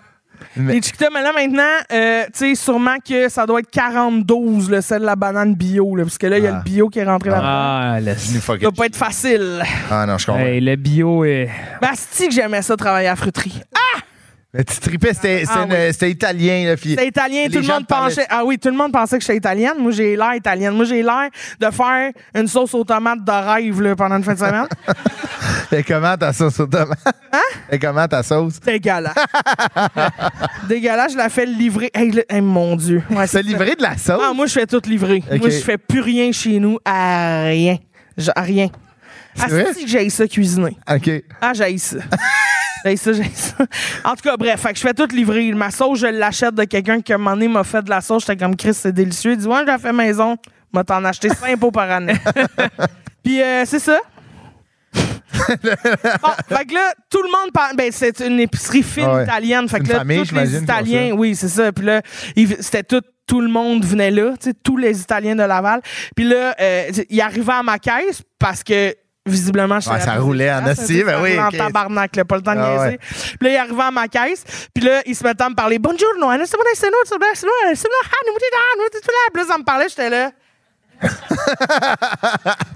[SPEAKER 2] Mais-
[SPEAKER 4] Les Chiquita, mais là maintenant, euh, tu sais, sûrement que ça doit être 42, le celle de la banane bio, là, parce que là, il y a
[SPEAKER 2] Ah.
[SPEAKER 4] le bio qui est rentré là-dedans.
[SPEAKER 3] Ah, le.
[SPEAKER 2] Nous fuck
[SPEAKER 4] Ça doit
[SPEAKER 2] it.
[SPEAKER 4] pas être facile.
[SPEAKER 2] Ah non, je comprends.
[SPEAKER 3] Hey, le bio est.
[SPEAKER 4] Ben, c'est que j'aimais ça travailler à la fruiterie. Ah,
[SPEAKER 2] Mais tu tripais, c'était, c'était
[SPEAKER 4] Ah
[SPEAKER 2] une- c'était italien. Là, puis-
[SPEAKER 4] c'était italien,
[SPEAKER 2] Les
[SPEAKER 4] tout le
[SPEAKER 2] gens
[SPEAKER 4] monde
[SPEAKER 2] parlaient-
[SPEAKER 4] pensait. Ah oui, tout le monde pensait que j'étais italienne. Moi, j'ai l'air italienne. Moi, j'ai l'air de faire une sauce aux tomates de rêve là, pendant une fin
[SPEAKER 2] *laughs*
[SPEAKER 4] de semaine.
[SPEAKER 2] Et *laughs* comment ta sauce au tomate? Hein? Et comment ta sauce?
[SPEAKER 4] Dégueulasse. Dégueulasse, je la fais livrer. Hey, là, hey, mon Dieu. Ouais,
[SPEAKER 2] Se livrer de la sauce?
[SPEAKER 4] Ah, moi, je fais tout livrer.
[SPEAKER 2] Ok.
[SPEAKER 4] Moi, je fais plus rien chez nous. À rien. Je- à rien. Ah,
[SPEAKER 2] vrai?
[SPEAKER 4] si que j'aille ça cuisiner.
[SPEAKER 2] OK.
[SPEAKER 4] Ah, j'aille
[SPEAKER 2] *laughs*
[SPEAKER 4] ça. J'aille ça, j'aille ça. En tout cas, bref, fait que je fais tout livrer. Ma sauce, je l'achète de quelqu'un qui, à un moment donné, m'a fait de la sauce. J'étais comme, Chris, c'est délicieux. Il dit, ouais, je la fais maison. M'a t'en acheté 5 pots par
[SPEAKER 2] *laughs*
[SPEAKER 4] année. Puis, euh, c'est ça. bon, fait que là, tout le monde parle. Ben, c'est une épicerie fine
[SPEAKER 2] Ah ouais.
[SPEAKER 4] italienne. Fait
[SPEAKER 2] Une
[SPEAKER 4] que là,
[SPEAKER 2] famille,
[SPEAKER 4] tous les
[SPEAKER 2] j'imagine, qui font ça.
[SPEAKER 4] Italiens, oui, c'est ça. Puis là, il- c'était tout. Tout le monde venait là, tu sais, tous les Italiens de Laval. Puis là, euh, il arrivait à ma caisse parce que visiblement, je
[SPEAKER 2] Ouais, ça roulait en hostie, ben oui,
[SPEAKER 4] En
[SPEAKER 2] ok.
[SPEAKER 4] tabarnak, là, pas le temps de
[SPEAKER 2] Ah
[SPEAKER 4] niaiser.
[SPEAKER 2] ouais.
[SPEAKER 4] Puis là, il arrivait à ma caisse. Puis là, il se mettait à me parler. Bonjour, non, c'est bon, c'est nous, c'est bon, c'est nous, c'est nous, ah, nous, t'es là, nous, t'es là. Puis là, ça me parlait,
[SPEAKER 2] *laughs*
[SPEAKER 4] j'étais là.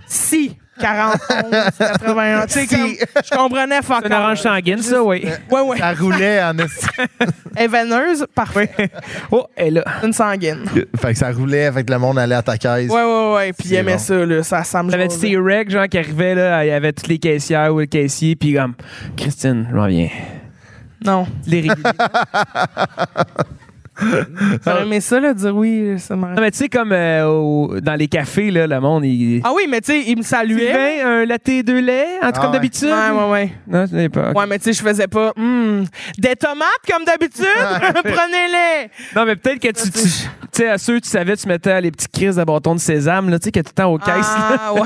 [SPEAKER 4] Si, 41, 81. Tu sais,
[SPEAKER 2] Si.
[SPEAKER 4] comme, je comprenais fuck
[SPEAKER 3] C'est une
[SPEAKER 4] all.
[SPEAKER 3] orange sanguine, ça, oui.
[SPEAKER 4] Ouais, ouais.
[SPEAKER 2] Ça roulait en esti.
[SPEAKER 4] Elle est veineuse, parfait.
[SPEAKER 3] *laughs* Oh, elle là.
[SPEAKER 4] Une sanguine.
[SPEAKER 2] *laughs* Fait que ça roulait, fait que le monde allait à ta caisse.
[SPEAKER 4] Ouais, ouais, ouais. Puis il
[SPEAKER 2] C'est
[SPEAKER 4] aimait
[SPEAKER 2] bon.
[SPEAKER 4] ça, là. Ça, ça me
[SPEAKER 3] J'avais-tu
[SPEAKER 4] jasait.
[SPEAKER 3] ces recs, genre, qui arrivaient, là, il y avait toutes les caissières ou le caissier, puis comme, Christine, je m'en viens.
[SPEAKER 2] *laughs*
[SPEAKER 4] Non.
[SPEAKER 3] Les
[SPEAKER 4] *laughs*
[SPEAKER 3] réguliers.
[SPEAKER 4] J'aurais aimé ça, là, dire oui, ça m'arrête.
[SPEAKER 3] non, mais tu sais, comme euh, au- dans les cafés, là, le monde, il.
[SPEAKER 4] Ah oui, mais tu sais, il me saluait.
[SPEAKER 3] Sylvain, un latte de lait, en tout
[SPEAKER 2] Ah
[SPEAKER 3] comme
[SPEAKER 2] ouais.
[SPEAKER 3] d'habitude.
[SPEAKER 4] Ouais, ouais, ouais.
[SPEAKER 3] Non, je n'ai pas. ok.
[SPEAKER 4] Ouais, mais tu sais, je faisais pas. Hmm, des tomates comme
[SPEAKER 3] *laughs*
[SPEAKER 4] d'habitude, prenez-les.
[SPEAKER 3] Non, mais peut-être que tu. tu- Tu sais, à ceux, tu savais, tu mettais les petits crises à bâton de sésame, là, tu sais, que tout le temps aux caisses, là, *laughs*
[SPEAKER 4] Ah ouais.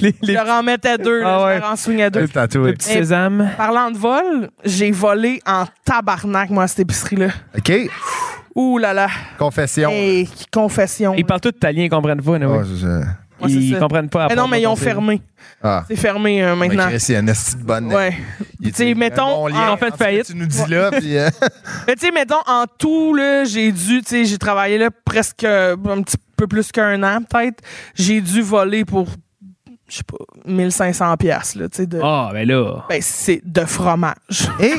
[SPEAKER 3] les,
[SPEAKER 4] *laughs* Je
[SPEAKER 3] les
[SPEAKER 4] leur en mettais deux, là,
[SPEAKER 3] Ah ouais.
[SPEAKER 4] je leur en swingais deux.
[SPEAKER 2] C'est tatoué.
[SPEAKER 3] petits sésames.
[SPEAKER 4] Parlant de vol, j'ai volé en tabarnak, moi, à cette épicerie-là.
[SPEAKER 2] OK.
[SPEAKER 4] Ouh là là.
[SPEAKER 2] Confession.
[SPEAKER 4] Hey, confession.
[SPEAKER 3] Ils parlent tous italien, ils comprennent pas,
[SPEAKER 2] Oh,
[SPEAKER 3] anyway.
[SPEAKER 2] je- je-
[SPEAKER 4] Ouais, c'est
[SPEAKER 3] Ils
[SPEAKER 4] ça.
[SPEAKER 3] comprennent pas.
[SPEAKER 4] Mais
[SPEAKER 3] après
[SPEAKER 4] non, mais ils
[SPEAKER 3] avoir
[SPEAKER 4] ont
[SPEAKER 3] pensé.
[SPEAKER 4] fermé.
[SPEAKER 2] Ah.
[SPEAKER 4] C'est fermé euh,
[SPEAKER 2] Mais
[SPEAKER 4] maintenant.
[SPEAKER 2] Chris, il y a un esti de bonne.
[SPEAKER 4] Ouais.
[SPEAKER 2] Il
[SPEAKER 4] Tu sais,
[SPEAKER 2] dit,
[SPEAKER 4] mettons,
[SPEAKER 2] bon lien
[SPEAKER 3] en fait
[SPEAKER 2] entre ce que
[SPEAKER 3] faillite.
[SPEAKER 2] Tu nous dis là, puis.
[SPEAKER 4] *laughs*
[SPEAKER 2] euh,
[SPEAKER 4] Mais tu sais, mettons, en tout, là, j'ai dû, tu sais, j'ai travaillé là presque euh, un petit peu plus qu'un an, peut-être. J'ai dû voler pour, je sais pas, 1500 pièces là, tu sais, de...
[SPEAKER 3] Ah, ben là.
[SPEAKER 4] Ben, c'est de fromage.
[SPEAKER 2] Hey!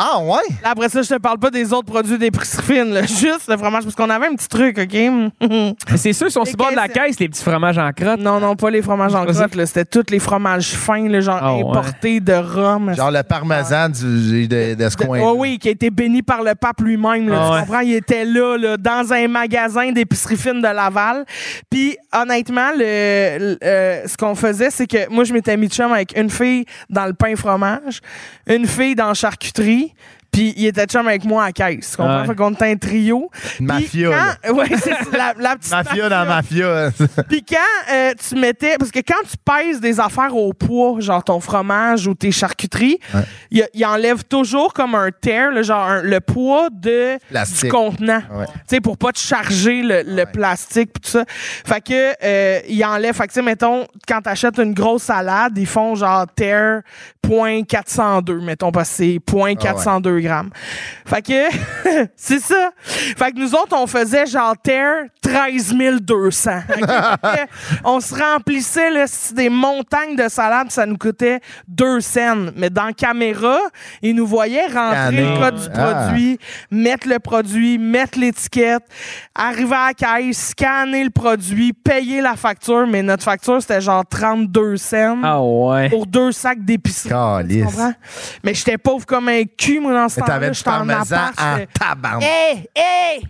[SPEAKER 2] Ah, ouais?
[SPEAKER 4] Là, après ça, je te parle pas des autres produits d'épicerie fine, là. *laughs* Juste le fromage, parce qu'on avait un petit truc, OK? *laughs*
[SPEAKER 3] Mais C'est sûr, ils sont
[SPEAKER 4] Les
[SPEAKER 3] sur le bord de la
[SPEAKER 4] caisses- Mm.
[SPEAKER 3] caisse, les petits fromages en crotte.
[SPEAKER 4] non, non, pas les fromages en
[SPEAKER 3] Vas-y.
[SPEAKER 4] crotte, là. C'était tous les fromages fins, là, genre
[SPEAKER 3] Ah ouais.
[SPEAKER 4] importés de Rome.
[SPEAKER 2] Genre le parmesan du, de, de ce
[SPEAKER 4] De-
[SPEAKER 2] coin.
[SPEAKER 4] oh oui, qui a été béni par le pape lui-même. là.
[SPEAKER 3] Ah
[SPEAKER 4] tu
[SPEAKER 3] ouais.
[SPEAKER 4] comprends? Il était là, là, dans un magasin d'épicerie fine de Laval. Puis, honnêtement, le, le- euh, ce qu'on faisait, c'est que moi, je m'étais mis de chum avec une fille dans le pain fromage, une fille dans charcuterie, Puis il était chum avec moi à la caisse. Tu comprends?
[SPEAKER 3] Ouais.
[SPEAKER 4] Fait qu'on était un trio. Puis
[SPEAKER 2] Mafia,
[SPEAKER 4] quand- *laughs* Ouais, c'est ça, la, la petite
[SPEAKER 2] Mafia dans mafia. *laughs*
[SPEAKER 4] puis quand euh, tu mettais. Parce que quand tu pèses des affaires au poids, genre ton fromage ou tes charcuteries,
[SPEAKER 2] Ouais.
[SPEAKER 4] il il enlève toujours comme un tear, là, genre un- le poids de,
[SPEAKER 2] Plastique.
[SPEAKER 4] du contenant.
[SPEAKER 2] Ouais.
[SPEAKER 4] Tu sais, pour pas te charger le, le plastique pis tout ça. Fait que, euh, il enlève. Fait que, tu sais, mettons, quand t'achètes une grosse salade, ils font genre tear 0.402, mettons, parce que c'est 0.402 grammes. Fait que, *laughs* c'est ça. Fait que nous autres, on faisait genre tear 13 200. Fait que, euh, on se remplissait là, c'est des montagnes de salade, ça nous coûtait 2 cents. Mais dans caméra, ils nous voyaient rentrer
[SPEAKER 2] Scanner.
[SPEAKER 4] le code du
[SPEAKER 2] Ah.
[SPEAKER 4] produit produit, mettre le produit, mettre l'étiquette, arriver à la caisse, scanner le produit, payer la facture, mais notre facture, c'était genre 32 cents
[SPEAKER 3] Ah ouais.
[SPEAKER 4] pour deux sacs d'épicerie. Tu
[SPEAKER 2] Calice.
[SPEAKER 4] comprends? Mais j'étais pauvre comme un cul, moi, dans euh, ce
[SPEAKER 2] Mais T'avais
[SPEAKER 4] temps-là.
[SPEAKER 2] du
[SPEAKER 4] J'étais en
[SPEAKER 2] parmesan
[SPEAKER 4] appart.
[SPEAKER 2] en
[SPEAKER 4] j'étais-
[SPEAKER 2] tabarnak.
[SPEAKER 4] Hey! Hey!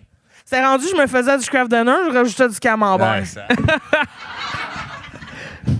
[SPEAKER 4] C'est rendu, je me faisais du craft dinner, je rajoutais du camembert.
[SPEAKER 2] Ouais, ça- hein? *laughs*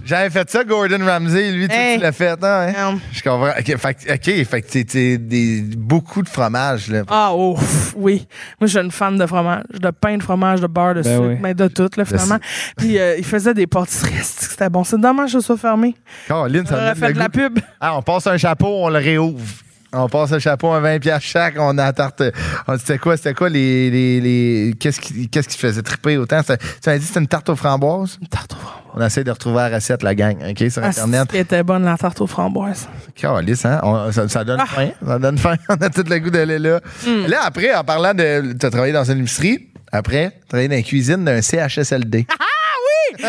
[SPEAKER 2] J'avais fait ça, Gordon Ramsay. Lui, tu-
[SPEAKER 4] Hey.
[SPEAKER 2] tu l'as fait, non? hein?
[SPEAKER 4] Merde.
[SPEAKER 2] Je comprends. OK, fait, que- ok, fait que t'es- t'es des- beaucoup de fromage, là.
[SPEAKER 4] Ah, oh, pff, oui. Moi, je suis une fan de fromage, de pain, de fromage, de beurre, de
[SPEAKER 3] Ben
[SPEAKER 4] sucre,
[SPEAKER 3] oui.
[SPEAKER 4] mais de tout, là, finalement. Puis, euh, il faisait des pâtisseries. C'était bon. C'est dommage que ce soit fermé.
[SPEAKER 2] Caroline, ça
[SPEAKER 4] On
[SPEAKER 2] me
[SPEAKER 4] aurait
[SPEAKER 2] donne
[SPEAKER 4] fait
[SPEAKER 2] le
[SPEAKER 4] de la
[SPEAKER 2] goût.
[SPEAKER 4] pub.
[SPEAKER 2] Ah, on passe un chapeau, on le réouvre. On passe un chapeau à 20 pièces chaque, on a la tarte. on- C'était quoi, c'était quoi les, les, les- qu'est-ce qui qu'est-ce qui te faisait triper autant C'était- Tu m'as dit c'était une tarte aux framboises
[SPEAKER 4] Tarte aux framboises.
[SPEAKER 2] On essaie de retrouver la recette la gang, OK sur
[SPEAKER 4] Ah,
[SPEAKER 2] internet.
[SPEAKER 4] c'est- elle était bonne, la tarte aux framboises.
[SPEAKER 2] Calisse, hein? On- ça, ça
[SPEAKER 4] Ah.
[SPEAKER 2] donne faim. Ça donne faim. *laughs* On a tout le goût d'aller là.
[SPEAKER 4] Hmm.
[SPEAKER 2] Là, après, en parlant de. Tu as travaillé dans une épicerie. Après, tu travaillé dans la cuisine d'un
[SPEAKER 4] *laughs*
[SPEAKER 2] CHSLD.
[SPEAKER 4] Ah.
[SPEAKER 2] *laughs*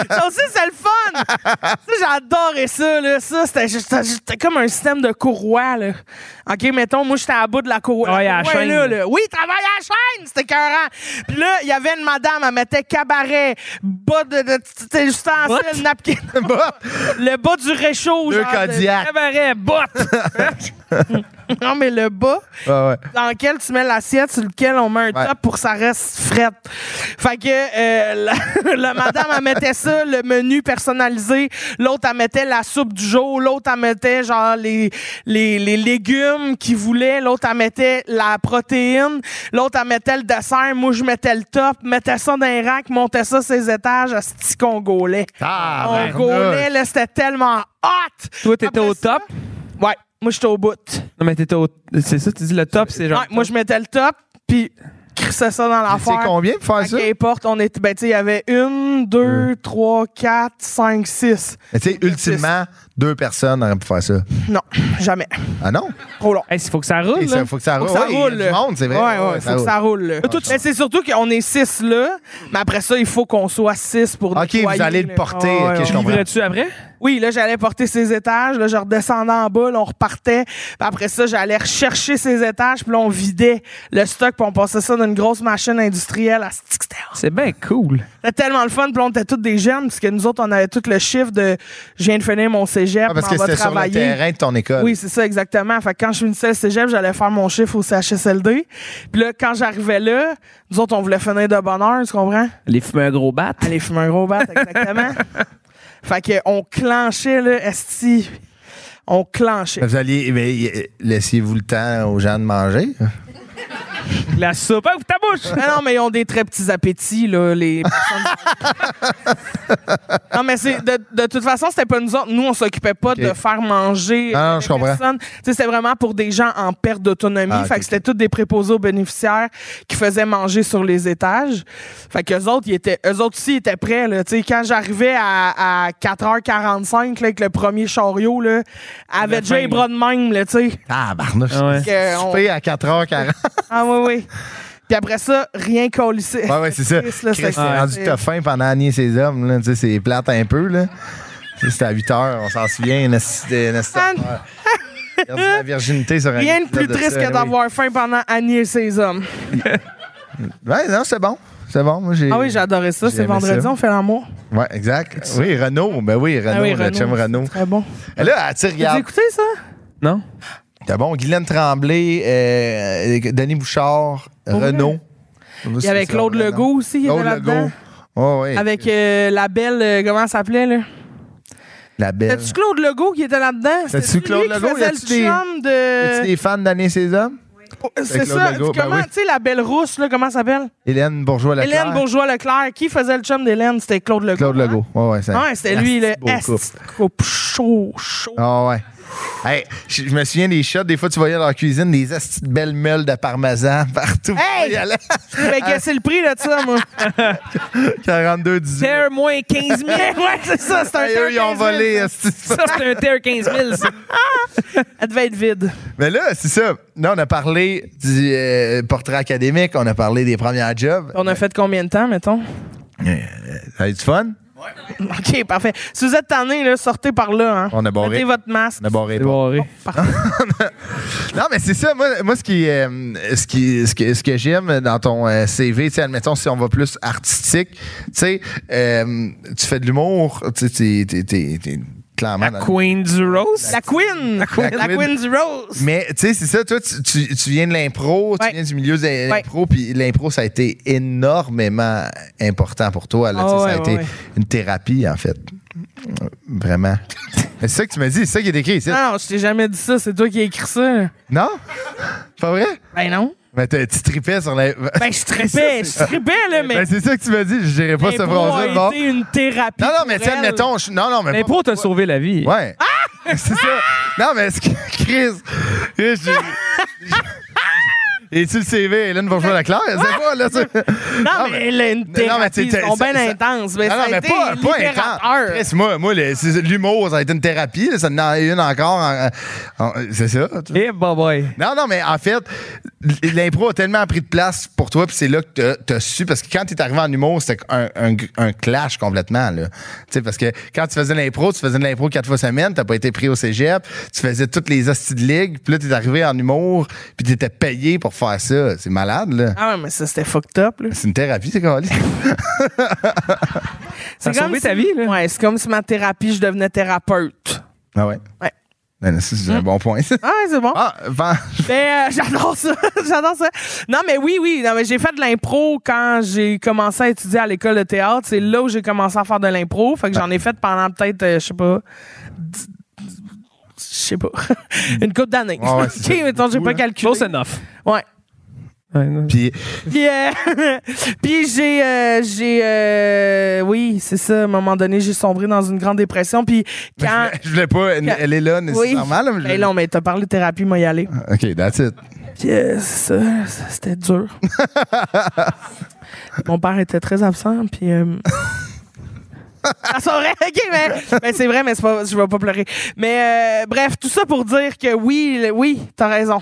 [SPEAKER 4] ça aussi, c'est le fun! ça, j'adorais ça, là. Ça, c'était juste- c'était juste- c'était comme un système de courroie, là. OK, mettons, moi, j'étais à bout de la courroie.
[SPEAKER 3] Travaille à la
[SPEAKER 4] courroie,
[SPEAKER 3] chaîne.
[SPEAKER 4] là, là. Oui, travaille à la chaîne! C'était écœurant. Puis là, il y avait une madame, elle mettait cabaret, bas de... de c'était juste en
[SPEAKER 3] *laughs*
[SPEAKER 4] seul, napkin. le bas du réchaud,
[SPEAKER 2] Deux
[SPEAKER 4] genre. de-
[SPEAKER 2] Kodiak.
[SPEAKER 3] Cabaret, botte! *laughs*
[SPEAKER 4] Non, mais le bas...
[SPEAKER 2] Ouais, ouais.
[SPEAKER 4] dans lequel tu mets l'assiette, sur lequel on met un
[SPEAKER 2] Ouais.
[SPEAKER 4] top pour que ça reste frette. Fait que euh, *laughs* la, la madame, elle mettait ça, le menu personnalisé. L'autre, elle mettait la soupe du jour. L'autre, elle mettait genre les, les, les légumes qu'il voulait. L'autre, elle mettait la protéine. L'autre, elle mettait le dessert. Moi, je mettais le top. Mettais ça dans un rack, montais ça ses étages. à ce qu'on gaulait.
[SPEAKER 2] Ah,
[SPEAKER 4] on
[SPEAKER 2] Bernard.
[SPEAKER 4] gaulait, là, c'était tellement hot!
[SPEAKER 3] Toi, t'étais
[SPEAKER 4] Après
[SPEAKER 3] au
[SPEAKER 4] ça-
[SPEAKER 3] top?
[SPEAKER 4] Ouais, moi, j'étais au bout.
[SPEAKER 3] Non, mais t'étais au. C'est ça, tu dis le top, c'est genre.
[SPEAKER 4] Ouais, moi, je mettais le top, puis crissais ça dans
[SPEAKER 2] Tu sais
[SPEAKER 4] l'affaire.
[SPEAKER 2] combien pour faire ça?
[SPEAKER 4] Qu'importe, on était. Ben, tu sais, il y avait une, deux, trois, quatre, cinq, six.
[SPEAKER 2] Mais tu sais, ultimement, deux personnes auraient pu faire ça.
[SPEAKER 4] Non, jamais.
[SPEAKER 2] Ah non?
[SPEAKER 4] Trop long.
[SPEAKER 3] Hey, il faut que ça roule,
[SPEAKER 2] Il
[SPEAKER 3] là.
[SPEAKER 2] faut que ça
[SPEAKER 4] Faut
[SPEAKER 2] roule.
[SPEAKER 4] que ça
[SPEAKER 2] Ouais, il y a
[SPEAKER 4] roule.
[SPEAKER 2] du monde, c'est vrai.
[SPEAKER 4] Ouais, ouais,
[SPEAKER 2] Ouais,
[SPEAKER 4] faut que ça roule. là. Mais c'est surtout qu'on est six là, mais après ça, il faut qu'on soit six pour
[SPEAKER 2] OK,
[SPEAKER 4] nettoyer,
[SPEAKER 2] vous allez
[SPEAKER 4] là.
[SPEAKER 2] le porter.
[SPEAKER 4] Ouais, ouais,
[SPEAKER 2] OK, je
[SPEAKER 4] ouais.
[SPEAKER 2] comprends.
[SPEAKER 3] Livrais-tu après?
[SPEAKER 4] Oui, là, j'allais porter ses étages, là, je redescendais en bas, là, on repartait. Puis après ça, j'allais rechercher ses étages, puis là, on vidait le stock, puis on passait ça dans une grosse machine industrielle à Stick
[SPEAKER 3] C'est bien cool.
[SPEAKER 4] C'était tellement le fun, puis on était tous des jeunes, parce que nous autres, on avait tout le chiffre de je viens de finir mon cégep,
[SPEAKER 2] Ah, parce
[SPEAKER 4] m'en
[SPEAKER 2] que
[SPEAKER 4] va
[SPEAKER 2] c'était sur le
[SPEAKER 4] travailler.
[SPEAKER 2] terrain de ton école.
[SPEAKER 4] Oui, c'est ça, exactement. Fait que quand je finissais le cégep, j'allais faire mon chiffre au CHSLD. Puis là, quand j'arrivais là, nous autres, on voulait finir de bonne heure, tu comprends?
[SPEAKER 3] Les fumer un gros bat.
[SPEAKER 4] Aller fumer un gros bat,
[SPEAKER 2] *laughs*
[SPEAKER 4] exactement. fait que on clenchait, là, esti. On clenchait.
[SPEAKER 2] Mais Vous alliez. mais, y- Laissez-vous le temps aux gens de manger.
[SPEAKER 3] La soupe. Ah, ouvre ta bouche!
[SPEAKER 4] Ah non, mais ils ont des très petits appétits, là, les personnes- non, mais c'est, de, de toute façon, c'était pas nous autres. Nous, on s'occupait pas de faire manger euh,
[SPEAKER 2] Ah non,
[SPEAKER 4] les
[SPEAKER 2] je comprends.
[SPEAKER 4] personnes. Tu sais, C'était vraiment pour des gens en perte d'autonomie.
[SPEAKER 2] Ah,
[SPEAKER 4] fait
[SPEAKER 2] ok,
[SPEAKER 4] que c'était tous des préposés aux bénéficiaires qui faisaient manger sur les étages. Fait qu'eux autres, ils étaient, eux autres aussi, ils étaient prêts, là. Tu sais, quand j'arrivais à, à 4h45, là, avec le premier chariot, là, avait déjà
[SPEAKER 3] faim,
[SPEAKER 4] les bras de même, là, tu sais.
[SPEAKER 2] Ah, barnouche.
[SPEAKER 3] Ah ouais.
[SPEAKER 4] Que on-
[SPEAKER 2] Souper à 4h40.
[SPEAKER 4] Ah oui, oui. Puis après ça, rien qu'au lycée.
[SPEAKER 2] Ouais, ouais, c'est ça. Chris,
[SPEAKER 4] là,
[SPEAKER 2] t'es
[SPEAKER 4] c'est-
[SPEAKER 2] rendu que t'as faim pendant Annie et ses hommes. Là. Tu sais, c'est plate un peu. là. Tu sais, C'était à 8 heures, on s'en souvient. une esti- une esti-
[SPEAKER 4] Ah.
[SPEAKER 2] affaire. Perdu la virginité sur un
[SPEAKER 4] Rien de
[SPEAKER 2] épisode
[SPEAKER 4] plus triste
[SPEAKER 2] ça,
[SPEAKER 4] que
[SPEAKER 2] oui.
[SPEAKER 4] d'avoir faim pendant Annie et ses hommes.
[SPEAKER 2] Ouais, non, c'est bon. C'est bon. Moi, j'ai...
[SPEAKER 4] Ah oui, j'adorais ça.
[SPEAKER 2] j'ai
[SPEAKER 4] C'est
[SPEAKER 2] aimé
[SPEAKER 4] vendredi,
[SPEAKER 2] ça.
[SPEAKER 4] on fait l'amour.
[SPEAKER 2] Ouais, exact. Oui, Renault. Ben oui, Renault.
[SPEAKER 4] Ah oui,
[SPEAKER 2] le chum Renault.
[SPEAKER 4] c'est Très bon.
[SPEAKER 2] Et Là, ah, tu
[SPEAKER 4] T'as
[SPEAKER 2] regardes.
[SPEAKER 4] écouté ça?
[SPEAKER 3] Non?
[SPEAKER 2] T'as bon, Guylaine Tremblay, euh, Denis Bouchard, Renault.
[SPEAKER 4] Il y avait Claude Legault aussi. Il était
[SPEAKER 2] Claude Legault.
[SPEAKER 4] là-dedans.
[SPEAKER 2] Oh, oui.
[SPEAKER 4] Avec euh, la belle, euh, comment elle s'appelait, là?
[SPEAKER 2] la belle.
[SPEAKER 4] T'as-tu Claude Legault qui était là-dedans?
[SPEAKER 2] T'as-tu
[SPEAKER 4] C'était-tu
[SPEAKER 2] Claude
[SPEAKER 4] lui qui
[SPEAKER 2] Legault?
[SPEAKER 4] faisait
[SPEAKER 2] Y a-tu des-
[SPEAKER 4] le chum
[SPEAKER 2] Es-tu
[SPEAKER 4] de...
[SPEAKER 2] des fans d'Annie et ses hommes?
[SPEAKER 4] C'est
[SPEAKER 2] Claude
[SPEAKER 4] ça.
[SPEAKER 2] Legault, ben
[SPEAKER 4] comment,
[SPEAKER 2] oui.
[SPEAKER 4] tu sais, la belle rousse, là, comment elle s'appelle?
[SPEAKER 2] Hélène Bourgeois-Leclerc.
[SPEAKER 4] Hélène Bourgeois-Leclerc. Qui faisait le chum d'Hélène? C'était Claude Legault. hein?
[SPEAKER 2] Claude Legault. Ouais, ouais, c'est-
[SPEAKER 4] Ouais, c'était lui,
[SPEAKER 2] Asti,
[SPEAKER 4] le
[SPEAKER 2] beau couple.
[SPEAKER 4] S. Coupe chaud, chaud.
[SPEAKER 2] Ah ouais. Hey, je, je me souviens des shots, des fois tu voyais dans leur cuisine des astuces belles meules de parmesan *laughs* partout.
[SPEAKER 4] Hey!
[SPEAKER 2] Il y allait- *laughs*
[SPEAKER 4] Ben, que c'est le prix de ça, moi.
[SPEAKER 2] 42 18.
[SPEAKER 3] Terre moins 15 000.
[SPEAKER 4] *laughs* ouais, c'est ça, c'est un
[SPEAKER 2] Hey, eux, ils ont
[SPEAKER 4] 15 000.
[SPEAKER 2] volé. asti.
[SPEAKER 3] Ça, c'est un Terre 15 000. ça.
[SPEAKER 4] *laughs* Elle devait être vide.
[SPEAKER 2] Mais là, c'est ça. Là, on a parlé du euh, portrait académique, on a parlé des premières jobs.
[SPEAKER 4] On a fait combien de temps, mettons? *laughs*
[SPEAKER 2] Ça a eu du fun?
[SPEAKER 4] OK, parfait. Si vous êtes tanné, là, sortez par là. Hein.
[SPEAKER 2] On a barré.
[SPEAKER 4] Mettez votre masque.
[SPEAKER 2] On a barré.
[SPEAKER 3] C'est barré.
[SPEAKER 2] Non, mais c'est ça. Moi, moi ce, qui, euh, ce, qui, ce que, ce que j'aime dans ton euh, CV, tu sais, admettons, si on va plus artistique, tu sais, euh, tu fais de l'humour, tu sais, t'es- t'es- t'es- t'es clairement. dans-
[SPEAKER 3] Queen du Rose.
[SPEAKER 4] La Queen. La Queen.
[SPEAKER 2] Hein? La Queen.
[SPEAKER 4] du Rose.
[SPEAKER 2] Mais tu sais, c'est ça, toi, tu, tu- tu viens de l'impro, tu
[SPEAKER 4] Ouais.
[SPEAKER 2] viens du milieu de l'impro, puis l'impro, ça a été énormément important pour toi. là, tu sais,
[SPEAKER 4] Ah
[SPEAKER 2] ça
[SPEAKER 4] ouais,
[SPEAKER 2] a
[SPEAKER 4] ouais,
[SPEAKER 2] été
[SPEAKER 4] ouais.
[SPEAKER 2] une thérapie, en fait.
[SPEAKER 4] *laughs*
[SPEAKER 2] Vraiment. Mais c'est ça que tu me dis, c'est ça qui est écrit ici.
[SPEAKER 4] Ah, Non, non, je t'ai jamais dit ça. C'est toi qui as écrit ça.
[SPEAKER 2] Non? Pas vrai?
[SPEAKER 4] Ben non.
[SPEAKER 2] Mais t'as- tu tripais sur la.
[SPEAKER 4] Ben, je tripais. Je tripais, là, mais...
[SPEAKER 2] Ben, c'est ça que tu m'as dit, je dirais pas ce
[SPEAKER 4] l'impro a
[SPEAKER 2] phrase-là. bon.
[SPEAKER 4] été une thérapie.
[SPEAKER 2] Non, non, mais
[SPEAKER 4] pour
[SPEAKER 2] tiens,
[SPEAKER 4] elle.
[SPEAKER 2] admettons, je- non, non, mais. pas-
[SPEAKER 3] L'impro t'a sauvé la vie.
[SPEAKER 2] Ouais. *laughs* C'est ça. Non, mais est-ce que. Chris. Chris, j'ai- Et tu le CV, Hélène Bourgeois-Leclerc? C'est pas, là, ça. mais-
[SPEAKER 4] Non, mais elle a une
[SPEAKER 2] Non, non, mais
[SPEAKER 4] thérapie.
[SPEAKER 2] t'es-
[SPEAKER 4] Ils sont
[SPEAKER 2] t'es-
[SPEAKER 4] bien
[SPEAKER 2] ça-
[SPEAKER 4] intenses. Mais
[SPEAKER 2] Non, non,
[SPEAKER 4] ça a
[SPEAKER 2] mais
[SPEAKER 4] été
[SPEAKER 2] pas, pas
[SPEAKER 4] libérateur.
[SPEAKER 2] intense. Chris, moi, moi le- c'est- l'humour, ça a été une thérapie. là, ça en a une encore. en- en- c'est ça. tu-
[SPEAKER 3] Et bye bye.
[SPEAKER 2] Non, non, mais en fait, l'impro a tellement pris de place pour toi, puis c'est là que t'as as su. Parce que quand t'es arrivé en humour, c'était un, un- un clash complètement. Là. Tu sais, parce que quand tu faisais de l'impro, tu faisais de l'impro quatre fois semaine, t'as pas été pris au cégep, tu faisais toutes les hosties de ligue, puis là, t'es arrivé en humour, puis t'étais payé pour faire ça. C'est malade, là.
[SPEAKER 4] Ah ouais, mais ça, c'était fucked up, là.
[SPEAKER 2] C'est une thérapie, c'est quoi?
[SPEAKER 3] Ça a
[SPEAKER 4] comme
[SPEAKER 3] sauvé
[SPEAKER 4] si-
[SPEAKER 3] ta vie, là.
[SPEAKER 4] Ouais, c'est comme si ma thérapie, je devenais thérapeute.
[SPEAKER 2] Ah ouais?
[SPEAKER 4] Ouais.
[SPEAKER 2] Ben, ça, c'est un bon point. ça.
[SPEAKER 4] Ah, ouais, c'est bon.
[SPEAKER 2] Ah, ben,
[SPEAKER 4] Ben, euh, *laughs* j'adore ça. j'adore ça. Non, mais oui, oui. Non, mais j'ai fait de l'impro quand j'ai commencé à étudier à l'école de théâtre. C'est là où j'ai commencé à faire de l'impro. Fait que j'en ai fait pendant peut-être, euh, je sais pas. dix- dix- Je sais pas. *laughs* Une couple d'années.
[SPEAKER 2] Ouais, ouais,
[SPEAKER 4] *laughs* ok,
[SPEAKER 2] c'est hein. ça.
[SPEAKER 4] mettons, j'ai
[SPEAKER 2] Beaucoup,
[SPEAKER 4] pas
[SPEAKER 2] là.
[SPEAKER 4] calculé.
[SPEAKER 3] Close enough.
[SPEAKER 4] Ouais.
[SPEAKER 3] Ouais, non.
[SPEAKER 2] puis
[SPEAKER 4] Puis, euh, *laughs* puis j'ai, euh, j'ai, euh, oui, c'est ça. À un moment donné, j'ai sombré dans une grande dépression.
[SPEAKER 2] *laughs*
[SPEAKER 4] Puis quand,
[SPEAKER 2] je voulais pas, elle, elle est là nécessairement. là, mais je-
[SPEAKER 4] ben non, mais t'as parlé de thérapie, moi y aller.
[SPEAKER 2] OK, that's it.
[SPEAKER 4] Puis euh, c'est ça, ça, c'était dur. Mon père était très absent, puis. euh, Ah, c'est vrai, ok, mais, mais c'est vrai, mais c'est pas, je vais pas pleurer. Mais euh, bref, tout ça pour dire que oui, le- oui, t'as raison.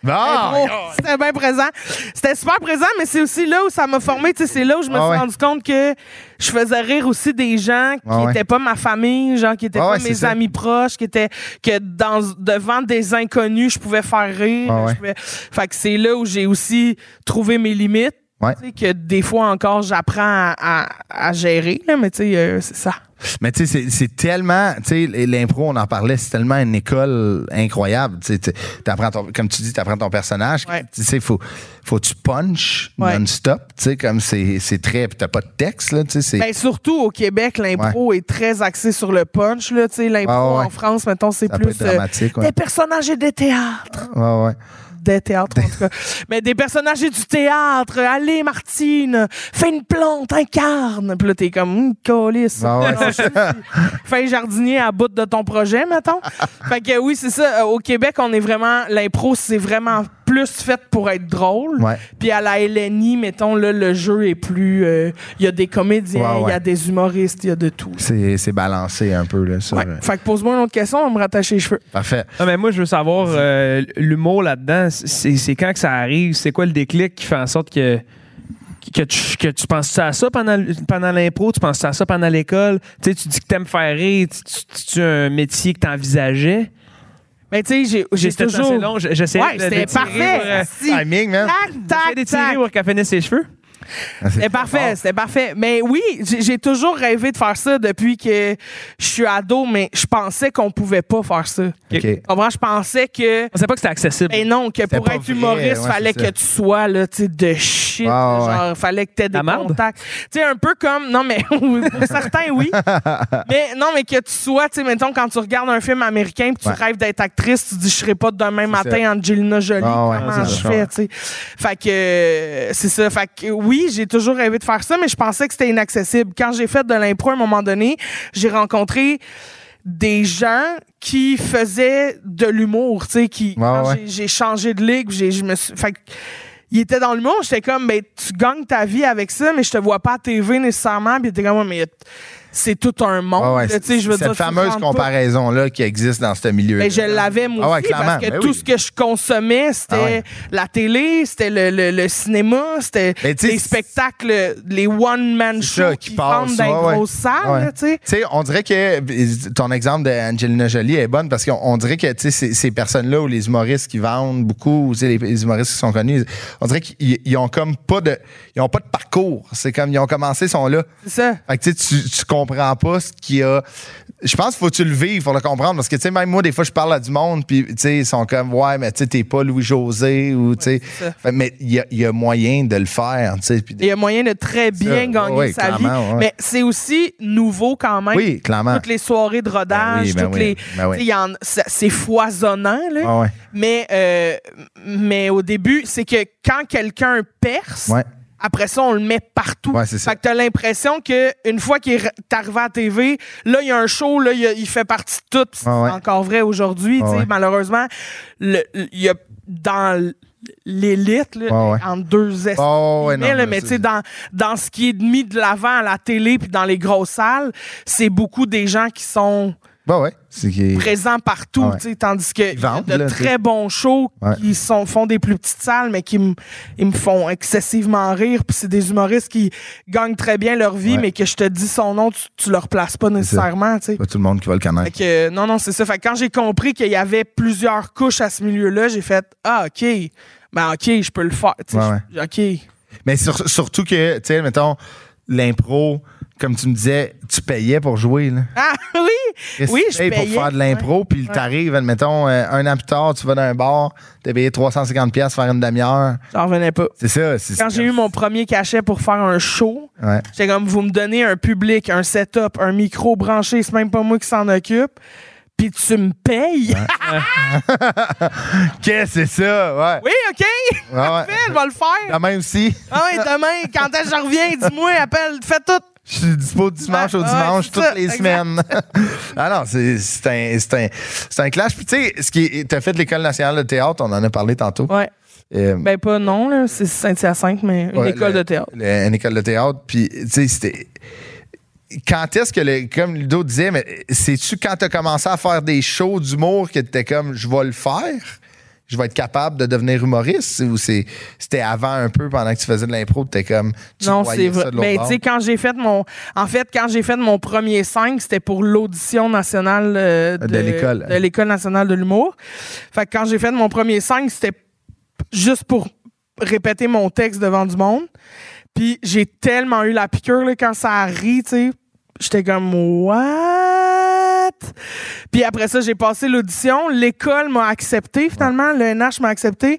[SPEAKER 2] Bon!
[SPEAKER 4] Oh, C'était bien présent. C'était super présent, mais c'est aussi là où ça m'a formé. Tu sais, c'est là où je me
[SPEAKER 2] Ah
[SPEAKER 4] suis
[SPEAKER 2] ouais.
[SPEAKER 4] rendu compte que je faisais rire aussi des gens qui
[SPEAKER 2] Ah ouais.
[SPEAKER 4] n'étaient pas ma famille, genre qui n'étaient
[SPEAKER 2] Ah
[SPEAKER 4] pas
[SPEAKER 2] ouais, c'est
[SPEAKER 4] mes
[SPEAKER 2] ça.
[SPEAKER 4] amis proches, qui étaient que dans devant des inconnus, je pouvais faire rire.
[SPEAKER 2] Ah ouais.
[SPEAKER 4] je pouvais- Fait que c'est là où j'ai aussi trouvé mes limites.
[SPEAKER 2] Ouais.
[SPEAKER 4] Tu sais, Que des fois encore, j'apprends à, à- à gérer, là, mais tu sais, euh, c'est ça.
[SPEAKER 2] Mais tu sais, c'est- c'est tellement, tu sais, l'impro, on en parlait, c'est tellement une école incroyable. Tu sais, tu- t'apprends ton- comme tu dis, tu apprends ton personnage.
[SPEAKER 4] Ouais.
[SPEAKER 2] Tu sais, faut, faut que tu punches
[SPEAKER 4] Ouais.
[SPEAKER 2] non-stop, tu sais, comme c'est c'est très, puis t'as pas de texte, là, tu sais, c'est-
[SPEAKER 4] Ben, surtout au Québec, l'impro est très axé sur le punch. là, tu sais, L'impro
[SPEAKER 2] Ah, Ouais, ouais, ouais.
[SPEAKER 4] en France, mettons, c'est
[SPEAKER 2] ça peut
[SPEAKER 4] plus
[SPEAKER 2] être
[SPEAKER 4] euh,
[SPEAKER 2] dramatique. Ouais.
[SPEAKER 4] des personnages et des théâtres.
[SPEAKER 2] Ah, Ouais, ouais.
[SPEAKER 4] Des théâtres, en
[SPEAKER 2] *laughs*
[SPEAKER 4] tout cas. Mais des personnages et du théâtre. Allez, Martine, fais une plante, incarne. Puis là, t'es comme, hum, calisse.
[SPEAKER 2] Ah ouais,
[SPEAKER 4] Non, je suis- fais un jardinier à bout de ton projet,
[SPEAKER 2] *laughs*
[SPEAKER 4] mettons. fait que oui, c'est ça. Euh, Au Québec, on est vraiment, l'impro, c'est vraiment plus fait pour être drôle.
[SPEAKER 2] Ouais.
[SPEAKER 4] Puis à la LNI, mettons, là, le jeu est plus. euh, Il y a des comédiens, il
[SPEAKER 2] Ouais, ouais.
[SPEAKER 4] y a des humoristes, il y a de tout.
[SPEAKER 2] C'est c'est balancé un peu, là, ça.
[SPEAKER 4] Ouais.
[SPEAKER 2] euh,
[SPEAKER 4] Fait que pose-moi une autre question, on va me rattacher les cheveux.
[SPEAKER 2] Parfait.
[SPEAKER 3] Non, mais moi, je veux savoir, euh, l'humour là-dedans, c'est c'est quand que ça arrive? C'est quoi le déclic qui fait en sorte que, que, tu, que tu penses à ça pendant, l- pendant l'impro? Tu penses à ça pendant l'école? Tu sais, tu dis que t'aimes faire rire. Tu- tu- tu- Tu un métier que t'envisageais?
[SPEAKER 4] Mais tu sais, j'ai- j'ai
[SPEAKER 3] C'était
[SPEAKER 4] toujours.
[SPEAKER 3] assez long. j- J'essayais
[SPEAKER 4] Ouais,
[SPEAKER 3] de-
[SPEAKER 4] c'était
[SPEAKER 3] d'étirer,
[SPEAKER 4] parfait. Ah,
[SPEAKER 2] Ah,
[SPEAKER 3] euh,
[SPEAKER 4] Si.
[SPEAKER 2] Timing, man.
[SPEAKER 4] Tac,
[SPEAKER 3] J'essayais
[SPEAKER 4] tac, tac.
[SPEAKER 3] d'étirer où elle finit ses cheveux.
[SPEAKER 4] C'était parfait, c'était parfait. Mais oui, j'ai j'ai toujours rêvé de faire ça depuis que je suis ado, mais je pensais qu'on pouvait pas faire ça.
[SPEAKER 2] *laughs* OK.
[SPEAKER 4] Comprends? Je pensais que.
[SPEAKER 3] On sait pas que c'était accessible.
[SPEAKER 4] Ben non, que pour
[SPEAKER 2] pas
[SPEAKER 4] être
[SPEAKER 2] vrai,
[SPEAKER 4] humoriste,
[SPEAKER 2] ouais,
[SPEAKER 4] fallait
[SPEAKER 2] c'est ça.
[SPEAKER 4] que tu sois là, tu sais, de shit.
[SPEAKER 2] Ouais, ouais,
[SPEAKER 4] genre, fallait que tu aies des
[SPEAKER 3] La marde?
[SPEAKER 4] contacts. Tu sais, un peu comme. Non, mais *laughs* pour certains,
[SPEAKER 2] *laughs*
[SPEAKER 4] oui. mais non, mais que tu sois, tu sais, mettons, quand tu regardes un film américain puis tu
[SPEAKER 2] Ouais.
[SPEAKER 4] rêves d'être actrice, tu dis, je serai pas demain matin Angelina Jolie.
[SPEAKER 2] Ah, ouais,
[SPEAKER 4] comment
[SPEAKER 2] c'est
[SPEAKER 4] je
[SPEAKER 2] ça.
[SPEAKER 4] fais, tu sais? Fait que. euh, C'est ça. Fait que oui, j'ai toujours rêvé de faire ça, mais je pensais que c'était inaccessible. Quand j'ai fait de l'impro à un moment donné, j'ai rencontré des gens qui faisaient de l'humour, tu sais, qui
[SPEAKER 2] Ouais,
[SPEAKER 4] quand
[SPEAKER 2] ouais.
[SPEAKER 4] j'ai- j'ai changé de ligue, j'ai je me suis fait que- il était dans l'humour, j'étais comme ben tu gagnes ta vie avec ça, mais je te vois pas à TV nécessairement, puis il était comme Ouais, mais c'est tout un monde,
[SPEAKER 2] Ah ouais,
[SPEAKER 4] là, tu sais, je veux dire
[SPEAKER 2] cette
[SPEAKER 4] tu
[SPEAKER 2] fameuse
[SPEAKER 4] rentres pas-
[SPEAKER 2] comparaison-là qui existe dans ce milieu.
[SPEAKER 4] ben, je l'avais moi
[SPEAKER 2] Ah ouais,
[SPEAKER 4] aussi parce
[SPEAKER 2] clairement,
[SPEAKER 4] que
[SPEAKER 2] ben
[SPEAKER 4] tout
[SPEAKER 2] oui.
[SPEAKER 4] ce que je consommais, c'était
[SPEAKER 2] Ah ouais.
[SPEAKER 4] la télé, c'était le, le- le cinéma, c'était
[SPEAKER 2] Ben, tu sais,
[SPEAKER 4] les spectacles, les one-man
[SPEAKER 2] C'est ça
[SPEAKER 4] shows
[SPEAKER 2] qui
[SPEAKER 4] qui
[SPEAKER 2] passe,
[SPEAKER 4] rentrent dans les
[SPEAKER 2] ouais, ouais.
[SPEAKER 4] grosses salles,
[SPEAKER 2] Ouais.
[SPEAKER 4] là, tu sais.
[SPEAKER 2] Tu sais, on dirait que euh, ton exemple d'Angelina Jolie est bonne parce qu'on on dirait que tu sais, ces, ces personnes-là ou les humoristes qui vendent beaucoup, ou, tu sais, les, les humoristes qui sont connus, on dirait qu'ils ils ont comme pas de, ils ont pas de parcours. C'est comme ils ont commencé, ils sont là.
[SPEAKER 4] C'est ça.
[SPEAKER 2] Fait que tu, sais, tu tu comprends pas ce qu'il y a. Je pense qu'il faut que tu le vives pour le comprendre. Parce que, tu sais, même moi, des fois, je parle à du monde, puis, tu sais, ils sont comme, ouais, mais tu sais, t'es pas Louis-José, ou, tu sais.
[SPEAKER 4] c'est ça.
[SPEAKER 2] Fait- Mais il y a, il y a moyen de le faire, tu sais. puis
[SPEAKER 4] Il y a moyen de très bien
[SPEAKER 2] ouais,
[SPEAKER 4] gagner
[SPEAKER 2] ouais,
[SPEAKER 4] sa vie.
[SPEAKER 2] clairement, ouais.
[SPEAKER 4] Mais c'est aussi nouveau quand même.
[SPEAKER 2] Oui, clairement.
[SPEAKER 4] Toutes les soirées de rodage,
[SPEAKER 2] Ben oui, ben
[SPEAKER 4] toutes
[SPEAKER 2] oui,
[SPEAKER 4] les.
[SPEAKER 2] ben oui.
[SPEAKER 4] tu sais, il y en- ça- c'est foisonnant, là.
[SPEAKER 2] Ah ouais.
[SPEAKER 4] Mais, euh, mais au début, c'est que quand quelqu'un perce,
[SPEAKER 2] Ouais.
[SPEAKER 4] après ça, on le met partout.
[SPEAKER 2] Ouais, c'est ça.
[SPEAKER 4] Fait que t'as l'impression que une fois qu'il est arrivé à la TV, là, il y a un show, là, il, y a- il fait partie de tout. Puis C'est
[SPEAKER 2] Ah ouais.
[SPEAKER 4] encore vrai aujourd'hui.
[SPEAKER 2] Ah
[SPEAKER 4] tu sais,
[SPEAKER 2] ouais.
[SPEAKER 4] Malheureusement, le- le- il y a dans l'élite, là,
[SPEAKER 2] Ah ouais.
[SPEAKER 4] entre deux espèces
[SPEAKER 2] Oh, ouais, non,
[SPEAKER 4] mais, là,
[SPEAKER 2] mais
[SPEAKER 4] mais
[SPEAKER 2] ça,
[SPEAKER 4] tu sais, dans, dans ce qui est mis de l'avant à la télé puis dans les grosses salles, c'est beaucoup des gens qui sont
[SPEAKER 2] Bah ouais. C'est qu'il-
[SPEAKER 4] présents partout,
[SPEAKER 2] Ah ouais.
[SPEAKER 4] tu sais, tandis que il y a
[SPEAKER 2] vendent,
[SPEAKER 4] de
[SPEAKER 2] là, tu sais.
[SPEAKER 4] très bons shows
[SPEAKER 2] Ouais.
[SPEAKER 4] qui sont, font des plus petites salles, mais qui m- ils me font excessivement rire. Puis c'est des humoristes qui gagnent très bien leur vie,
[SPEAKER 2] Ouais.
[SPEAKER 4] mais que je te dis son nom, tu, tu le replaces pas nécessairement, tu sais.
[SPEAKER 2] Pas tout le monde qui va le
[SPEAKER 4] Fait
[SPEAKER 2] connaître.
[SPEAKER 4] que, euh, non, non, c'est ça. Fait que quand j'ai compris qu'il y avait plusieurs couches à ce milieu-là, j'ai fait Ah, OK, ben OK, je peux le faire. Tu sais,
[SPEAKER 2] Ouais,
[SPEAKER 4] je- OK.
[SPEAKER 2] Mais sur- surtout que, tu sais, mettons, l'impro, comme tu me disais, tu payais pour jouer, là.
[SPEAKER 4] Ah *laughs* oui, oui,
[SPEAKER 2] Tu
[SPEAKER 4] je
[SPEAKER 2] payes
[SPEAKER 4] payais.
[SPEAKER 2] pour faire de l'impro, puis t'arrives, admettons, euh, un an plus tard, tu vas dans un bar, t'es payé 350$ piastres faire une demi-heure.
[SPEAKER 4] J'en revenais pas.
[SPEAKER 2] C'est ça. c'est-
[SPEAKER 4] Quand j'ai eu mon premier cachet pour faire un show,
[SPEAKER 2] Ouais.
[SPEAKER 4] j'étais comme, vous me donnez un public, un setup, un micro branché, c'est même pas moi qui s'en occupe, puis tu me payes.
[SPEAKER 2] Qu'est-ce que c'est ça? Ouais.
[SPEAKER 4] Oui, OK, *laughs*
[SPEAKER 2] Ouais, ouais.
[SPEAKER 4] elle va le faire.
[SPEAKER 2] Quand même si
[SPEAKER 4] Ah oui, demain, quand est-ce que je reviens, dis-moi, appelle, fais tout.
[SPEAKER 2] je suis dispo du dimanche au
[SPEAKER 4] Ouais, ouais,
[SPEAKER 2] dimanche
[SPEAKER 4] Bah, ah, c'est
[SPEAKER 2] toutes
[SPEAKER 4] ça,
[SPEAKER 2] les
[SPEAKER 4] exact.
[SPEAKER 2] semaines. *laughs* ah non, c'est c'est un, c'est un, c'est un clash. Puis tu sais, ce qui est- t'as fait l'école nationale de théâtre, on en a parlé tantôt.
[SPEAKER 4] Ouais,
[SPEAKER 2] Euh,
[SPEAKER 4] ben pas non, là, c'est Saint-Hyacinthe, mais une
[SPEAKER 2] Ouais,
[SPEAKER 4] école
[SPEAKER 2] le-
[SPEAKER 4] de théâtre.
[SPEAKER 2] le- une école de théâtre. Puis, tu sais, c'était. Quand est-ce que, le, comme Ludo disait, mais c'est-tu quand t'as commencé à faire des shows d'humour que t'étais comme, je vais le faire? Je vais être capable de devenir humoriste? Ou c'est- c'était avant un peu, pendant que tu faisais de l'impro, t'étais comme, tu
[SPEAKER 4] Non,
[SPEAKER 2] voyais
[SPEAKER 4] c'est vrai.
[SPEAKER 2] ça de l'autre
[SPEAKER 4] Mais tu
[SPEAKER 2] bord?
[SPEAKER 4] sais, quand j'ai fait mon. En fait, quand j'ai fait mon premier 5, c'était pour l'audition nationale euh, de,
[SPEAKER 2] De l'école.
[SPEAKER 4] de l'école nationale de l'humour. Fait que quand j'ai fait mon premier 5, c'était juste pour répéter mon texte devant du monde. Puis j'ai tellement eu la piqûre là, quand ça rit, tu sais. J'étais comme what? Puis après ça, j'ai passé l'audition, l'école m'a accepté finalement, le NH m'a accepté.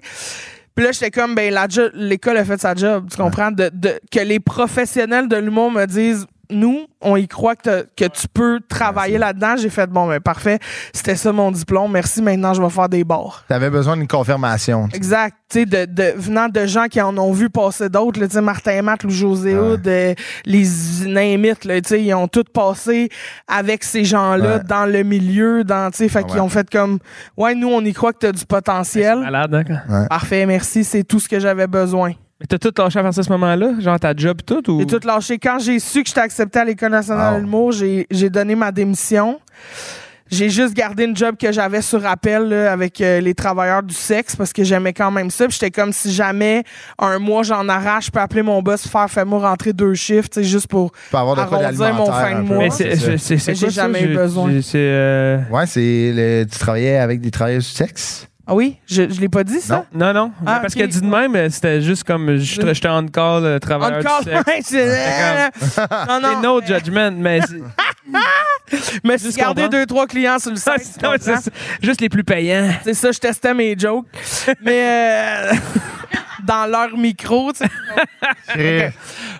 [SPEAKER 4] Puis là, j'étais comme ben la jo- l'école a fait sa job, tu comprends de, de- que les professionnels de l'humour me disent nous, on y croit que, t'as- que tu peux travailler là-dedans. J'ai fait bon ben parfait, c'était ça mon diplôme. Merci, maintenant je vais faire des bars.
[SPEAKER 2] T'avais besoin d'une confirmation. tu sais.
[SPEAKER 4] Exact. Tu sais, de, de- venant de gens qui en ont vu passer d'autres, là, tu sais, Martin Matt, Lou José Hood, euh, les Namites, là, tu sais, ils ont tous passé avec ces gens-là
[SPEAKER 2] Ouais. Ah
[SPEAKER 4] dans le milieu, dans, tu sais, fait qu'ils
[SPEAKER 2] ouais.
[SPEAKER 4] ont fait comme, ouais, nous, on y croit que t'as du potentiel.
[SPEAKER 3] Malade, hein? quand-
[SPEAKER 4] Parfait, merci, c'est tout ce que j'avais besoin.
[SPEAKER 3] Mais t'as tout lâché à partir de ce moment-là? Genre ta job tout ou.
[SPEAKER 4] J'ai tout lâché. Quand j'ai su que j'étais accepté à l'École nationale
[SPEAKER 2] Wow.
[SPEAKER 4] de l'humour, j'ai j'ai donné ma démission. J'ai juste gardé une job que j'avais sur appel là, avec euh, les travailleurs du sexe parce que j'aimais quand même ça. Puis j'étais comme si jamais un mois j'en arrache, je peux appeler mon boss, faire fais-moi rentrer deux chiffres, tu sais, juste pour.
[SPEAKER 2] Tu peux avoir de quoi
[SPEAKER 4] Arrondir mon fin de
[SPEAKER 2] d'alimentaire. un peu.
[SPEAKER 4] mois.
[SPEAKER 3] Mais c'est
[SPEAKER 2] ça.
[SPEAKER 3] c'est- c'est- c'est
[SPEAKER 4] Mais j'ai
[SPEAKER 3] quoi ça?
[SPEAKER 4] jamais eu
[SPEAKER 3] J'ai-
[SPEAKER 4] besoin.
[SPEAKER 3] j'ai- C'est. euh,
[SPEAKER 2] Ouais, c'est. le- Tu travaillais avec des travailleurs du sexe?
[SPEAKER 4] Ah oui? Je, je l'ai pas dit, ça?
[SPEAKER 3] Non, non.
[SPEAKER 4] Ah,
[SPEAKER 3] parce
[SPEAKER 4] ok.
[SPEAKER 3] qu'elle dit de même, euh, c'était juste comme je te j'étais on call, euh,
[SPEAKER 4] On
[SPEAKER 3] travailleur
[SPEAKER 4] call,
[SPEAKER 3] du sexe.
[SPEAKER 4] ouais, c'est- *laughs*
[SPEAKER 3] C'est
[SPEAKER 4] non, non.
[SPEAKER 3] no judgment, mais
[SPEAKER 4] *laughs*
[SPEAKER 3] c'est-
[SPEAKER 4] Mais je me suis gardé
[SPEAKER 3] comprendre.
[SPEAKER 4] deux, trois clients sur le
[SPEAKER 3] Non,
[SPEAKER 4] site.
[SPEAKER 3] c'est- *laughs* non, c'est ça. juste les plus payants.
[SPEAKER 4] C'est ça, je testais mes jokes. Mais euh, *laughs* dans leur micro, tu sais.
[SPEAKER 2] Chris.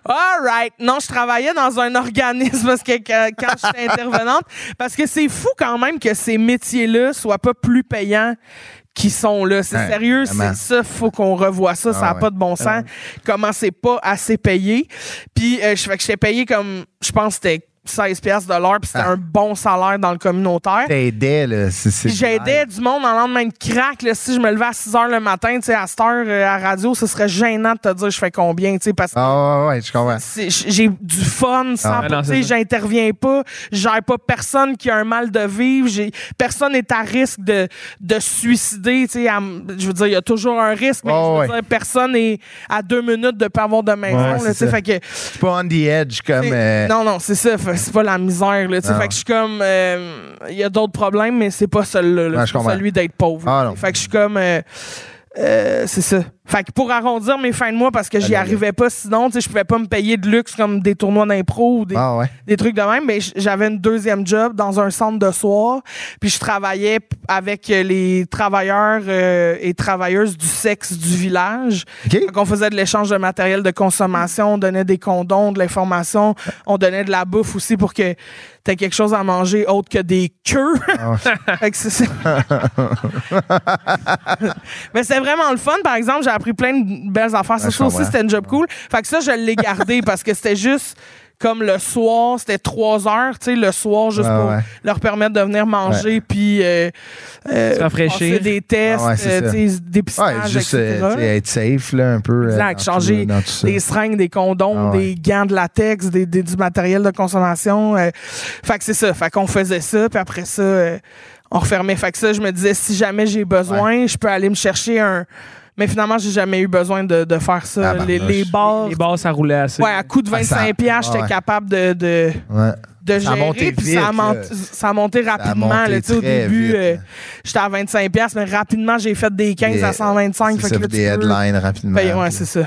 [SPEAKER 4] All right. Non, je travaillais dans un organisme parce que que- quand j'étais
[SPEAKER 2] *laughs*
[SPEAKER 4] intervenante. Parce que c'est fou quand même que ces métiers-là soient pas plus payants qu'ils sont là. C'est
[SPEAKER 2] Ouais,
[SPEAKER 4] sérieux,
[SPEAKER 2] vraiment. Ah
[SPEAKER 4] c'est ça, faut qu'on revoie ça. ça n'a
[SPEAKER 2] ouais.
[SPEAKER 4] pas de bon sens. Comment c'est pas assez payé. Puis euh, je fais que j'étais payé comme, je pense que c'était 16 pièces de l'heure, puis c'était
[SPEAKER 2] Ah.
[SPEAKER 4] un bon salaire dans le communautaire.
[SPEAKER 2] *laughs* T'aidais, là. c'est- c'est-
[SPEAKER 4] Puis j'aidais du monde en lendemain de crack. Là, si je me levais à 6 h le matin, tu sais, à cette heure, euh, à radio, ce serait gênant de te dire je fais combien, tu sais, parce que
[SPEAKER 2] Ah, ouais, ouais, je comprends.
[SPEAKER 4] c'est- j'ai du fun sans
[SPEAKER 3] Ah, non,
[SPEAKER 4] tu
[SPEAKER 3] c'est
[SPEAKER 4] sais,
[SPEAKER 3] ça.
[SPEAKER 4] j'interviens pas je gère pas personne qui a un mal de vivre j'ai personne est à risque de de se suicider tu sais, à m- je veux dire il y a toujours un risque mais
[SPEAKER 2] Ouais,
[SPEAKER 4] je veux
[SPEAKER 2] ouais.
[SPEAKER 4] dire, personne est à deux minutes de pas avoir de maison
[SPEAKER 2] Ouais,
[SPEAKER 4] là,
[SPEAKER 2] c'est
[SPEAKER 4] tu sais,
[SPEAKER 2] ça.
[SPEAKER 4] fait que
[SPEAKER 2] Je suis pas on the edge comme.
[SPEAKER 4] c'est-
[SPEAKER 2] euh,
[SPEAKER 4] Non, non, c'est ça. fait- C'est pas la misère. Là, tu sais,
[SPEAKER 2] Non.
[SPEAKER 4] fait que je suis comme. euh, Il y a d'autres problèmes, mais c'est pas celui-là. là,
[SPEAKER 2] Ouais, je
[SPEAKER 4] c'est pas
[SPEAKER 2] comprends.
[SPEAKER 4] celui d'être pauvre.
[SPEAKER 2] Ah,
[SPEAKER 4] là,
[SPEAKER 2] non.
[SPEAKER 4] fait que je suis comme. euh, euh, c'est ça. Fait que pour arrondir mes fins de mois, parce que j'y
[SPEAKER 2] Allez,
[SPEAKER 4] arrivais pas sinon, tu sais, je pouvais pas me payer de luxe comme des tournois d'impro ou des,
[SPEAKER 2] Ah, ouais.
[SPEAKER 4] des trucs de même, mais j- j'avais une deuxième job dans un centre de soir, puis je travaillais p- avec euh, les travailleurs euh, et travailleuses du sexe du village.
[SPEAKER 2] OK.
[SPEAKER 4] *laughs* Fait qu'on faisait de l'échange de matériel de consommation, on donnait des condoms, de l'information, on donnait de la bouffe aussi pour que t'aies quelque chose à manger autre que des queues. *laughs*
[SPEAKER 2] Ah,
[SPEAKER 4] Fait que
[SPEAKER 2] *laughs*
[SPEAKER 4] c'est ça. Mais c'est vraiment le fun. Par exemple, j'ai appris plein de belles affaires. Ça,
[SPEAKER 2] Ouais, je
[SPEAKER 4] ça aussi,
[SPEAKER 2] comprends.
[SPEAKER 4] c'était une job cool. Fait que ça, je
[SPEAKER 2] *laughs*
[SPEAKER 4] l'ai gardé parce que c'était juste comme le soir, c'était trois heures, tu sais, le soir, juste
[SPEAKER 2] Ouais,
[SPEAKER 4] pour
[SPEAKER 2] ouais.
[SPEAKER 4] leur permettre de venir manger, puis euh, euh,
[SPEAKER 3] Se rafraîchir.
[SPEAKER 4] passer des tests,
[SPEAKER 2] Ah ouais, c'est
[SPEAKER 4] euh,
[SPEAKER 2] ça.
[SPEAKER 4] tu sais, dépistage,
[SPEAKER 2] Ouais, juste
[SPEAKER 4] etc.
[SPEAKER 2] euh, tu sais, être safe, là, un peu. euh,
[SPEAKER 4] Exact,
[SPEAKER 2] dans
[SPEAKER 4] changer
[SPEAKER 2] tout- dans tout ça.
[SPEAKER 4] des seringues, des
[SPEAKER 2] Ah
[SPEAKER 4] condoms,
[SPEAKER 2] ouais.
[SPEAKER 4] des gants de latex, des, des- du matériel de consommation. euh. fait que c'est ça. Fait qu'on faisait ça, puis après ça, euh, on refermait. Fait que ça, je me disais, si jamais j'ai besoin, je peux aller me chercher un. Mais finalement, j'ai jamais eu besoin de, de faire ça.
[SPEAKER 2] Tabarnouche.
[SPEAKER 4] les, les bars.
[SPEAKER 3] Les bars, ça roulait assez.
[SPEAKER 4] Ouais, à coup de
[SPEAKER 2] Ah, ça-
[SPEAKER 4] 25$, piastres,
[SPEAKER 2] ah
[SPEAKER 4] j'étais
[SPEAKER 2] ouais.
[SPEAKER 4] capable de, de,
[SPEAKER 2] Ouais.
[SPEAKER 4] de
[SPEAKER 2] Ça a monté
[SPEAKER 4] gérer. Puis
[SPEAKER 2] vite,
[SPEAKER 4] ça, a mon-
[SPEAKER 2] là.
[SPEAKER 4] ça a monté rapidement.
[SPEAKER 2] monté
[SPEAKER 4] là, tu sais, au
[SPEAKER 2] très
[SPEAKER 4] début,
[SPEAKER 2] vite,
[SPEAKER 4] euh,
[SPEAKER 2] là.
[SPEAKER 4] j'étais à 25$, piastres, mais rapidement, j'ai fait des 15 à
[SPEAKER 2] Des-
[SPEAKER 4] 125$.
[SPEAKER 2] C'est
[SPEAKER 4] Fait
[SPEAKER 2] ça,
[SPEAKER 4] que là, tu
[SPEAKER 2] des
[SPEAKER 4] peux
[SPEAKER 2] headlines rapidement.
[SPEAKER 4] payer. Ouais,
[SPEAKER 2] puis-
[SPEAKER 4] c'est ça.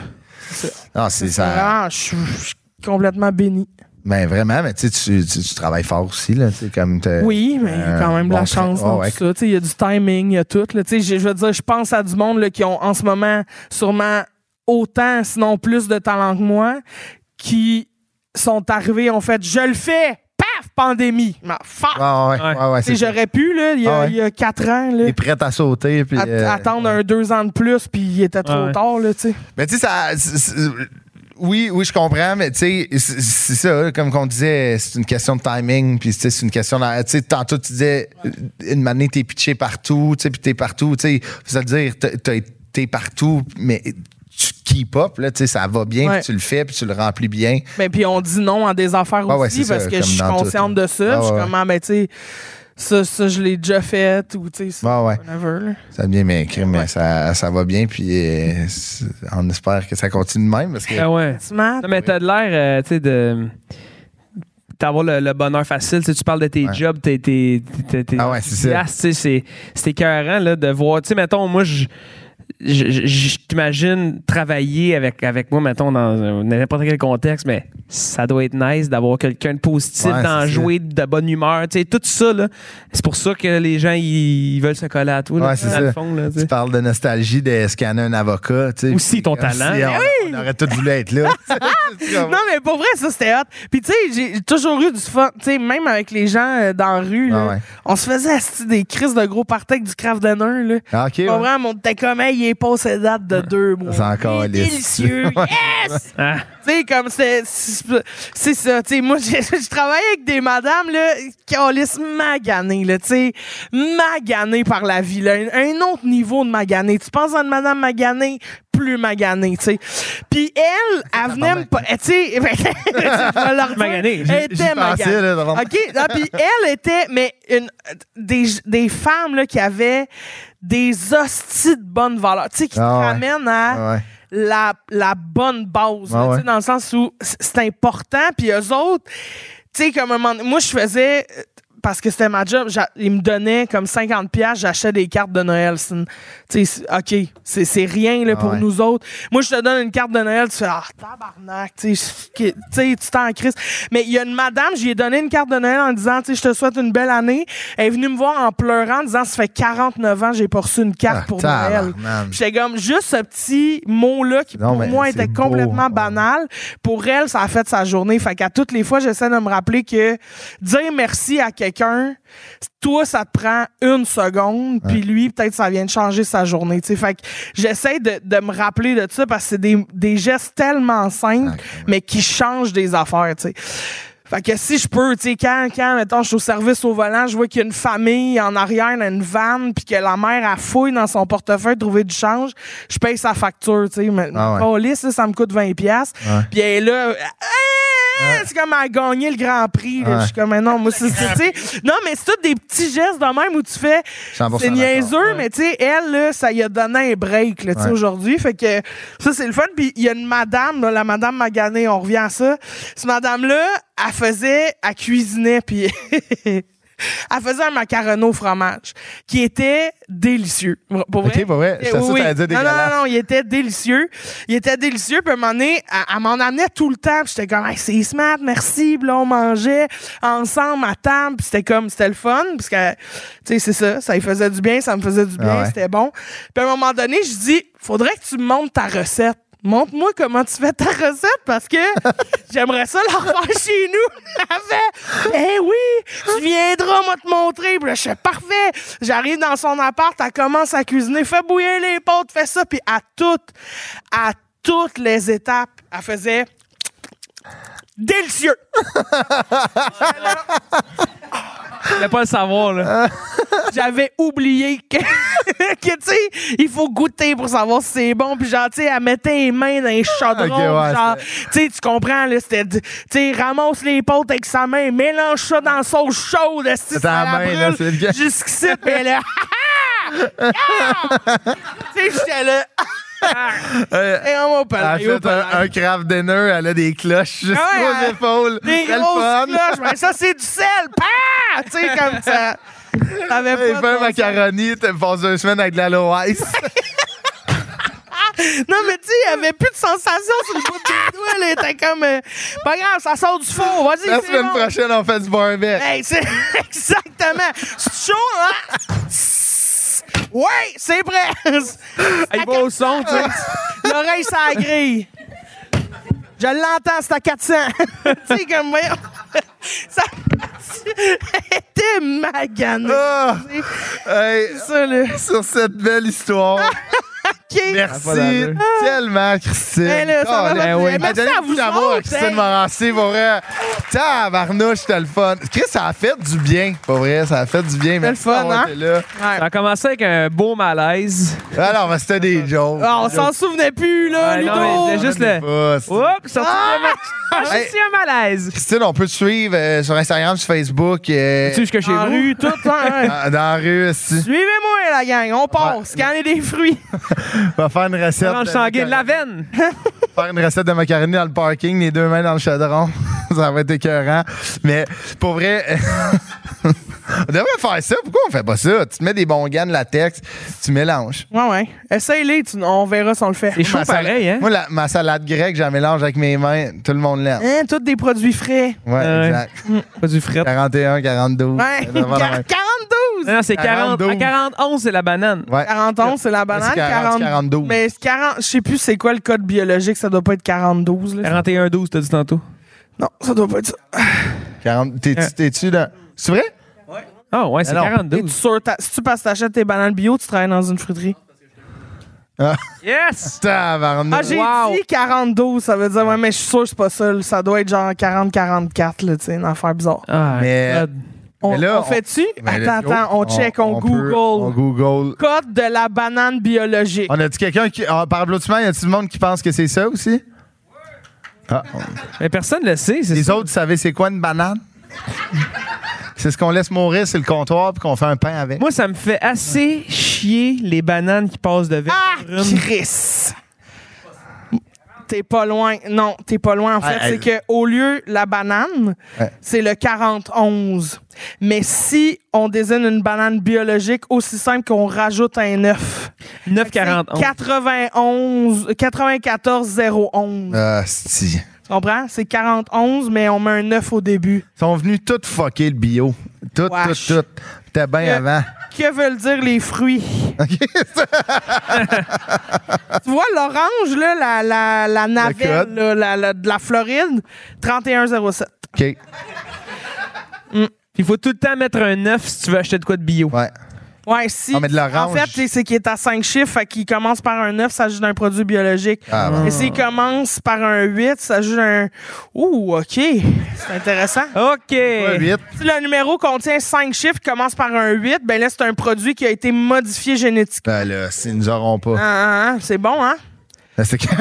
[SPEAKER 2] Ah, c'est ça.
[SPEAKER 4] Vraiment, je suis je suis complètement béni.
[SPEAKER 2] Ben vraiment, mais tu sais, tu- tu tu travailles fort aussi, là. tu sais, comme t'as-
[SPEAKER 4] Oui, mais il y a quand
[SPEAKER 2] un
[SPEAKER 4] même
[SPEAKER 2] Euh, bon
[SPEAKER 4] de
[SPEAKER 2] Oh,
[SPEAKER 4] la
[SPEAKER 2] tra-
[SPEAKER 4] chance
[SPEAKER 2] Ouais,
[SPEAKER 4] dans
[SPEAKER 2] ouais.
[SPEAKER 4] tout ça. Tu sais, Il y a du timing, il y a tout. là. Tu sais, Je je veux dire, je pense à du monde là, qui ont en ce moment sûrement autant, sinon plus de talent que moi, qui sont arrivés, ont fait « Je le fais! Paf! Pandémie! Ma fuck!
[SPEAKER 2] Ah, ouais,
[SPEAKER 3] Ouais.
[SPEAKER 2] ouais, ouais,
[SPEAKER 4] Tu sais,
[SPEAKER 2] c'est ça.
[SPEAKER 4] J'aurais pu, là, il y a,
[SPEAKER 2] Ah ouais.
[SPEAKER 4] il y a quatre ans, là,
[SPEAKER 2] T'es prête à sauter. Puis,
[SPEAKER 4] att-
[SPEAKER 2] euh,
[SPEAKER 4] attendre un deux ans de plus, puis il était trop
[SPEAKER 3] Ouais.
[SPEAKER 4] tard. Là, tu sais.
[SPEAKER 2] Mais tu sais, ça. c'est- c'est- Oui, oui, je comprends, mais tu sais, c'est c'est ça, comme qu'on disait, c'est une question de timing, puis tu sais, c'est une question de. Tu sais, tantôt, tu disais, euh, une manée, t'es pitché partout, tu sais, puis t'es partout, tu sais, ça veut dire, t'as- t'as- t'es partout, mais tu keep up, là, tu sais, ça va bien,
[SPEAKER 4] Ouais.
[SPEAKER 2] puis tu le fais, puis tu le remplis bien.
[SPEAKER 4] Mais Ben, puis on dit non à des affaires
[SPEAKER 2] Ah ouais,
[SPEAKER 4] aussi
[SPEAKER 2] c'est ça,
[SPEAKER 4] parce que
[SPEAKER 2] comme
[SPEAKER 4] je suis
[SPEAKER 2] dans tout,
[SPEAKER 4] consciente
[SPEAKER 2] là.
[SPEAKER 4] de ça.
[SPEAKER 2] Ah
[SPEAKER 4] je suis
[SPEAKER 2] ouais.
[SPEAKER 4] comme, ah, ben, tu sais, ça, ça, je l'ai déjà fait ou, tu sais, ça,
[SPEAKER 2] Ah ouais.
[SPEAKER 4] whatever, là.
[SPEAKER 2] Ça va bien, mais, mais
[SPEAKER 4] Ouais.
[SPEAKER 2] ça, ça va bien, puis euh, c'est- on espère que ça continue de même, parce que.
[SPEAKER 3] Ah ouais.
[SPEAKER 4] Smart.
[SPEAKER 3] Non, mais t'as de l'air, euh, tu sais, de. D'avoir le, le bonheur facile. Tu sais, tu parles de tes
[SPEAKER 2] Ouais.
[SPEAKER 3] jobs, t'es. t'es- t'es- t'es
[SPEAKER 2] Ah ouais, c'est ça.
[SPEAKER 3] enthousiaste, tu sais, C'est c'est écœurant, là, de voir. Tu sais, mettons, moi, je. je- je- je t'imagine travailler avec, avec moi, mettons, dans un- n'importe quel contexte, mais ça doit être nice d'avoir quelqu'un de positif,
[SPEAKER 2] Ouais, c'est
[SPEAKER 3] d'enjouer, de bonne humeur, tu sais, tout ça, là. C'est pour ça que les gens, ils, ils veulent se coller à toi, là,
[SPEAKER 2] Ouais, c'est
[SPEAKER 3] dans le
[SPEAKER 2] ça.
[SPEAKER 3] fond, là, tu sais.
[SPEAKER 2] Tu parles de nostalgie de scanner un avocat, tu sais.
[SPEAKER 3] Aussi
[SPEAKER 2] puis
[SPEAKER 3] ton
[SPEAKER 2] comme
[SPEAKER 3] talent.
[SPEAKER 2] si on, on aurait tous voulu être
[SPEAKER 4] *laughs*
[SPEAKER 2] là. *laughs*
[SPEAKER 4] Non, mais pour vrai, ça, c'était hot. Puis, tu sais, j'ai toujours eu du fun. Tu sais, même avec les gens euh, dans la rue, là,
[SPEAKER 2] Ah ouais.
[SPEAKER 4] on se faisait asti, des crises de gros parties avec du craft dinner, là.
[SPEAKER 2] Ah, ok, ouais.
[SPEAKER 4] Pour vrai, mon t'es comme, hey, il est passé date de deux mois.
[SPEAKER 2] C'est encore
[SPEAKER 4] Il est
[SPEAKER 2] lisse. *laughs*
[SPEAKER 4] délicieux. yes!
[SPEAKER 3] Ah.
[SPEAKER 4] Tu sais, comme c'est. c'est- C'est ça. Tu sais, moi, j'ai- *laughs* je travaillais avec des madames, là, qui ont laissé maganées, là, tu sais. Maganées par la vie, là. Un, un autre niveau de maganées. Tu penses à une madame maganée, plus maganée, tu sais. Puis elle,
[SPEAKER 2] Ah,
[SPEAKER 4] elle venait me. pa- Tu sais, *laughs* ben, je vais leur dire,
[SPEAKER 3] Maganée.
[SPEAKER 4] Elle
[SPEAKER 2] J'y
[SPEAKER 4] était
[SPEAKER 2] pensais,
[SPEAKER 4] maganée.
[SPEAKER 2] là, dans-
[SPEAKER 4] OK? Non,
[SPEAKER 2] *laughs*
[SPEAKER 4] puis elle était, mais une, des, des femmes là, qui avaient des hosties de bonne valeur, tu sais, qui te
[SPEAKER 2] Ah ouais.
[SPEAKER 4] ramènent à
[SPEAKER 2] Ah ouais.
[SPEAKER 4] la, la bonne base, là,
[SPEAKER 2] Ah ouais.
[SPEAKER 4] tu sais, dans le sens où c- c'est important, puis eux autres, tu sais, comme un moment donné, moi, je faisais euh, parce que c'était ma job, j'a- ils me donnaient comme 50 pièces, j'achetais des cartes de Noël. C'est une- tu sais, c'est- OK, c'est c'est rien là,
[SPEAKER 2] Ah
[SPEAKER 4] pour
[SPEAKER 2] ouais.
[SPEAKER 4] nous autres. Moi, je te donne une carte de Noël, tu fais ah tabarnak, tu sais, je- tu sais, tu t'en crises. Mais il y a une madame, j'y ai donné une carte de Noël en disant tu sais, je te souhaite une belle année. Elle est venue me voir en pleurant en disant ça fait 49 ans j'ai pas reçu une carte
[SPEAKER 2] Ah,
[SPEAKER 4] pour Noël.
[SPEAKER 2] tabarnak.
[SPEAKER 4] J'étais comme juste ce petit mot-là qui
[SPEAKER 2] Non,
[SPEAKER 4] pour
[SPEAKER 2] mais
[SPEAKER 4] moi
[SPEAKER 2] c'est
[SPEAKER 4] était
[SPEAKER 2] beau. Ah
[SPEAKER 4] complètement banal. Pour elle, ça a fait sa journée. Fait qu'à toutes les fois, j'essaie de me rappeler que dire merci à quelqu'un, toi, ça te prend une seconde, puis lui, peut-être ça vient de changer sa journée. tu sais. Fait que j'essaie de, de me rappeler de ça parce que c'est des, des gestes tellement simples, mais qui changent des affaires. tu sais. Fait que si je peux, tu sais, quand, quand, mettons, je suis au service au volant, je vois qu'il y a une famille en arrière dans une vanne, puis que la mère, a fouille dans son portefeuille trouver du change, je paye sa facture, tu sais. Mais
[SPEAKER 2] Ah ouais.
[SPEAKER 4] police, là, ça me coûte 20$. piastres. Puis elle est là, euh, Ah! c'est comme à gagner le Grand Prix. là.
[SPEAKER 2] Ouais.
[SPEAKER 4] Je suis comme, mais non, moi, c'est, c'est- tu sais, non, mais c'est tous des petits gestes de même où tu fais,
[SPEAKER 2] 100%
[SPEAKER 4] c'est
[SPEAKER 2] d'accord.
[SPEAKER 4] niaiseux, mais tu sais, elle, là, ça y a donné un break, là, tu sais,
[SPEAKER 2] Ouais.
[SPEAKER 4] aujourd'hui. Fait que ça, c'est le fun. Puis il y a une madame, là, la madame Magané, on revient à ça. Cette madame-là, elle faisait, elle cuisinait, puis *laughs* elle faisait un macaron au fromage qui était délicieux. Pour vrai.
[SPEAKER 2] Ok, pour vrai, je
[SPEAKER 4] Oui,
[SPEAKER 2] t'assure,
[SPEAKER 4] oui.
[SPEAKER 2] t'allais dire
[SPEAKER 4] non, non,
[SPEAKER 2] dégueulasse.
[SPEAKER 4] non, non, il était délicieux. Il était délicieux. Puis à un moment donné, elle, elle m'en amenait tout le temps. Puis j'étais comme, hey, c'est smart, merci. Puis là, on mangeait ensemble à table. Puis c'était comme, c'était le fun. Parce que, tu sais, c'est ça. Ça lui faisait du bien, ça me faisait du bien.
[SPEAKER 2] Ah ouais.
[SPEAKER 4] C'était bon. Puis à un moment donné, je dis, faudrait que tu me montres ta recette. Montre-moi comment tu fais ta recette parce que j'aimerais ça la refaire chez nous. *laughs* Elle fait, eh oui, tu viendras, moi te montrer. Puis là, je suis parfait. J'arrive dans son appart, elle commence à cuisiner, fais bouillir les potes, fais ça. Puis à toutes, à toutes les étapes, elle faisait délicieux.
[SPEAKER 3] Je voulais pas le savoir,
[SPEAKER 2] Ah,
[SPEAKER 3] là.
[SPEAKER 4] J'avais oublié que, *laughs* que tu sais, il faut goûter pour savoir si c'est bon. Puis genre, tu sais, elle mettait les mains dans les chaudrons.
[SPEAKER 2] Ah, Ok, ouais,
[SPEAKER 4] genre, tu sais, tu comprends, là, c'était, du- tu sais, ramasse les potes avec sa main, mélange ça dans la sauce chaude, si
[SPEAKER 2] C'était
[SPEAKER 4] ça
[SPEAKER 2] à la main, là, c'est le gars.
[SPEAKER 4] brûle. Jusqu'ici, puis elle *laughs* a... Tu sais, j'étais là...
[SPEAKER 2] *laughs* Euh,
[SPEAKER 4] Et on m'a
[SPEAKER 2] Elle a
[SPEAKER 4] parlé, on m'a
[SPEAKER 2] fait
[SPEAKER 4] parlé.
[SPEAKER 2] un, un craft dinner, elle a des cloches jusqu'aux
[SPEAKER 4] Ah Ouais, elle-
[SPEAKER 2] épaules.
[SPEAKER 4] Des
[SPEAKER 2] Quel
[SPEAKER 4] grosses
[SPEAKER 2] fun! *laughs*
[SPEAKER 4] cloches, mais ça, c'est du sel! Pah! Tu sais, comme ça... T'avais
[SPEAKER 2] Elle
[SPEAKER 4] pas
[SPEAKER 2] fait un
[SPEAKER 4] de bon sens.
[SPEAKER 2] macaroni, t'as passé une semaine avec de la low
[SPEAKER 4] *laughs*
[SPEAKER 2] ice.
[SPEAKER 4] Non, mais tu sais, il n'y avait plus de sensation sur le bout des doigts. Là. T'es comme, euh, pas grave, ça sort du four. Vas-y,
[SPEAKER 2] La
[SPEAKER 4] c'est
[SPEAKER 2] semaine
[SPEAKER 4] bon.
[SPEAKER 2] prochaine, on fait du barbecue.
[SPEAKER 4] Hey, c'est *laughs* exactement. C'est chaud, hein? Ouais, c'est presque.
[SPEAKER 3] Il va au son, tu sais.
[SPEAKER 4] L'oreille, ça la grille. Je l'entends, c'est à 400. *laughs* tu sais, comme, voyons. ça *laughs* était magané.
[SPEAKER 2] Ah! Hey,
[SPEAKER 4] Ça, là.
[SPEAKER 2] sur cette belle histoire,
[SPEAKER 4] OK.
[SPEAKER 3] Ah, pas
[SPEAKER 2] merci
[SPEAKER 3] d'allure.
[SPEAKER 2] Ah! tellement, Christine.
[SPEAKER 4] Ben là, ça m'a
[SPEAKER 2] Colin.
[SPEAKER 4] fait plaisir.
[SPEAKER 2] Ben oui.
[SPEAKER 4] Merci
[SPEAKER 2] Hey, donnez
[SPEAKER 4] à
[SPEAKER 2] beaucoup
[SPEAKER 4] vous
[SPEAKER 2] d'amour
[SPEAKER 4] autres, hein.
[SPEAKER 2] à Christine
[SPEAKER 4] hey.
[SPEAKER 2] Morancy, pour vrai. Tabarnouche, c'était le fun. Chris, ça a fait du bien, pour vrai. Ça a fait du bien. Merci
[SPEAKER 4] fun,
[SPEAKER 2] d'avoir
[SPEAKER 4] hein?
[SPEAKER 2] été là.
[SPEAKER 3] Ça a commencé avec un beau malaise.
[SPEAKER 2] Alors, ben, c'était des jokes.
[SPEAKER 4] Ah, on s'en souvenait plus, là,
[SPEAKER 3] Ouais,
[SPEAKER 4] Ah, Ludo.
[SPEAKER 3] non, mais c'était juste le.
[SPEAKER 2] Pousse.
[SPEAKER 3] Oups, sorti un ma- Ah, je suis un malaise.
[SPEAKER 2] Christine, on peut te suivre euh, sur Instagram, sur Facebook, euh,
[SPEAKER 3] Tu sais, jusqu'à chez
[SPEAKER 4] en
[SPEAKER 3] vous.
[SPEAKER 4] rue, tout, hein.
[SPEAKER 2] dans dans la rue. aussi.
[SPEAKER 4] Suivez-moi, la gang. On part. Scanner des fruits.
[SPEAKER 2] On va faire une recette.
[SPEAKER 3] Orange sanguine, de la veine.
[SPEAKER 2] faire une recette de macaroni dans le parking, les deux mains dans le chaudron. *laughs* ça va être écœurant. Mais pour vrai, *laughs* on devrait faire ça. Pourquoi on fait pas ça? Tu te mets des bons gants de latex, tu mélanges.
[SPEAKER 4] Ouais, ouais. Essaye-les. tu- On verra si on le fait.
[SPEAKER 3] C'est chaud
[SPEAKER 2] Ma salade-
[SPEAKER 3] pareil, hein?
[SPEAKER 2] Moi, la- ma salade grecque, j'en mélange avec mes mains. Tout le monde l'aime.
[SPEAKER 4] Hein, tous des produits frais.
[SPEAKER 2] Ouais,
[SPEAKER 3] Ah Ouais.
[SPEAKER 2] exact.
[SPEAKER 3] Pas du fret.
[SPEAKER 2] 41, 42.
[SPEAKER 4] Ouais.
[SPEAKER 2] Ça va dans la main.
[SPEAKER 4] 42.
[SPEAKER 3] Non, non, c'est 40.
[SPEAKER 2] 42.
[SPEAKER 3] À 41, c'est la banane.
[SPEAKER 2] Ouais.
[SPEAKER 4] 41, c'est la
[SPEAKER 2] Mais
[SPEAKER 4] banane.
[SPEAKER 2] c'est 40, 42.
[SPEAKER 4] Mais c'est 40, je sais plus c'est quoi le code biologique, ça doit pas être 42. Là.
[SPEAKER 3] 41-12, t'as dit tantôt.
[SPEAKER 4] Non, ça doit pas être ça.
[SPEAKER 2] 40
[SPEAKER 3] Euh.
[SPEAKER 2] T'es-tu t'es-tu dans. C'est vrai?
[SPEAKER 3] Ah, ouais, c'est
[SPEAKER 2] Mais non.
[SPEAKER 4] Es-tu
[SPEAKER 3] 42.
[SPEAKER 4] sûr? t'as- Si tu passes t'achètes tes bananes bio, tu travailles dans une fruiterie.
[SPEAKER 3] Yes!
[SPEAKER 2] Ah, Tabarnak.
[SPEAKER 4] Ah, j'ai
[SPEAKER 3] Wow.
[SPEAKER 4] dit 42, ça veut dire, ouais, mais je suis sûr que c'est pas ça. là. Ça doit être genre 40-44, là, tu sais, une affaire bizarre.
[SPEAKER 3] Ah,
[SPEAKER 2] Mais-
[SPEAKER 3] God.
[SPEAKER 4] On,
[SPEAKER 2] Mais là,
[SPEAKER 4] on
[SPEAKER 2] on-
[SPEAKER 4] fait-tu?
[SPEAKER 2] Mais là,
[SPEAKER 4] Attends, attends,
[SPEAKER 2] oh,
[SPEAKER 4] on check, on,
[SPEAKER 2] peut-
[SPEAKER 4] Google.
[SPEAKER 2] on Google.
[SPEAKER 4] Code de la banane biologique.
[SPEAKER 2] On a-tu quelqu'un qui. ah, par applaudissement, y a-tu du monde qui pense que c'est ça aussi? Ah, on-
[SPEAKER 3] Mais personne le sait, c'est
[SPEAKER 2] Les
[SPEAKER 3] ça.
[SPEAKER 2] autres, vous savez, c'est quoi une banane? *laughs* c'est ce qu'on laisse mourir sur le comptoir puis qu'on fait un pain avec.
[SPEAKER 3] Moi, ça me fait assez chier les bananes qui passent de vert
[SPEAKER 4] Ah,
[SPEAKER 3] à brune.
[SPEAKER 4] Chris! T'es pas loin. Non, t'es pas loin. En fait,
[SPEAKER 2] Ah,
[SPEAKER 4] c'est que au lieu la banane,
[SPEAKER 2] Ouais.
[SPEAKER 4] c'est le 40-11. Mais si on désigne une banane biologique, aussi simple qu'on rajoute un œuf.
[SPEAKER 3] 9,41.
[SPEAKER 4] 91, 94 011.
[SPEAKER 2] Ah, si.
[SPEAKER 4] Tu comprends? C'est 41, mais on met un 9 au début.
[SPEAKER 2] Ils sont venus tout fucker le bio. Tout,
[SPEAKER 4] Wesh.
[SPEAKER 2] tout, tout. T'es bien
[SPEAKER 4] Euh,
[SPEAKER 2] avant.
[SPEAKER 4] Que veulent dire
[SPEAKER 2] *laughs*
[SPEAKER 4] les fruits? *laughs* tu vois, l'orange, là, la, la, la navette
[SPEAKER 2] code.
[SPEAKER 4] là, la, la- de la Floride, 3107.
[SPEAKER 2] OK.
[SPEAKER 3] Il faut tout le temps mettre un 9 si tu veux acheter de quoi de bio.
[SPEAKER 2] Ouais.
[SPEAKER 4] Ouais, si.
[SPEAKER 2] Ah, mais de l'orange.
[SPEAKER 4] En fait, c'est- c'est qu'il est à 5 chiffres, fait qu'il commence par un 9, ça s'agit d'un produit biologique.
[SPEAKER 2] Ah, bon.
[SPEAKER 4] Et s'il commence par un 8, ça s'agit d'un. Ouh, OK. C'est intéressant.
[SPEAKER 3] OK.
[SPEAKER 2] Pas vite.
[SPEAKER 4] Si le numéro contient 5 chiffres qui commence par un 8, ben là, c'est un produit qui a été modifié génétiquement.
[SPEAKER 2] Ben là, s'ils nous auront pas.
[SPEAKER 4] Ah, ah, ah, c'est bon, hein?
[SPEAKER 2] Ben, C'est *laughs* 40.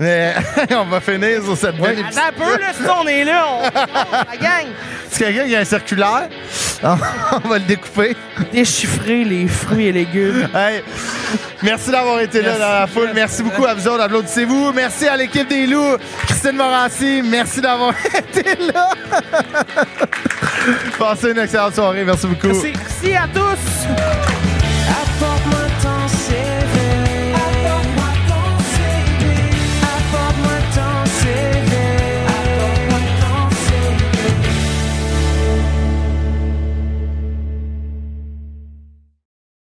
[SPEAKER 2] Mais *laughs* on va finir sur cette belle épisode.
[SPEAKER 4] Attends un peu, là, si on est là, on, on- la gang.
[SPEAKER 2] Si quelqu'un qui a un circulaire, *laughs* on va le découper.
[SPEAKER 4] Déchiffrer les fruits et légumes.
[SPEAKER 2] Hey, merci d'avoir été là dans la foule. Merci beaucoup à vous autres. Applaudissez-vous. Merci à l'équipe des loups. Christine Morancy, merci d'avoir *laughs* été là. Passez une excellente soirée. Merci beaucoup.
[SPEAKER 4] Merci à tous!